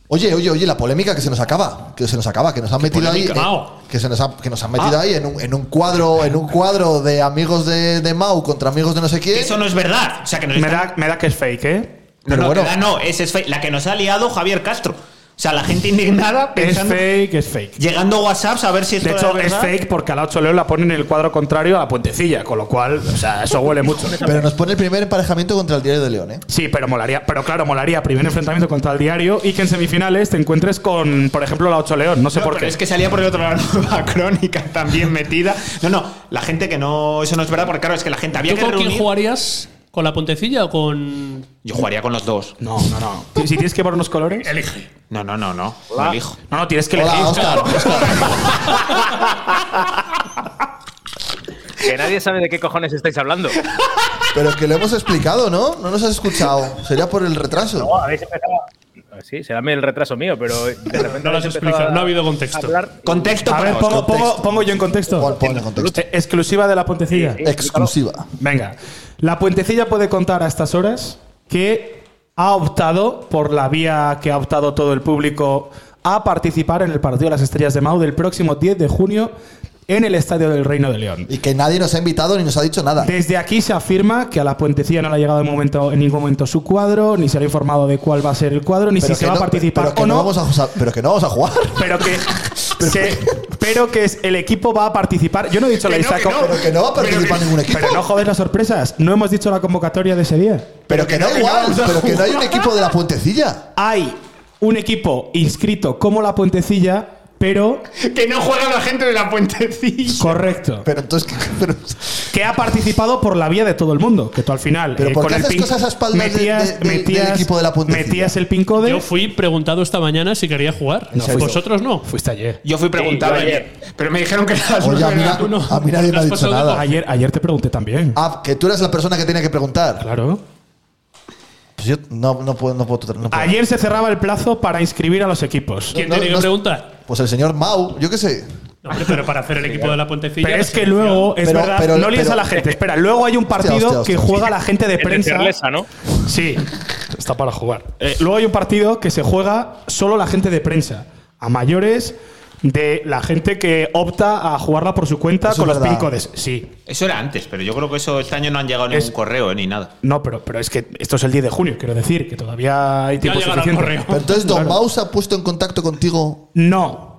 Speaker 2: Oye, oye, oye, la polémica que se nos acaba, que se nos acaba, que nos han metido
Speaker 17: polémica,
Speaker 2: ahí,
Speaker 17: Mao?
Speaker 2: eh, que se nos, ha- que nos han
Speaker 4: Ah.
Speaker 2: metido ahí en un, en un cuadro, en un cuadro de amigos de, de Mau contra amigos de no sé quién.
Speaker 3: Eso no es verdad. O sea, que nos
Speaker 4: Me
Speaker 3: están-
Speaker 4: da, me da que es fake, ¿eh?
Speaker 3: No,
Speaker 2: Pero
Speaker 3: no,
Speaker 2: bueno.
Speaker 3: que da- no, esa es fake. La que nos ha liado Javier Castro. O sea, la gente indignada
Speaker 4: Es
Speaker 3: pensando.
Speaker 4: fake, es fake.
Speaker 3: Llegando WhatsApp a ver si esto
Speaker 4: De
Speaker 3: era
Speaker 4: hecho, este es
Speaker 3: verdad.
Speaker 4: fake porque a la 8 Leo la ponen en el cuadro contrario a la puentecilla, con lo cual, o sea, eso huele mucho.
Speaker 2: Pero nos pone el primer emparejamiento contra el Diario de León, ¿eh?
Speaker 4: Sí, pero molaría, pero claro, molaría primer enfrentamiento contra el diario y que en semifinales te encuentres con, por ejemplo, la 8 León, no sé
Speaker 3: No,
Speaker 4: por
Speaker 3: pero
Speaker 4: qué.
Speaker 3: es que salía por el otro lado la nueva crónica también metida. No, no, la gente que no. Eso no es verdad, porque claro, es que la gente había
Speaker 17: ¿Tú
Speaker 3: que
Speaker 17: con quién
Speaker 3: reunir-
Speaker 17: jugarías? ¿Con la Pontecilla o con.?
Speaker 3: Yo jugaría con los dos.
Speaker 4: No, no, no. Ti- Si tienes que ver unos colores.
Speaker 17: Elige.
Speaker 3: No, no, no, no. No elijo.
Speaker 4: No, no, tienes que
Speaker 2: Hola,
Speaker 4: elegir.
Speaker 2: Oscar.
Speaker 6: Que nadie sabe de qué cojones estáis hablando.
Speaker 2: Pero que lo hemos explicado, ¿no? No nos has escuchado. Sería por el retraso.
Speaker 6: No, habéis empezado. Sí, será el retraso mío, pero de repente
Speaker 17: No lo has
Speaker 6: habéis empezado
Speaker 17: explicado,
Speaker 6: a-
Speaker 17: no ha habido contexto.
Speaker 6: a hablar.
Speaker 3: Contexto
Speaker 4: A ver,
Speaker 3: para vos.
Speaker 4: pongo, pongo- pongo yo en
Speaker 2: Pon,
Speaker 4: contexto.
Speaker 2: pon el contexto.
Speaker 4: Eh, Exclusiva de la puentecilla.
Speaker 2: Exclusiva.
Speaker 4: Venga, la puentecilla puede contar a estas horas que ha optado por la vía que ha optado todo el público a participar en el partido de las Estrellas de Mau del próximo 10 de junio en el Estadio del Reino de León.
Speaker 2: Y que nadie nos ha invitado ni nos ha dicho nada.
Speaker 4: Desde aquí se afirma que a la puentecilla no le ha llegado de momento, en ningún momento su cuadro, ni se le ha informado de cuál va a ser el cuadro, ni si
Speaker 2: Pero
Speaker 4: se
Speaker 2: que
Speaker 4: va
Speaker 2: no-
Speaker 4: a participar
Speaker 2: pero que
Speaker 4: o no.
Speaker 2: vamos a jugar- pero que no vamos a jugar.
Speaker 4: Pero que, se- pero que es- el equipo va a participar. Yo no he dicho la lista. co-
Speaker 2: Pero que no va a participar ningún equipo.
Speaker 4: Pero no jodes las sorpresas. No hemos dicho la convocatoria de ese día.
Speaker 2: Pero que no igual, pero que no hay un equipo de la puentecilla.
Speaker 4: Hay un equipo inscrito como la puentecilla, pero
Speaker 3: Que no juega la gente de la puentecilla.
Speaker 4: correcto.
Speaker 2: Pero entonces, ¿qué- pero,
Speaker 4: Que ha participado por la vía de todo el mundo. Que tú al final. eh,
Speaker 2: Pero ¿por qué
Speaker 4: el
Speaker 2: haces
Speaker 4: pin-
Speaker 2: cosas a espaldas de-
Speaker 4: metías-
Speaker 2: de- de- del
Speaker 4: metías-
Speaker 2: equipo de la puentecilla?
Speaker 4: Metías el pin code.
Speaker 17: Yo fui preguntado esta mañana si quería jugar.
Speaker 4: fuiste.
Speaker 17: Vosotros no.
Speaker 4: Fuiste ayer.
Speaker 3: Yo fui preguntado
Speaker 6: Sí, yo
Speaker 3: ayer, pero me dijeron que era las
Speaker 2: oye, a
Speaker 3: nueve
Speaker 2: mí,
Speaker 3: de la-
Speaker 2: na- a mí nadie me ha
Speaker 17: Has
Speaker 2: dicho
Speaker 17: pasado de
Speaker 2: nada.
Speaker 4: Ayer, ayer te pregunté también.
Speaker 2: Ah, que tú eras la persona que tenía que preguntar.
Speaker 4: Claro.
Speaker 2: Pues yo no, no puedo, no puedo, no puedo.
Speaker 4: Ayer se cerraba el plazo para inscribir a los equipos.
Speaker 17: ¿Quién
Speaker 2: No,
Speaker 17: tenía
Speaker 2: no-
Speaker 17: que preguntar?
Speaker 2: Pues el señor Mau, yo qué sé.
Speaker 17: No, hombre, pero para hacer el equipo de la Pontecilla.
Speaker 4: Pero es
Speaker 17: la
Speaker 4: que
Speaker 17: selección.
Speaker 4: luego, es
Speaker 2: Pero-
Speaker 4: verdad,
Speaker 2: pero-
Speaker 4: no líes
Speaker 2: pero-
Speaker 4: a la gente. Espera, luego hay un partido
Speaker 2: Hostia, hostia,
Speaker 4: que
Speaker 2: hostia.
Speaker 4: juega la gente de
Speaker 6: El de
Speaker 4: prensa.
Speaker 6: Cerlesa, ¿no?
Speaker 17: pues,
Speaker 4: Sí, está para jugar. Eh, luego hay un partido que se juega solo la gente de prensa, a mayores de la gente que opta a jugarla por su cuenta
Speaker 2: Eso
Speaker 4: con
Speaker 2: es
Speaker 4: los
Speaker 2: verdad.
Speaker 4: pincodes. Sí.
Speaker 3: Eso era antes, pero yo creo que eso este año no han llegado ningún
Speaker 4: Es-
Speaker 3: correo eh, ni nada.
Speaker 4: No, pero, pero es que esto es el 10 de junio, quiero decir, que todavía hay tiempo
Speaker 17: Ya llegará el
Speaker 4: suficiente.
Speaker 17: correo.
Speaker 2: Pero entonces Don Mau se ha puesto en contacto contigo.
Speaker 4: No.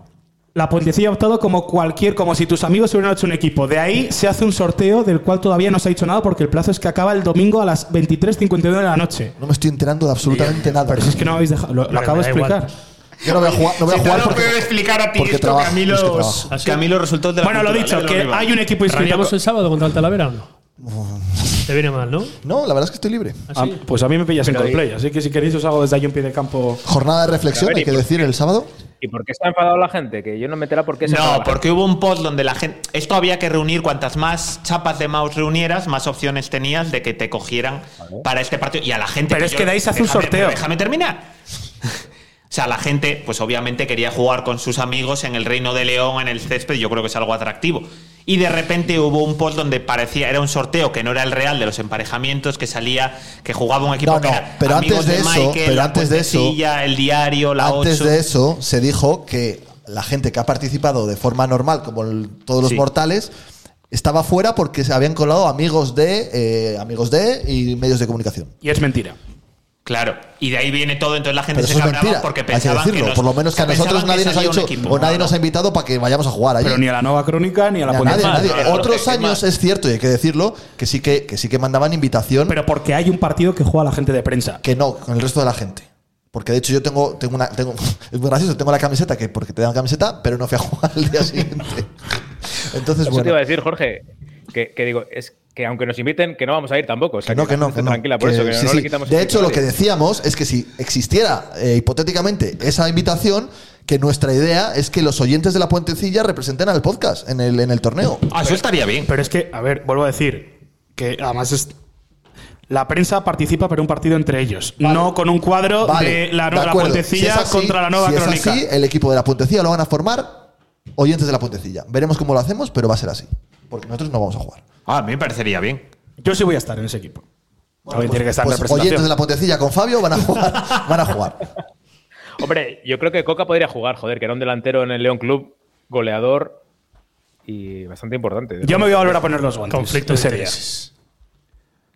Speaker 4: La puentecilla ha optado como cualquier, como si tus amigos hubieran hecho un equipo. De ahí se hace un sorteo del cual todavía no se ha dicho nada porque el plazo es que acaba el domingo a las 23.59 de la noche.
Speaker 2: No me estoy enterando de absolutamente nada.
Speaker 4: Pero si es que no habéis dejado. Lo, lo acabo de
Speaker 17: me da igual.
Speaker 4: explicar.
Speaker 2: Yo no voy a jugar, no voy a
Speaker 3: Si te
Speaker 2: jugar
Speaker 3: lo
Speaker 2: porque,
Speaker 3: puedo explicar a ti
Speaker 2: porque
Speaker 3: esto,
Speaker 2: trabajo,
Speaker 3: que a mí
Speaker 2: es que
Speaker 3: los,
Speaker 2: trabajo.
Speaker 17: ¿Ah,
Speaker 3: que a mí los resultados de la
Speaker 4: Bueno, lo
Speaker 3: cultura,
Speaker 4: dicho,
Speaker 3: ¿eh?
Speaker 4: que
Speaker 3: Lo
Speaker 4: hay un equipo inscrito.
Speaker 17: ¿Rayamos Pues el sábado contra el Talavera o no? Te viene mal, ¿no?
Speaker 2: No, la verdad es que estoy libre.
Speaker 4: Ah, pues a mí me pillas en Coldplay, así que si queréis os hago desde ahí un pie de campo.
Speaker 2: Jornada de reflexión,
Speaker 6: Pero a ver,
Speaker 2: hay que
Speaker 6: ¿y por
Speaker 2: decir, el sábado.
Speaker 6: ¿Y por qué está enfadado la gente? Que yo no me entera por qué se enfada
Speaker 3: No,
Speaker 6: la
Speaker 3: porque hubo un post donde la gente. Esto había que reunir cuantas más chapas de mouse reunieras, más opciones tenías de que te cogieran para este partido. Y a la gente.
Speaker 4: Pero es que de ahí se hace un
Speaker 3: Déjame-
Speaker 4: sorteo.
Speaker 3: Déjame terminar. O sea, la gente, pues obviamente quería jugar con sus amigos en el Reino de León, en el césped, y yo creo que es algo atractivo. Y de repente hubo un post donde parecía, era un sorteo que no era el real de los emparejamientos, que salía, que jugaba un equipo
Speaker 2: No,
Speaker 3: que
Speaker 2: no,
Speaker 3: era
Speaker 2: pero
Speaker 3: amigos
Speaker 2: antes de eso, pero
Speaker 3: la
Speaker 2: antes de eso-
Speaker 3: Puentecilla, el diario, la
Speaker 2: Antes
Speaker 3: 8.
Speaker 2: de eso, se dijo que la gente que ha participado de forma normal, como el- todos los
Speaker 3: Sí.
Speaker 2: mortales, estaba fuera porque se habían colado amigos de, eh, amigos de y medios de comunicación.
Speaker 4: Y es mentira.
Speaker 3: Claro, y de ahí viene todo, entonces la gente
Speaker 2: Pero
Speaker 3: se
Speaker 2: eso es
Speaker 3: cabraba
Speaker 2: mentira.
Speaker 3: porque
Speaker 2: Hay que
Speaker 3: pensaban
Speaker 2: decirlo.
Speaker 3: que nos-
Speaker 2: Por lo menos que a
Speaker 3: o pensaban
Speaker 2: nosotros
Speaker 3: que
Speaker 2: nadie nos ha
Speaker 3: salía un
Speaker 2: dicho
Speaker 3: equipo. Ah,
Speaker 2: o nadie
Speaker 3: No,
Speaker 2: nos ha invitado para que vayamos a jugar allí.
Speaker 4: Pero ni a la nueva crónica ni a la
Speaker 2: Ni a
Speaker 4: puentecilla.
Speaker 2: nadie, nadie.
Speaker 3: Además, no,
Speaker 2: Otros
Speaker 3: porque,
Speaker 2: años
Speaker 3: ¿qué más?
Speaker 2: es cierto y hay que decirlo que sí que, que sí que mandaban invitación
Speaker 4: Pero porque hay un partido que juega la gente de prensa.
Speaker 2: que no con el resto de la gente. Porque de hecho yo tengo, tengo una, tengo, es muy gracioso, tengo la camiseta que porque te dan camiseta, pero no fui a jugar al día siguiente. Entonces,
Speaker 6: Eso te iba a
Speaker 2: bueno,
Speaker 6: decir, Jorge. Que, que digo, es
Speaker 18: que aunque nos inviten, que no vamos a ir tampoco. O sea,
Speaker 2: Que no, que no,
Speaker 18: esté
Speaker 2: que no.
Speaker 18: Tranquila por
Speaker 2: Que
Speaker 18: eso, que
Speaker 2: sí,
Speaker 18: no
Speaker 2: sí.
Speaker 18: le quitamos
Speaker 2: De
Speaker 18: el
Speaker 2: hecho,
Speaker 18: sitio a
Speaker 2: lo que
Speaker 18: nadie.
Speaker 2: decíamos es que si existiera eh, hipotéticamente esa invitación, que nuestra idea es que los oyentes de la puentecilla representen al podcast en el, en el torneo.
Speaker 12: Ah, eso estaría bien.
Speaker 4: Pero es que, a ver, vuelvo a decir que además es. La prensa participa pero un partido entre ellos, no con un cuadro
Speaker 2: Vale,
Speaker 4: Oh, de la,
Speaker 2: de
Speaker 4: nueva
Speaker 2: acuerdo. Si
Speaker 4: puentecilla
Speaker 2: es así-
Speaker 4: contra la nueva
Speaker 2: si es
Speaker 4: crónica.
Speaker 2: así, el equipo de la puentecilla lo van a formar oyentes de la puentecilla. Veremos cómo lo hacemos, pero va a ser así. Porque nosotros no vamos a jugar.
Speaker 12: Ah, a mí me parecería bien.
Speaker 4: Yo sí voy a estar en ese equipo. También tiene que estar en
Speaker 2: Pues oyentes
Speaker 4: representación.
Speaker 2: de la puentecilla con Fabio van a jugar. Van a jugar.
Speaker 18: Hombre, yo creo que Coca podría jugar, joder, que era un delantero en el León Club, goleador y bastante importante.
Speaker 4: Yo me voy a volver a poner los guantes.
Speaker 3: Conflicto
Speaker 4: en
Speaker 3: de
Speaker 4: serio.
Speaker 3: intereses.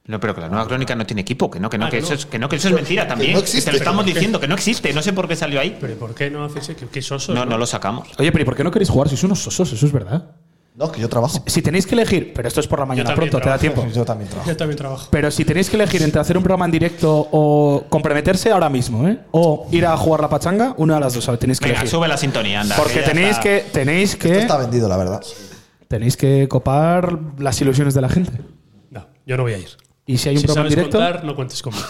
Speaker 12: No, pero que la nueva crónica no tiene equipo, que no, que no,
Speaker 3: Ah,
Speaker 12: que,
Speaker 3: no.
Speaker 12: Eso es, que no, que eso es mentira también.
Speaker 2: no
Speaker 12: que
Speaker 2: existe.
Speaker 12: te lo estamos
Speaker 3: Pero-
Speaker 12: diciendo, que no existe. No sé por qué salió ahí.
Speaker 3: Pero ¿y por qué no haces eso? ¿Qué soso?
Speaker 12: No, no lo sacamos.
Speaker 4: Oye, pero ¿y por qué no queréis jugar si sois unos sosos? Eso es verdad.
Speaker 2: No, que yo trabajo.
Speaker 4: Si tenéis que elegir, pero esto es por la mañana
Speaker 3: también
Speaker 4: pronto, te da
Speaker 3: trabajo.
Speaker 4: tiempo.
Speaker 2: Yo también trabajo.
Speaker 3: Yo también trabajo.
Speaker 4: Pero si tenéis que elegir entre hacer un programa en directo o comprometerse ahora mismo, ¿eh? O ir a jugar la pachanga, una de las dos, ¿sabes? Tenéis que
Speaker 12: Venga,
Speaker 4: elegir.
Speaker 12: sube la sintonía, anda.
Speaker 4: Porque
Speaker 12: que ya
Speaker 4: tenéis
Speaker 12: está.
Speaker 4: que, tenéis
Speaker 2: Esto
Speaker 4: que,
Speaker 2: está vendido, la verdad.
Speaker 4: tenéis que copar las ilusiones de la gente.
Speaker 3: No, yo no voy a ir.
Speaker 4: Y si hay un
Speaker 3: si
Speaker 4: programa
Speaker 3: sabes
Speaker 4: en directo,
Speaker 3: contar, no cuentes conmigo.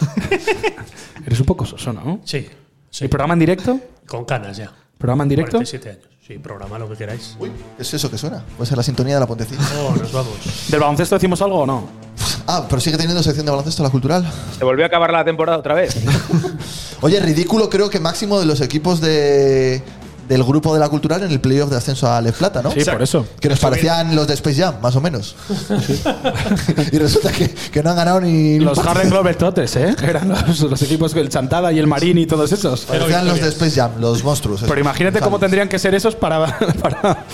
Speaker 4: eres un poco soso, ¿no?
Speaker 3: Sí, sí.
Speaker 4: ¿Y programa en directo?
Speaker 3: Con canas ya.
Speaker 4: ¿Programa en directo?
Speaker 3: 47 años. Sí, programa lo que queráis.
Speaker 2: Uy, ¿qué es eso que suena? Puede ser la sintonía de la puentecilla.
Speaker 3: Oh, nos vamos.
Speaker 4: ¿Del baloncesto decimos algo o no?
Speaker 2: Ah, pero sigue teniendo sección de baloncesto la cultural.
Speaker 18: ¿Se volvió a acabar la temporada otra vez?
Speaker 2: Oye, ridículo creo que máximo de los equipos de, del grupo de la cultural en el playoff de ascenso a Les Plata, ¿no?
Speaker 4: Sí, por eso.
Speaker 2: Que nos parecían los de Space Jam, más o menos. y resulta que, que no han ganado ni.
Speaker 4: Los
Speaker 2: ni-
Speaker 4: Harlem Globetrotters, ¿eh? Eran los, los equipos, el Chantada y el Marín y todos esos.
Speaker 2: Parecían los de Space Jam, los monstruos.
Speaker 4: Pero
Speaker 2: esos.
Speaker 4: imagínate cómo
Speaker 2: Infales.
Speaker 4: tendrían que ser esos para. para-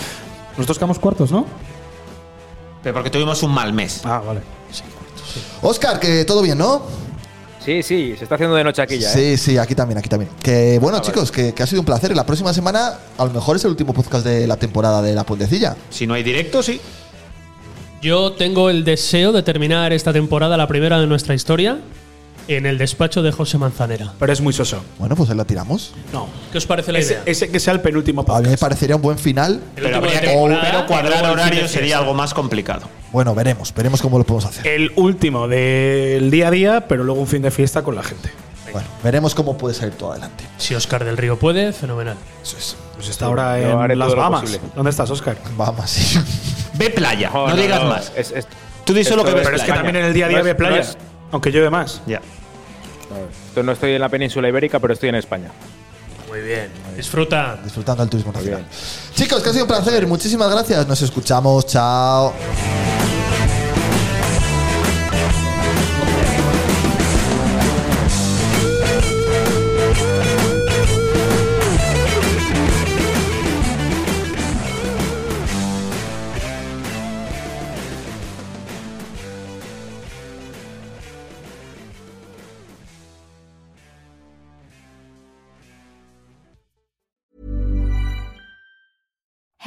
Speaker 4: Nosotros quedamos cuartos, ¿no?
Speaker 12: Pero porque tuvimos un mal mes.
Speaker 4: Ah, vale.
Speaker 2: Oscar, que todo bien, ¿no?
Speaker 18: Sí, sí, se está haciendo de noche aquí ya. ¿eh?
Speaker 2: Sí, sí, aquí también, aquí también. Que bueno, chicos, que, que ha sido un placer. La próxima semana, a lo mejor es el último podcast de la temporada de La Puentecilla.
Speaker 12: Si no hay directo, sí.
Speaker 3: Yo tengo el deseo de terminar esta temporada, la primera de nuestra historia, en el despacho de José Manzanera.
Speaker 4: Pero es muy soso.
Speaker 2: Bueno, pues ahí la tiramos.
Speaker 4: No.
Speaker 3: ¿Qué os parece la
Speaker 4: Ese,
Speaker 3: idea?
Speaker 4: ese que sea el penúltimo
Speaker 2: A mí me
Speaker 4: podcast.
Speaker 2: parecería un buen final.
Speaker 3: El
Speaker 12: Pero,
Speaker 3: último de
Speaker 12: habría que,
Speaker 3: temporada,
Speaker 12: pero
Speaker 3: y
Speaker 12: cuadrar
Speaker 3: luego el fin de
Speaker 12: horario
Speaker 3: fiesta.
Speaker 12: sería algo más complicado.
Speaker 2: Bueno, veremos, veremos cómo lo podemos hacer.
Speaker 4: El último del día a día, pero luego un fin de fiesta con la gente.
Speaker 2: Bueno, veremos cómo puede salir todo adelante.
Speaker 3: Si Oscar del Río puede, fenomenal.
Speaker 4: Pues está ahora
Speaker 18: Yo haré
Speaker 4: en las
Speaker 18: todo lo
Speaker 4: Bahamas.
Speaker 18: posible.
Speaker 4: ¿Dónde estás, Oscar?
Speaker 2: Vamos, sí.
Speaker 12: Ve playa,
Speaker 18: Oh,
Speaker 12: no, digas más.
Speaker 18: es- es-
Speaker 12: Tú di solo
Speaker 18: esto
Speaker 12: que ves
Speaker 4: Pero es que
Speaker 12: playa.
Speaker 4: también en el día a día
Speaker 18: No es-
Speaker 4: ve
Speaker 18: no
Speaker 4: playas.
Speaker 18: es-
Speaker 4: Aunque llueve más.
Speaker 12: Ya.
Speaker 18: esto no estoy en la península ibérica, pero estoy en España.
Speaker 3: Muy bien. Disfruta.
Speaker 2: disfrutando del turismo nacional. Chicos, que ha sido un placer. Muchísimas gracias. Nos escuchamos. Chao.